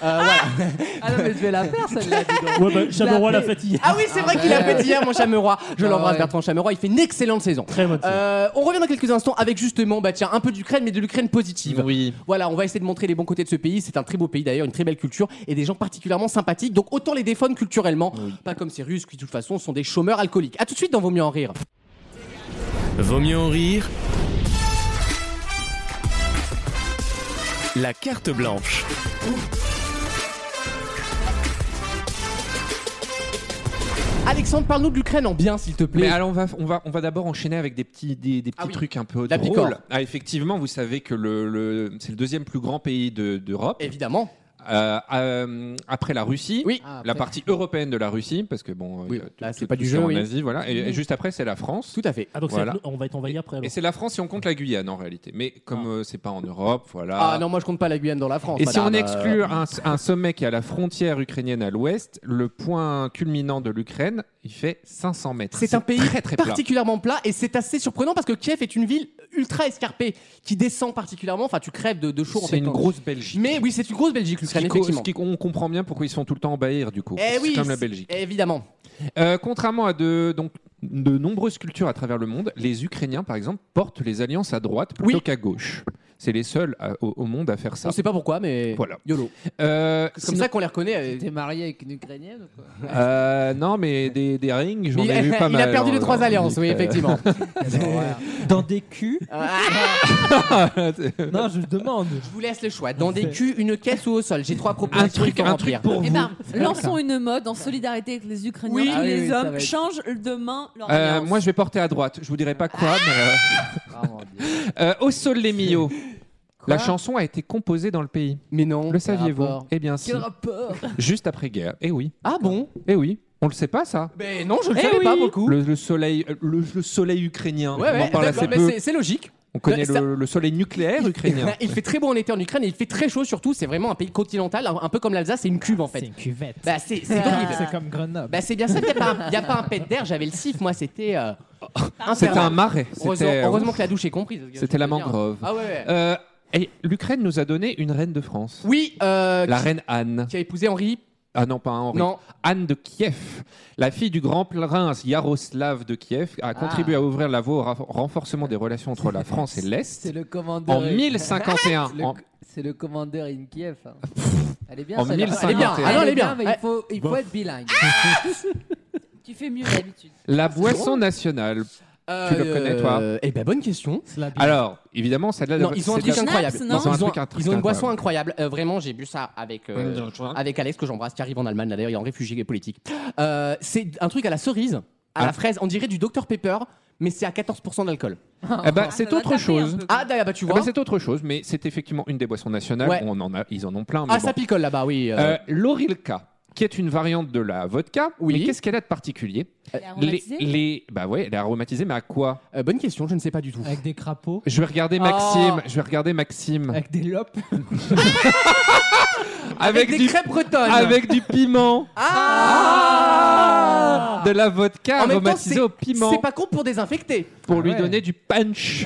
[SPEAKER 2] voilà.
[SPEAKER 6] Ah non, mais je vais la faire, celle-là, dis donc.
[SPEAKER 8] Ouais, bah, Chameroy
[SPEAKER 6] appelé.
[SPEAKER 8] l'a fatigué.
[SPEAKER 2] Ah oui, c'est vrai qu'il a fait hier, mon Chameroy. Je
[SPEAKER 6] Ah
[SPEAKER 2] l'embrasse,
[SPEAKER 6] ouais.
[SPEAKER 2] Bertrand Chameroy. Il fait une excellente saison.
[SPEAKER 8] Très bonne saison.
[SPEAKER 2] Euh, on revient dans quelques instants avec justement, bah tiens, un peu d'Ukraine, mais de l'Ukraine positive.
[SPEAKER 5] Oui.
[SPEAKER 2] Voilà, on va essayer de montrer les bons côtés de ce pays. C'est un très beau pays d'ailleurs, une très belle culture et des gens particulièrement sympathiques. Donc autant les défendre culturellement, pas comme ces Russes qui de toute façon sont des chômeurs alcooliques. À tout de suite dans Vaut mieux en rire.
[SPEAKER 1] Vaut mieux en rire. La carte blanche.
[SPEAKER 2] Alexandre, parle-nous de l'Ukraine en bien, s'il te
[SPEAKER 5] Mais
[SPEAKER 2] plaît.
[SPEAKER 5] alors on va, on va, on va d'abord enchaîner avec des petits, des, des petits
[SPEAKER 2] Ah oui.
[SPEAKER 5] trucs un peu
[SPEAKER 2] La
[SPEAKER 5] drôles.
[SPEAKER 2] picore.
[SPEAKER 5] Ah, effectivement, vous savez que le, le- c'est le deuxième plus grand pays de- d'Europe.
[SPEAKER 2] Évidemment.
[SPEAKER 5] Euh, euh, après la Russie,
[SPEAKER 2] Oui.
[SPEAKER 6] Ah, après.
[SPEAKER 5] la partie européenne de la Russie, parce que bon,
[SPEAKER 2] Oui,
[SPEAKER 5] il y a tout-
[SPEAKER 2] là, c'est
[SPEAKER 5] tout-
[SPEAKER 2] pas du
[SPEAKER 5] tout
[SPEAKER 2] jeu,
[SPEAKER 5] ça en
[SPEAKER 2] oui.
[SPEAKER 5] Asie, voilà. Et, et juste après, c'est la France.
[SPEAKER 2] Tout à fait.
[SPEAKER 8] Ah, donc c'est-
[SPEAKER 5] Voilà.
[SPEAKER 8] on va être envahi après. alors.
[SPEAKER 5] Et c'est la France si on compte la Guyane en réalité. Mais comme euh, c'est pas en Europe, voilà.
[SPEAKER 2] Ah non, moi je compte pas la Guyane dans la France.
[SPEAKER 5] Euh, Et si on
[SPEAKER 2] madame, euh,
[SPEAKER 5] exclut un, un sommet qui est à la frontière ukrainienne à l'ouest, le point culminant de l'Ukraine, il fait 500 mètres.
[SPEAKER 2] C'est un pays
[SPEAKER 5] très très plat.
[SPEAKER 2] particulièrement plat et c'est assez surprenant parce que Kiev est une ville ultra escarpée qui descend particulièrement. Enfin, tu crèves de, de chaud en
[SPEAKER 5] C'est
[SPEAKER 2] fait,
[SPEAKER 5] une
[SPEAKER 2] quand-
[SPEAKER 5] grosse Belgique.
[SPEAKER 2] Mais oui, c'est une grosse Belgique,
[SPEAKER 5] Ce qui
[SPEAKER 2] l'Ukraine,
[SPEAKER 5] co-
[SPEAKER 2] effectivement.
[SPEAKER 5] ce qui- on comprend bien pourquoi ils sont tout le temps en Baïre, du coup.
[SPEAKER 2] Eh
[SPEAKER 5] C'est
[SPEAKER 2] oui,
[SPEAKER 5] comme la
[SPEAKER 2] c'est-
[SPEAKER 5] Belgique.
[SPEAKER 2] Évidemment.
[SPEAKER 5] Euh, contrairement à de, donc, de nombreuses cultures à travers le monde, les Ukrainiens, par exemple, portent les alliances à droite plutôt
[SPEAKER 2] Oui.
[SPEAKER 5] qu'à gauche. C'est les seuls à- au, au monde à faire
[SPEAKER 2] On
[SPEAKER 5] ça.
[SPEAKER 2] sait pas pourquoi, mais
[SPEAKER 5] Voilà.
[SPEAKER 2] YOLO.
[SPEAKER 5] Euh,
[SPEAKER 2] C'est comme ça qu'on les reconnaît. euh,
[SPEAKER 6] T'es marié avec une ukrainienne ou quoi
[SPEAKER 5] euh, non, mais des, des rings, j'en
[SPEAKER 2] Il,
[SPEAKER 5] ai vu pas
[SPEAKER 2] il
[SPEAKER 5] mal. hein,
[SPEAKER 2] a perdu
[SPEAKER 5] en-
[SPEAKER 2] les trois
[SPEAKER 5] en
[SPEAKER 2] alliances, oui,
[SPEAKER 5] Ukraine.
[SPEAKER 2] effectivement.
[SPEAKER 7] Dans des culs Euh, Non, je demande.
[SPEAKER 2] Je vous laisse le choix. Dans des culs, une caisse ou au sol. J'ai trois
[SPEAKER 5] un
[SPEAKER 2] propositions
[SPEAKER 5] truc,
[SPEAKER 2] pour
[SPEAKER 5] un
[SPEAKER 2] remplir.
[SPEAKER 5] truc pour
[SPEAKER 4] Eh
[SPEAKER 5] vous.
[SPEAKER 4] ben, lançons une mode en solidarité avec les Ukrainiens.
[SPEAKER 2] Oui.
[SPEAKER 4] Tous
[SPEAKER 6] Ah oui,
[SPEAKER 4] les
[SPEAKER 6] oui, ça
[SPEAKER 4] hommes
[SPEAKER 6] va être-
[SPEAKER 4] changent demain leur
[SPEAKER 5] Euh,
[SPEAKER 4] alliance.
[SPEAKER 5] moi, je vais porter à droite. Je vous dirai pas quoi. mais, euh,
[SPEAKER 6] Ah, mon Dieu.
[SPEAKER 5] euh, au sol les Millau.
[SPEAKER 6] Quoi
[SPEAKER 5] La chanson a été composée dans le pays.
[SPEAKER 2] Mais non.
[SPEAKER 5] Le saviez-vous
[SPEAKER 6] rapport
[SPEAKER 5] Eh bien, si.
[SPEAKER 4] Quel rapport
[SPEAKER 5] Juste après guerre. Eh oui.
[SPEAKER 2] Ah bon
[SPEAKER 5] Eh oui. On le sait pas ça.
[SPEAKER 2] Mais Ben non, je le
[SPEAKER 5] Eh
[SPEAKER 2] savais
[SPEAKER 5] oui.
[SPEAKER 2] pas beaucoup.
[SPEAKER 5] Le, le soleil, euh, le, le soleil ukrainien.
[SPEAKER 2] Ouais,
[SPEAKER 5] on en
[SPEAKER 2] ouais,
[SPEAKER 5] parle
[SPEAKER 2] d'accord,
[SPEAKER 5] assez
[SPEAKER 2] mais
[SPEAKER 5] peu.
[SPEAKER 2] c'est- c'est logique.
[SPEAKER 5] On connaît
[SPEAKER 2] Ça-
[SPEAKER 5] le, le soleil nucléaire ukrainien.
[SPEAKER 2] Il fait très beau en été en Ukraine et il fait très chaud surtout. C'est vraiment un pays continental, un un peu comme l'Alsace, c'est une cube en
[SPEAKER 7] C'est
[SPEAKER 2] fait.
[SPEAKER 7] une cuvette.
[SPEAKER 5] Ah,
[SPEAKER 2] Bah, c'est c'est horrible.
[SPEAKER 7] C'est comme Grenoble.
[SPEAKER 2] Bah, c'est bien ça, il n'y a, pas un- y a pas un pet d'air, j'avais le sif, moi c'était. euh,
[SPEAKER 5] C'était un
[SPEAKER 2] infernal.
[SPEAKER 5] marais.
[SPEAKER 2] Heureusement,
[SPEAKER 5] C'était euh,
[SPEAKER 2] heureusement que la douche est comprise. parce que
[SPEAKER 5] c'était
[SPEAKER 2] je
[SPEAKER 5] la
[SPEAKER 2] peux te dire.
[SPEAKER 5] mangrove.
[SPEAKER 2] Ah ouais, ouais.
[SPEAKER 5] Euh, et l'Ukraine nous a donné une reine de France.
[SPEAKER 2] Oui, euh,
[SPEAKER 5] La
[SPEAKER 2] qui,
[SPEAKER 5] reine Anne.
[SPEAKER 2] qui a épousé Henri.
[SPEAKER 5] Ah non, pas Henri.
[SPEAKER 2] Non.
[SPEAKER 5] Anne de Kiev, la fille du grand prince Yaroslav de Kiev, a contribué à ouvrir la voie au ra- renforcement des relations entre la France et l'Est
[SPEAKER 6] C'est le commandeur.
[SPEAKER 5] en 1051.
[SPEAKER 6] Le-
[SPEAKER 5] En-
[SPEAKER 6] C'est le commandeur in Kiev. hein. Elle est bien.
[SPEAKER 5] En
[SPEAKER 6] celle-là.
[SPEAKER 5] 1051.
[SPEAKER 2] Ah non, elle est bien. Ah,
[SPEAKER 6] mais
[SPEAKER 2] Ouais.
[SPEAKER 6] il faut, il faut être bilingue.
[SPEAKER 4] Tu fais mieux que d'habitude.
[SPEAKER 5] La boisson nationale. le connais, toi
[SPEAKER 2] Eh ben, bonne question.
[SPEAKER 5] Alors, évidemment, celle-là.
[SPEAKER 2] Non, ils ont un
[SPEAKER 5] c'est de la-
[SPEAKER 2] truc incroyable.
[SPEAKER 4] Snaps, non
[SPEAKER 2] ils,
[SPEAKER 5] Ils ont
[SPEAKER 2] ont,
[SPEAKER 5] un truc
[SPEAKER 2] ils ont une boisson
[SPEAKER 5] incroyable.
[SPEAKER 2] incroyable. Euh, vraiment, j'ai bu ça avec, euh, avec Alex, que j'embrasse, qui arrive en Allemagne. là, D'ailleurs, il est en réfugié politique. Euh, c'est un truc à la cerise, à
[SPEAKER 5] Ah.
[SPEAKER 2] la fraise. On dirait du Dr Pepper, mais c'est à 14% d'alcool.
[SPEAKER 5] Eh ben,
[SPEAKER 4] Ah, ça
[SPEAKER 5] c'est
[SPEAKER 4] va
[SPEAKER 5] autre
[SPEAKER 4] taper
[SPEAKER 5] chose.
[SPEAKER 4] un peu.
[SPEAKER 2] Ah, d'ailleurs, bah, tu
[SPEAKER 5] Eh
[SPEAKER 2] vois.
[SPEAKER 5] ben, c'est autre chose, mais c'est effectivement une des boissons nationales.
[SPEAKER 2] Ouais.
[SPEAKER 5] On en a, ils en ont plein. Mais
[SPEAKER 2] ah,
[SPEAKER 5] bon.
[SPEAKER 2] ça picole là-bas, oui. euh.
[SPEAKER 5] Euh, L'Orilka, qui est une variante de la vodka.
[SPEAKER 2] Oui.
[SPEAKER 5] Mais qu'est-ce qu'elle a de particulier
[SPEAKER 4] Elle est
[SPEAKER 5] les,
[SPEAKER 4] aromatisée
[SPEAKER 5] les, Bah ouais, elle est aromatisée, mais à quoi
[SPEAKER 2] Euh, bonne question, je ne sais pas du tout.
[SPEAKER 7] Avec des crapauds,
[SPEAKER 5] Je vais regarder Maxime. Je vais regarder Maxime.
[SPEAKER 7] avec des lopes.
[SPEAKER 2] Ah, Avec des crêpes bretonnes.
[SPEAKER 5] avec du piment.
[SPEAKER 2] Ah
[SPEAKER 5] de la vodka
[SPEAKER 2] En même temps,
[SPEAKER 5] aromatisée
[SPEAKER 2] c'est-
[SPEAKER 5] au piment.
[SPEAKER 2] C'est pas con pour désinfecter.
[SPEAKER 5] Pour lui donner du punch.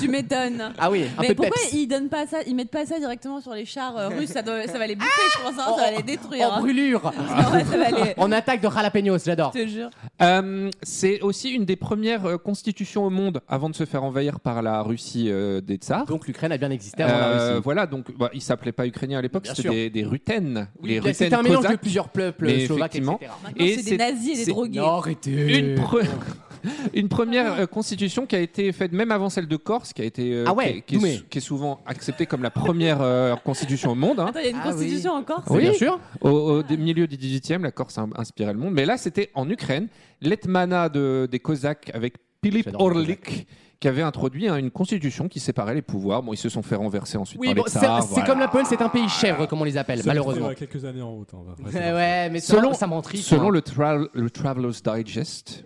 [SPEAKER 4] tu m'étonnes.
[SPEAKER 2] Ah oui, un
[SPEAKER 4] Mais
[SPEAKER 2] peu de
[SPEAKER 4] pourquoi
[SPEAKER 2] peps.
[SPEAKER 4] ils donnent pas ça Ils mettent pas ça directement sur les chars euh, russes ça, doit- ça va les bouffer, je pense. hein,
[SPEAKER 2] En-
[SPEAKER 4] ça va les détruire.
[SPEAKER 2] En
[SPEAKER 4] hein.
[SPEAKER 2] brûlure.
[SPEAKER 4] En vrai, ça va les.
[SPEAKER 2] En attaque de jalapenos, j'adore.
[SPEAKER 4] Je te jure.
[SPEAKER 5] Euh, c'est aussi une des premières euh, constitutions au monde avant de se faire envahir par la Russie euh, des tsars.
[SPEAKER 2] Donc l'Ukraine a bien existé avant la
[SPEAKER 5] Euh,
[SPEAKER 2] Russie.
[SPEAKER 5] Voilà, donc bah, ils s'appelaient pas ukrainiens à l'époque,
[SPEAKER 2] Bien
[SPEAKER 5] c'était
[SPEAKER 2] sûr.
[SPEAKER 5] des, des rutènes.
[SPEAKER 2] Oui,
[SPEAKER 5] les
[SPEAKER 2] bien,
[SPEAKER 5] rutènes
[SPEAKER 2] c'était un mélange
[SPEAKER 5] cosaques.
[SPEAKER 2] de plusieurs peuples,
[SPEAKER 5] Mais
[SPEAKER 2] slovaques,
[SPEAKER 5] effectivement.
[SPEAKER 2] etc.
[SPEAKER 4] Maintenant, c'est des nazis et des
[SPEAKER 5] c'est
[SPEAKER 4] drogués.
[SPEAKER 2] Non, arrêtez.
[SPEAKER 5] Une, pre- une première euh, constitution qui a été faite même avant celle de Corse, qui a été euh,
[SPEAKER 2] Ah ouais,
[SPEAKER 5] qui, est- qui est,
[SPEAKER 2] Doumé.
[SPEAKER 5] sou- qui est souvent acceptée comme la première euh, constitution au monde. hein.
[SPEAKER 4] Attends, il y a une
[SPEAKER 6] Ah
[SPEAKER 4] constitution encore
[SPEAKER 5] Oui,
[SPEAKER 2] bien sûr.
[SPEAKER 5] Au, au dé- milieu du 18e, la Corse a inspiré le monde. Mais là, c'était en Ukraine. L'Etmana de- des Cosaques avec Philippe
[SPEAKER 2] J'adore les
[SPEAKER 5] Orlik qui avait introduit hein, une constitution qui séparait les pouvoirs. Bon, ils se sont fait renverser ensuite
[SPEAKER 2] Oui,
[SPEAKER 5] par
[SPEAKER 2] bon,
[SPEAKER 5] les
[SPEAKER 2] c'est
[SPEAKER 5] tsars.
[SPEAKER 2] c'est
[SPEAKER 5] voilà.
[SPEAKER 2] comme la Pologne, c'est un pays chèvre, comme on les appelle,
[SPEAKER 3] Ça
[SPEAKER 2] malheureusement.
[SPEAKER 3] prendra quelques années en route. hein, on va-
[SPEAKER 2] Ouais,
[SPEAKER 3] ouais, c'est
[SPEAKER 2] ouais, mais ça-
[SPEAKER 5] Selon-
[SPEAKER 2] ça me rend triste,
[SPEAKER 5] Selon
[SPEAKER 2] hein.
[SPEAKER 5] le, tra- le Traveler's Digest,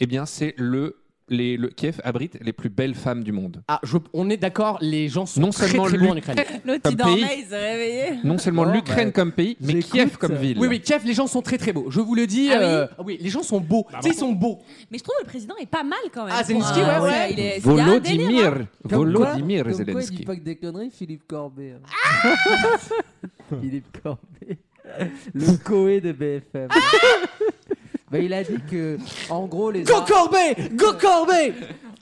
[SPEAKER 5] eh bien, c'est le, les, le Kiev abrite les plus belles femmes du monde.
[SPEAKER 2] Ah, je- on est d'accord, les gens sont
[SPEAKER 5] Non
[SPEAKER 2] très,
[SPEAKER 5] seulement
[SPEAKER 2] très bons
[SPEAKER 5] lui-
[SPEAKER 2] en Ukraine.
[SPEAKER 4] L'autre,
[SPEAKER 5] Comme
[SPEAKER 4] il dormait,
[SPEAKER 5] pays.
[SPEAKER 4] il s'est réveillé.
[SPEAKER 5] Non seulement
[SPEAKER 7] Bon,
[SPEAKER 5] l'Ukraine
[SPEAKER 7] bah,
[SPEAKER 5] comme pays, mais
[SPEAKER 7] j'écoute.
[SPEAKER 5] Kiev comme ville.
[SPEAKER 2] Oui, oui, Kiev, les gens sont très très beaux. Je vous le dis.
[SPEAKER 4] Ah oui
[SPEAKER 2] euh, oui, les gens sont beaux. tu sais, ils sont beaux.
[SPEAKER 4] Mais je trouve que le président est pas mal quand même.
[SPEAKER 2] Ah, Zelensky,
[SPEAKER 4] Pour un-
[SPEAKER 2] ouais, ouais.
[SPEAKER 4] Il est, il y a un délire, hein.
[SPEAKER 5] Volodymyr,
[SPEAKER 6] Comme quoi-
[SPEAKER 5] Volodymyr
[SPEAKER 6] comme quoi, il
[SPEAKER 5] Zelensky.
[SPEAKER 6] dit pas que des conneries, Philippe Corbet. hein.
[SPEAKER 2] Ah.
[SPEAKER 6] Philippe Corbet. Le Coé de BFM.
[SPEAKER 2] Ah.
[SPEAKER 6] Bah, il a dit que, en gros, les
[SPEAKER 2] Go
[SPEAKER 6] Arabes,
[SPEAKER 2] Corbet Go Corbet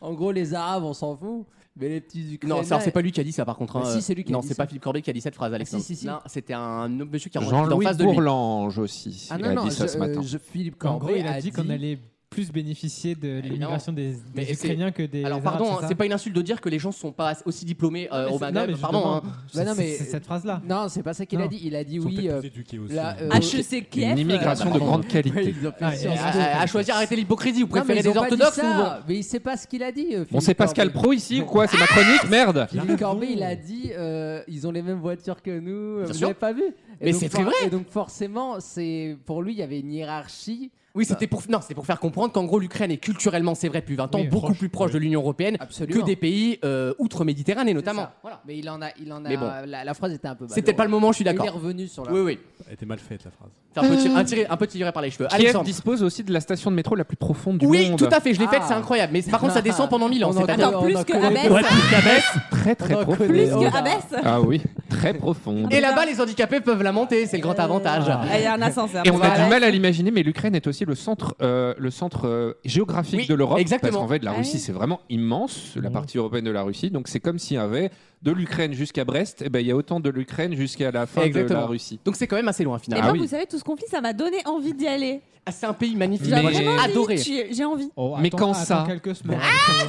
[SPEAKER 6] en gros, les Arabes, on s'en fout, mais les petits Ukrainiens.
[SPEAKER 2] Non, c'est- alors, c'est pas lui qui a dit ça par contre.
[SPEAKER 6] Ah,
[SPEAKER 2] hein.
[SPEAKER 6] si, c'est lui qui a
[SPEAKER 2] Non,
[SPEAKER 6] dit
[SPEAKER 2] c'est
[SPEAKER 6] ça.
[SPEAKER 2] pas Philippe Corbet qui a dit cette phrase, Alexandre.
[SPEAKER 6] si, si.
[SPEAKER 2] Non, c'était un autre monsieur qui a rendu en
[SPEAKER 5] Jean-Louis
[SPEAKER 2] face de lui.
[SPEAKER 5] Bourlange aussi
[SPEAKER 6] Ah
[SPEAKER 5] il
[SPEAKER 6] non,
[SPEAKER 5] a
[SPEAKER 6] non,
[SPEAKER 5] dit ça
[SPEAKER 6] je-
[SPEAKER 5] ce matin.
[SPEAKER 6] euh, je- Philippe
[SPEAKER 7] En
[SPEAKER 6] Corbet
[SPEAKER 7] gros, il a dit qu'on
[SPEAKER 6] dit-
[SPEAKER 7] allait plus bénéficier de l'immigration des, des
[SPEAKER 2] Mais c'est-
[SPEAKER 7] Ukrainiens que des.
[SPEAKER 2] Alors
[SPEAKER 7] Arabes,
[SPEAKER 2] pardon, hein,
[SPEAKER 7] ça
[SPEAKER 2] c'est pas une insulte de dire que les gens sont pas aussi diplômés euh,
[SPEAKER 7] Non,
[SPEAKER 2] au
[SPEAKER 7] mais
[SPEAKER 2] Maghreb.
[SPEAKER 7] justement,
[SPEAKER 2] Pardon. hein.
[SPEAKER 7] c'est-
[SPEAKER 6] Bah non, mais-
[SPEAKER 7] C'est cette phrase-là.
[SPEAKER 6] Non, c'est pas ça qu'il a
[SPEAKER 7] Non.
[SPEAKER 6] dit. Il a dit
[SPEAKER 3] Ils sont
[SPEAKER 6] oui.
[SPEAKER 3] peut-être
[SPEAKER 6] euh,
[SPEAKER 3] plus éduqués aussi. hein.
[SPEAKER 6] la, euh,
[SPEAKER 4] HEC E Kiev.
[SPEAKER 5] Une immigration
[SPEAKER 2] bah,
[SPEAKER 5] de
[SPEAKER 2] pardon.
[SPEAKER 5] grande
[SPEAKER 6] ouais,
[SPEAKER 5] qualité.
[SPEAKER 6] ils ont fait
[SPEAKER 7] Ah,
[SPEAKER 6] sur-
[SPEAKER 7] et-
[SPEAKER 2] Euh, À, à- à choisir arrêter l'hypocrisie, vous
[SPEAKER 6] Non, mais
[SPEAKER 2] préférez
[SPEAKER 6] ils ont
[SPEAKER 2] les
[SPEAKER 6] pas dit
[SPEAKER 2] orthodoxes ou
[SPEAKER 6] ça, Mais il sait pas ce qu'il a dit. euh,
[SPEAKER 5] Bon, c'est
[SPEAKER 6] Philippe
[SPEAKER 5] Pascal
[SPEAKER 6] Corbet.
[SPEAKER 5] Pro ici ou quoi C'est ma
[SPEAKER 2] Ah
[SPEAKER 5] chronique Merde
[SPEAKER 6] Philippe Corbet, il a dit euh, ils ont les mêmes voitures que nous. euh, Vous
[SPEAKER 2] sûr.
[SPEAKER 6] l'avez pas vu Et
[SPEAKER 2] Mais
[SPEAKER 6] donc,
[SPEAKER 2] c'est très
[SPEAKER 6] for-
[SPEAKER 2] vrai.
[SPEAKER 6] Et donc forcément, c'est pour lui, il y avait une hiérarchie.
[SPEAKER 2] Oui, c'était
[SPEAKER 6] Bah.
[SPEAKER 2] pour non, c'était pour faire comprendre qu'en gros l'Ukraine est culturellement, c'est vrai, depuis 20 ans,
[SPEAKER 7] Oui,
[SPEAKER 2] beaucoup plus proche de l'Union européenne
[SPEAKER 6] Absolument.
[SPEAKER 2] que des pays euh, outre-Méditerranée notamment.
[SPEAKER 6] ça. Bah, Mais il en a, il en a.
[SPEAKER 2] Mais bon.
[SPEAKER 6] La, la phrase était un peu.
[SPEAKER 2] C'est peut-être pas le moment, je suis
[SPEAKER 6] malheureuse. Il est
[SPEAKER 2] d'accord.
[SPEAKER 6] revenu sur la.
[SPEAKER 2] Oui, oui.
[SPEAKER 3] Elle était mal faite la phrase.
[SPEAKER 2] C'est un peu tiré, un tiré- un peu tiré par les cheveux.
[SPEAKER 5] Kiev
[SPEAKER 2] Alexandre.
[SPEAKER 5] dispose aussi de la station de métro la plus profonde du
[SPEAKER 2] Oui,
[SPEAKER 5] monde.
[SPEAKER 2] tout à fait, je l'ai
[SPEAKER 6] Ah.
[SPEAKER 2] faite, c'est incroyable. Mais par contre, ça descend pendant 1000 ans.
[SPEAKER 6] On
[SPEAKER 2] c'est
[SPEAKER 6] en
[SPEAKER 2] pas bien.
[SPEAKER 6] connaît-
[SPEAKER 4] Attends,
[SPEAKER 6] on
[SPEAKER 4] plus
[SPEAKER 6] en
[SPEAKER 4] que
[SPEAKER 6] connaît-
[SPEAKER 4] Abès.
[SPEAKER 8] Ouais, plus qu'à Metz.
[SPEAKER 5] Très très
[SPEAKER 6] On en
[SPEAKER 5] profonde.
[SPEAKER 6] connaît
[SPEAKER 4] euh, Plus que
[SPEAKER 6] Oh là.
[SPEAKER 4] Abès.
[SPEAKER 5] Ah oui, très profonde.
[SPEAKER 2] Et là-bas, les handicapés peuvent la monter, c'est le
[SPEAKER 6] Euh.
[SPEAKER 2] grand avantage.
[SPEAKER 4] Ah, Il y a un ascenseur.
[SPEAKER 5] Et on a
[SPEAKER 4] Abès.
[SPEAKER 5] du mal à l'imaginer, mais l'Ukraine est aussi le centre, euh, le centre euh, géographique
[SPEAKER 2] Oui,
[SPEAKER 5] de l'Europe.
[SPEAKER 2] exactement. Mm.
[SPEAKER 5] Parce qu'en fait, la
[SPEAKER 4] Ah
[SPEAKER 5] Russie,
[SPEAKER 4] oui.
[SPEAKER 5] c'est vraiment immense, la
[SPEAKER 8] Mhm.
[SPEAKER 5] partie européenne de la Russie. Donc, c'est comme s'il y avait de l'Ukraine jusqu'à Brest. Et ben, il y a autant de l'Ukraine jusqu'à la fin de
[SPEAKER 2] Exactement.
[SPEAKER 5] la Russie.
[SPEAKER 2] Donc c'est quand même assez loin
[SPEAKER 4] Mais
[SPEAKER 2] finalement.
[SPEAKER 5] Ah
[SPEAKER 4] moi,
[SPEAKER 5] oui.
[SPEAKER 4] vous savez, tout ce conflit, ça m'a donné envie d'y aller.
[SPEAKER 2] Ah, c'est un pays magnifique,
[SPEAKER 5] Mais-
[SPEAKER 2] moi, j'ai
[SPEAKER 5] Vraiment,
[SPEAKER 2] adoré.
[SPEAKER 4] J'ai j'ai envie.
[SPEAKER 7] Oh,
[SPEAKER 5] Mais
[SPEAKER 7] attends-
[SPEAKER 5] quand
[SPEAKER 7] attends
[SPEAKER 5] ça
[SPEAKER 7] quelques semaines.
[SPEAKER 2] Ah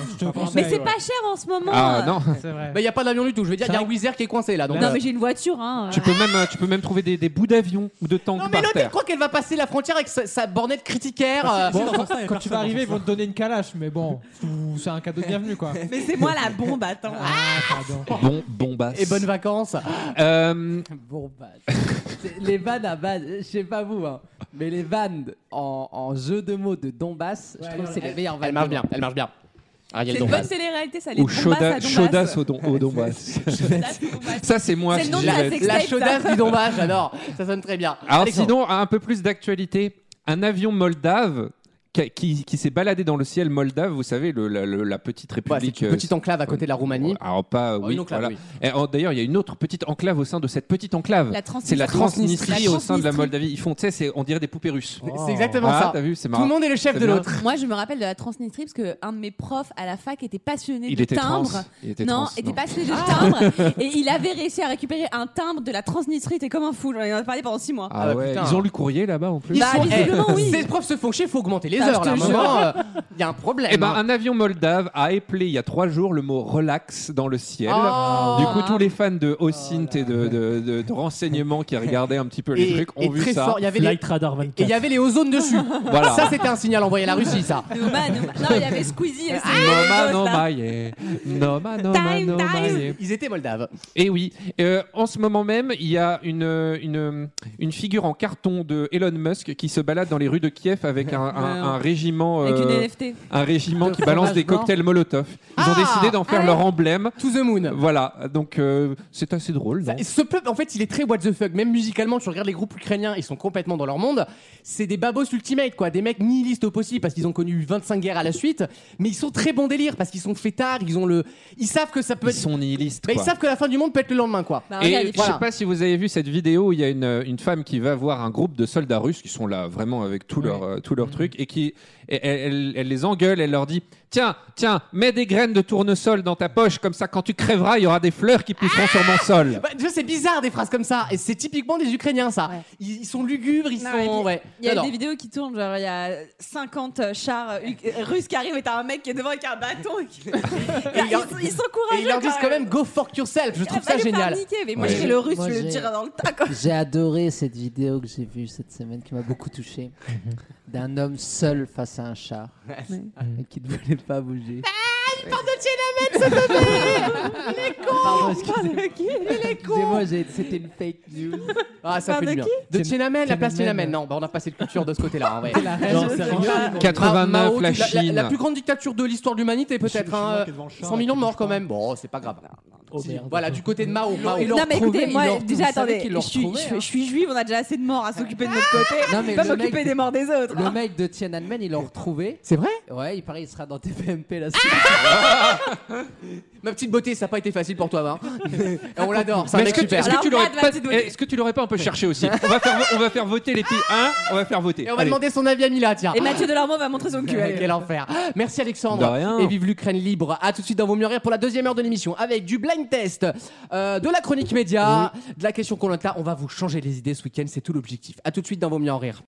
[SPEAKER 7] Je te
[SPEAKER 4] Mais
[SPEAKER 7] conseille,
[SPEAKER 4] c'est
[SPEAKER 7] ouais.
[SPEAKER 4] pas cher en ce moment.
[SPEAKER 5] Ah non,
[SPEAKER 7] C'est vrai.
[SPEAKER 2] Bah, il n'y a pas d'avion du tout, je veux dire, il y a un
[SPEAKER 7] C'est
[SPEAKER 2] Wizz Air qui est coincé là. Donc,
[SPEAKER 4] Non,
[SPEAKER 2] euh,
[SPEAKER 4] mais j'ai une voiture. Hein.
[SPEAKER 5] tu peux même, euh, tu peux même trouver des, des bouts d'avion ou de tanks
[SPEAKER 2] Non, mais
[SPEAKER 5] par
[SPEAKER 2] l'autre, elle
[SPEAKER 5] terre.
[SPEAKER 2] croit qu'elle va passer la frontière avec sa, sa bornette critiquaire. euh,
[SPEAKER 7] Bon, quand tu vas arriver, ils vont te donner une calache, mais bon, tout- c'est un cadeau de bienvenue quoi.
[SPEAKER 4] Mais c'est moi la bombe, attends.
[SPEAKER 7] Ah, pardon.
[SPEAKER 5] Bon, bombasse.
[SPEAKER 2] Et bonnes vacances.
[SPEAKER 5] Euh,
[SPEAKER 6] Bon bah, c'est- les vannes à base, je sais pas vous, hein, mais les vannes en, en jeu de mots de Donbass, je trouve que c'est les meilleures vannes.
[SPEAKER 2] Elle marche bien, elle marche bien. Ah, Ariel
[SPEAKER 4] C'est une bonne
[SPEAKER 2] Dombas.
[SPEAKER 4] télé-réalité, ça les
[SPEAKER 5] ou
[SPEAKER 4] Donbass à
[SPEAKER 5] chauda-
[SPEAKER 4] Donbass.
[SPEAKER 5] chaudasse au, don- au Donbass.
[SPEAKER 4] Chaudasse au Donbass.
[SPEAKER 5] Ça, c'est moi.
[SPEAKER 4] C'est le nom de
[SPEAKER 5] je
[SPEAKER 4] la
[SPEAKER 5] dirais.
[SPEAKER 4] section.
[SPEAKER 2] La
[SPEAKER 4] Skype,
[SPEAKER 2] chaudasse
[SPEAKER 4] ça.
[SPEAKER 2] du Dombas, j'adore. Ça sonne très bien.
[SPEAKER 5] Alors
[SPEAKER 2] Alexandre.
[SPEAKER 5] sinon, un peu plus d'actualité. Un avion moldave qui, qui- qui s'est baladé dans le ciel moldave, vous savez, le- la, le- la petite
[SPEAKER 2] Ouais,
[SPEAKER 5] république...
[SPEAKER 2] c'est une
[SPEAKER 5] euh,
[SPEAKER 2] petite enclave à côté de la Roumanie.
[SPEAKER 5] Alors pas...
[SPEAKER 2] Oh,
[SPEAKER 5] oui,
[SPEAKER 2] une enclave,
[SPEAKER 5] voilà.
[SPEAKER 2] oui.
[SPEAKER 5] Et, oh, D'ailleurs, il y a une autre petite enclave au sein de cette petite enclave.
[SPEAKER 4] La
[SPEAKER 5] C'est la
[SPEAKER 4] Transnistrie.
[SPEAKER 5] Transnistrie
[SPEAKER 4] La
[SPEAKER 5] au sein de la
[SPEAKER 4] Transnistrie.
[SPEAKER 5] Moldavie. Ils font, tu sais, c'est- on dirait des poupées russes.
[SPEAKER 4] Oh.
[SPEAKER 2] C'est exactement
[SPEAKER 5] Ah,
[SPEAKER 2] ça.
[SPEAKER 5] t'as vu, c'est
[SPEAKER 2] Tout le
[SPEAKER 5] marrant.
[SPEAKER 2] monde est le chef
[SPEAKER 5] C'est
[SPEAKER 2] de
[SPEAKER 5] bien.
[SPEAKER 2] l'autre.
[SPEAKER 4] Moi, je me rappelle de la Transnistrie parce que un de mes profs à la fac était passionné
[SPEAKER 5] Il
[SPEAKER 4] de
[SPEAKER 5] était trans.
[SPEAKER 4] timbre.
[SPEAKER 5] Il était
[SPEAKER 4] non,
[SPEAKER 5] trans, Ah.
[SPEAKER 4] était passionné de timbre et il avait réussi à récupérer un timbre de la Transnistrie. T'es comme un fou. On en a parlé pendant six mois.
[SPEAKER 5] Ah ouais,
[SPEAKER 2] putain.
[SPEAKER 5] ils ont lu courrier là-bas en plus. Ah,
[SPEAKER 2] Ils
[SPEAKER 4] Bah,
[SPEAKER 2] sont-
[SPEAKER 4] visiblement,
[SPEAKER 2] eh,
[SPEAKER 4] oui.
[SPEAKER 2] Ces profs se font chier, faut augmenter les
[SPEAKER 4] Ça,
[SPEAKER 2] heures.
[SPEAKER 4] je
[SPEAKER 2] là, à un
[SPEAKER 4] te
[SPEAKER 2] moment, euh, il y a un problème.
[SPEAKER 5] Eh ben,
[SPEAKER 2] hein.
[SPEAKER 5] un avion moldave a éplé il y a trois jours le mot relax dans le ciel.
[SPEAKER 2] Oh.
[SPEAKER 5] Du coup, tous les fans de Ossint et de, de, de- de renseignements qui regardaient un petit peu les
[SPEAKER 2] Et-
[SPEAKER 5] trucs ont
[SPEAKER 2] et
[SPEAKER 5] vu
[SPEAKER 2] très
[SPEAKER 5] ça.
[SPEAKER 2] fort, il y avait les-
[SPEAKER 8] Flight Radar
[SPEAKER 2] et il y
[SPEAKER 8] 24.
[SPEAKER 2] avait les ozones dessus.
[SPEAKER 5] Voilà.
[SPEAKER 2] Ça, c'était un signal envoyé à la Russie, ça.
[SPEAKER 4] De Oman, de Oman. Non, il y avait Squeezie. Et
[SPEAKER 5] No man,
[SPEAKER 4] autres,
[SPEAKER 5] no
[SPEAKER 4] là.
[SPEAKER 5] maye. No man, no
[SPEAKER 4] Time,
[SPEAKER 5] man, no
[SPEAKER 4] time.
[SPEAKER 5] maye.
[SPEAKER 2] Ils étaient moldaves.
[SPEAKER 5] Et oui, euh, en ce moment même, il y a une, une, une figure en carton de Elon Musk qui se balade dans les rues de Kiev avec un, un- un- un régiment,
[SPEAKER 4] Avec une
[SPEAKER 5] euh,
[SPEAKER 4] NFT.
[SPEAKER 5] un régiment
[SPEAKER 4] De
[SPEAKER 5] qui balance des
[SPEAKER 4] fromage blanc.
[SPEAKER 5] cocktails Molotov. Ils ont
[SPEAKER 2] Ah,
[SPEAKER 5] décidé d'en faire
[SPEAKER 2] allez.
[SPEAKER 5] leur emblème.
[SPEAKER 2] To the moon.
[SPEAKER 5] Voilà, donc euh, c'est assez drôle. non
[SPEAKER 2] Et Ce peuple, en fait, il est très what the fuck. Même musicalement, tu regardes les groupes ukrainiens, ils sont complètement dans leur monde. C'est des babos ultimate, quoi. Des mecs nihilistes au possible parce qu'ils ont connu 25 guerres à la suite. Mais ils sont très bons délire parce qu'ils sont fêtards, ils ont le. Ils savent que ça peut être.
[SPEAKER 5] Ils sont nihilistes.
[SPEAKER 2] Bah, ils
[SPEAKER 5] quoi.
[SPEAKER 2] savent que la fin du monde peut être le lendemain, quoi.
[SPEAKER 4] Bah,
[SPEAKER 5] Et je sais pas si vous avez vu cette vidéo où il y a une, euh, une femme qui va voir un groupe de soldats russes qui sont là vraiment avec tout leur, euh,
[SPEAKER 2] Mm.
[SPEAKER 5] tout leur truc et qui et- elle, elle- elle les engueule, elle leur dit Tiens, tiens, mets des graines de tournesol dans ta poche, comme ça quand tu crèveras, il y aura des fleurs qui pousseront sur mon sol.
[SPEAKER 2] Bah, tu vois, c'est bizarre des phrases comme ça. Et c'est typiquement des Ukrainiens, ça. Ils, ils sont lugubres, ils
[SPEAKER 4] Non, mais
[SPEAKER 2] sont.
[SPEAKER 4] puis,
[SPEAKER 2] ouais.
[SPEAKER 4] Il y a
[SPEAKER 2] Non,
[SPEAKER 4] des
[SPEAKER 2] non.
[SPEAKER 4] vidéos qui tournent, genre il y a 50 chars euh, u- euh, russes qui arrivent et t'as un mec qui est devant avec un bâton. et qui- ils, ils sont courageux. Ah,
[SPEAKER 2] Et ils leur disent quand même go fuck yourself. Je trouve
[SPEAKER 4] va
[SPEAKER 2] ça
[SPEAKER 4] lui faire
[SPEAKER 2] génial.
[SPEAKER 4] niquer, mais moi, je serais le russe, je le dirais dans le tas, quoi.
[SPEAKER 6] J'ai adoré cette vidéo que j'ai vue cette semaine qui m'a beaucoup touché d'un homme seul face à un chat
[SPEAKER 4] Ouais.
[SPEAKER 6] et qui ne voulait pas bouger.
[SPEAKER 4] Il parle de Tiananmen, s'il te plaît Il est con
[SPEAKER 6] Pardon,
[SPEAKER 4] Il parle de qui Il est con
[SPEAKER 6] Excusez-moi, j'ai- c'était une fake news.
[SPEAKER 2] Ah, ça fait
[SPEAKER 6] Pardon,
[SPEAKER 2] du bien.
[SPEAKER 6] qui
[SPEAKER 2] De Tiananmen, la place
[SPEAKER 6] Tiananmen.
[SPEAKER 2] Tiananmen. Non, bah, on a passé de culture de ce côté-là. hein, ouais.
[SPEAKER 6] La reine
[SPEAKER 2] Non,
[SPEAKER 6] de
[SPEAKER 2] c'est
[SPEAKER 6] Chine.
[SPEAKER 2] rien.
[SPEAKER 5] 89,
[SPEAKER 2] Ah, Mao,
[SPEAKER 5] la
[SPEAKER 2] la-
[SPEAKER 5] Chine.
[SPEAKER 2] La plus grande dictature de l'histoire de l'humanité, peut-être. hein.
[SPEAKER 3] qui est devant le chat,
[SPEAKER 2] 100 millions de morts quand même. Bon, c'est pas grave.
[SPEAKER 8] Oh,
[SPEAKER 2] Si, Voilà, du côté de Mao. Mao.
[SPEAKER 4] non mais écoutez, moi déjà attendez, je suis,
[SPEAKER 2] hein.
[SPEAKER 4] je, je suis juive, on a déjà assez de morts à s'occuper de notre côté, je
[SPEAKER 6] Non, mais
[SPEAKER 4] vais pas
[SPEAKER 6] le mec-
[SPEAKER 4] m'occuper des morts des autres.
[SPEAKER 6] Le mec de Tiananmen, ils l'ont retrouvé.
[SPEAKER 2] C'est vrai
[SPEAKER 6] Ouais, il paraît qu'il sera dans TPMP la semaine.
[SPEAKER 2] Ma petite beauté, ça n'a pas été facile pour toi, hein. Et on l'adore, c'est un
[SPEAKER 5] Mais
[SPEAKER 2] mec
[SPEAKER 5] est-ce que,
[SPEAKER 2] super.
[SPEAKER 5] est-ce que tu l'aurais pas, Eh,
[SPEAKER 2] Et
[SPEAKER 5] est-ce que tu l'aurais pas un peu cherché aussi on va, faire, on va faire voter les pays. Hein on va faire voter.
[SPEAKER 2] on va
[SPEAKER 5] Allez.
[SPEAKER 2] demander son avis à Mila, tiens.
[SPEAKER 4] Et Mathieu Delormeau va montrer son cul. allez.
[SPEAKER 2] Quel enfer. Merci
[SPEAKER 5] De rien.
[SPEAKER 2] Alexandre. Et vive l'Ukraine libre. À tout de suite dans Vos mieux rire pour la deuxième heure de l'émission avec du blind test, euh, de la chronique média, de la question qu'on note là. On va vous changer les idées ce week-end, c'est tout l'objectif. À tout de suite dans Vos mieux en rire.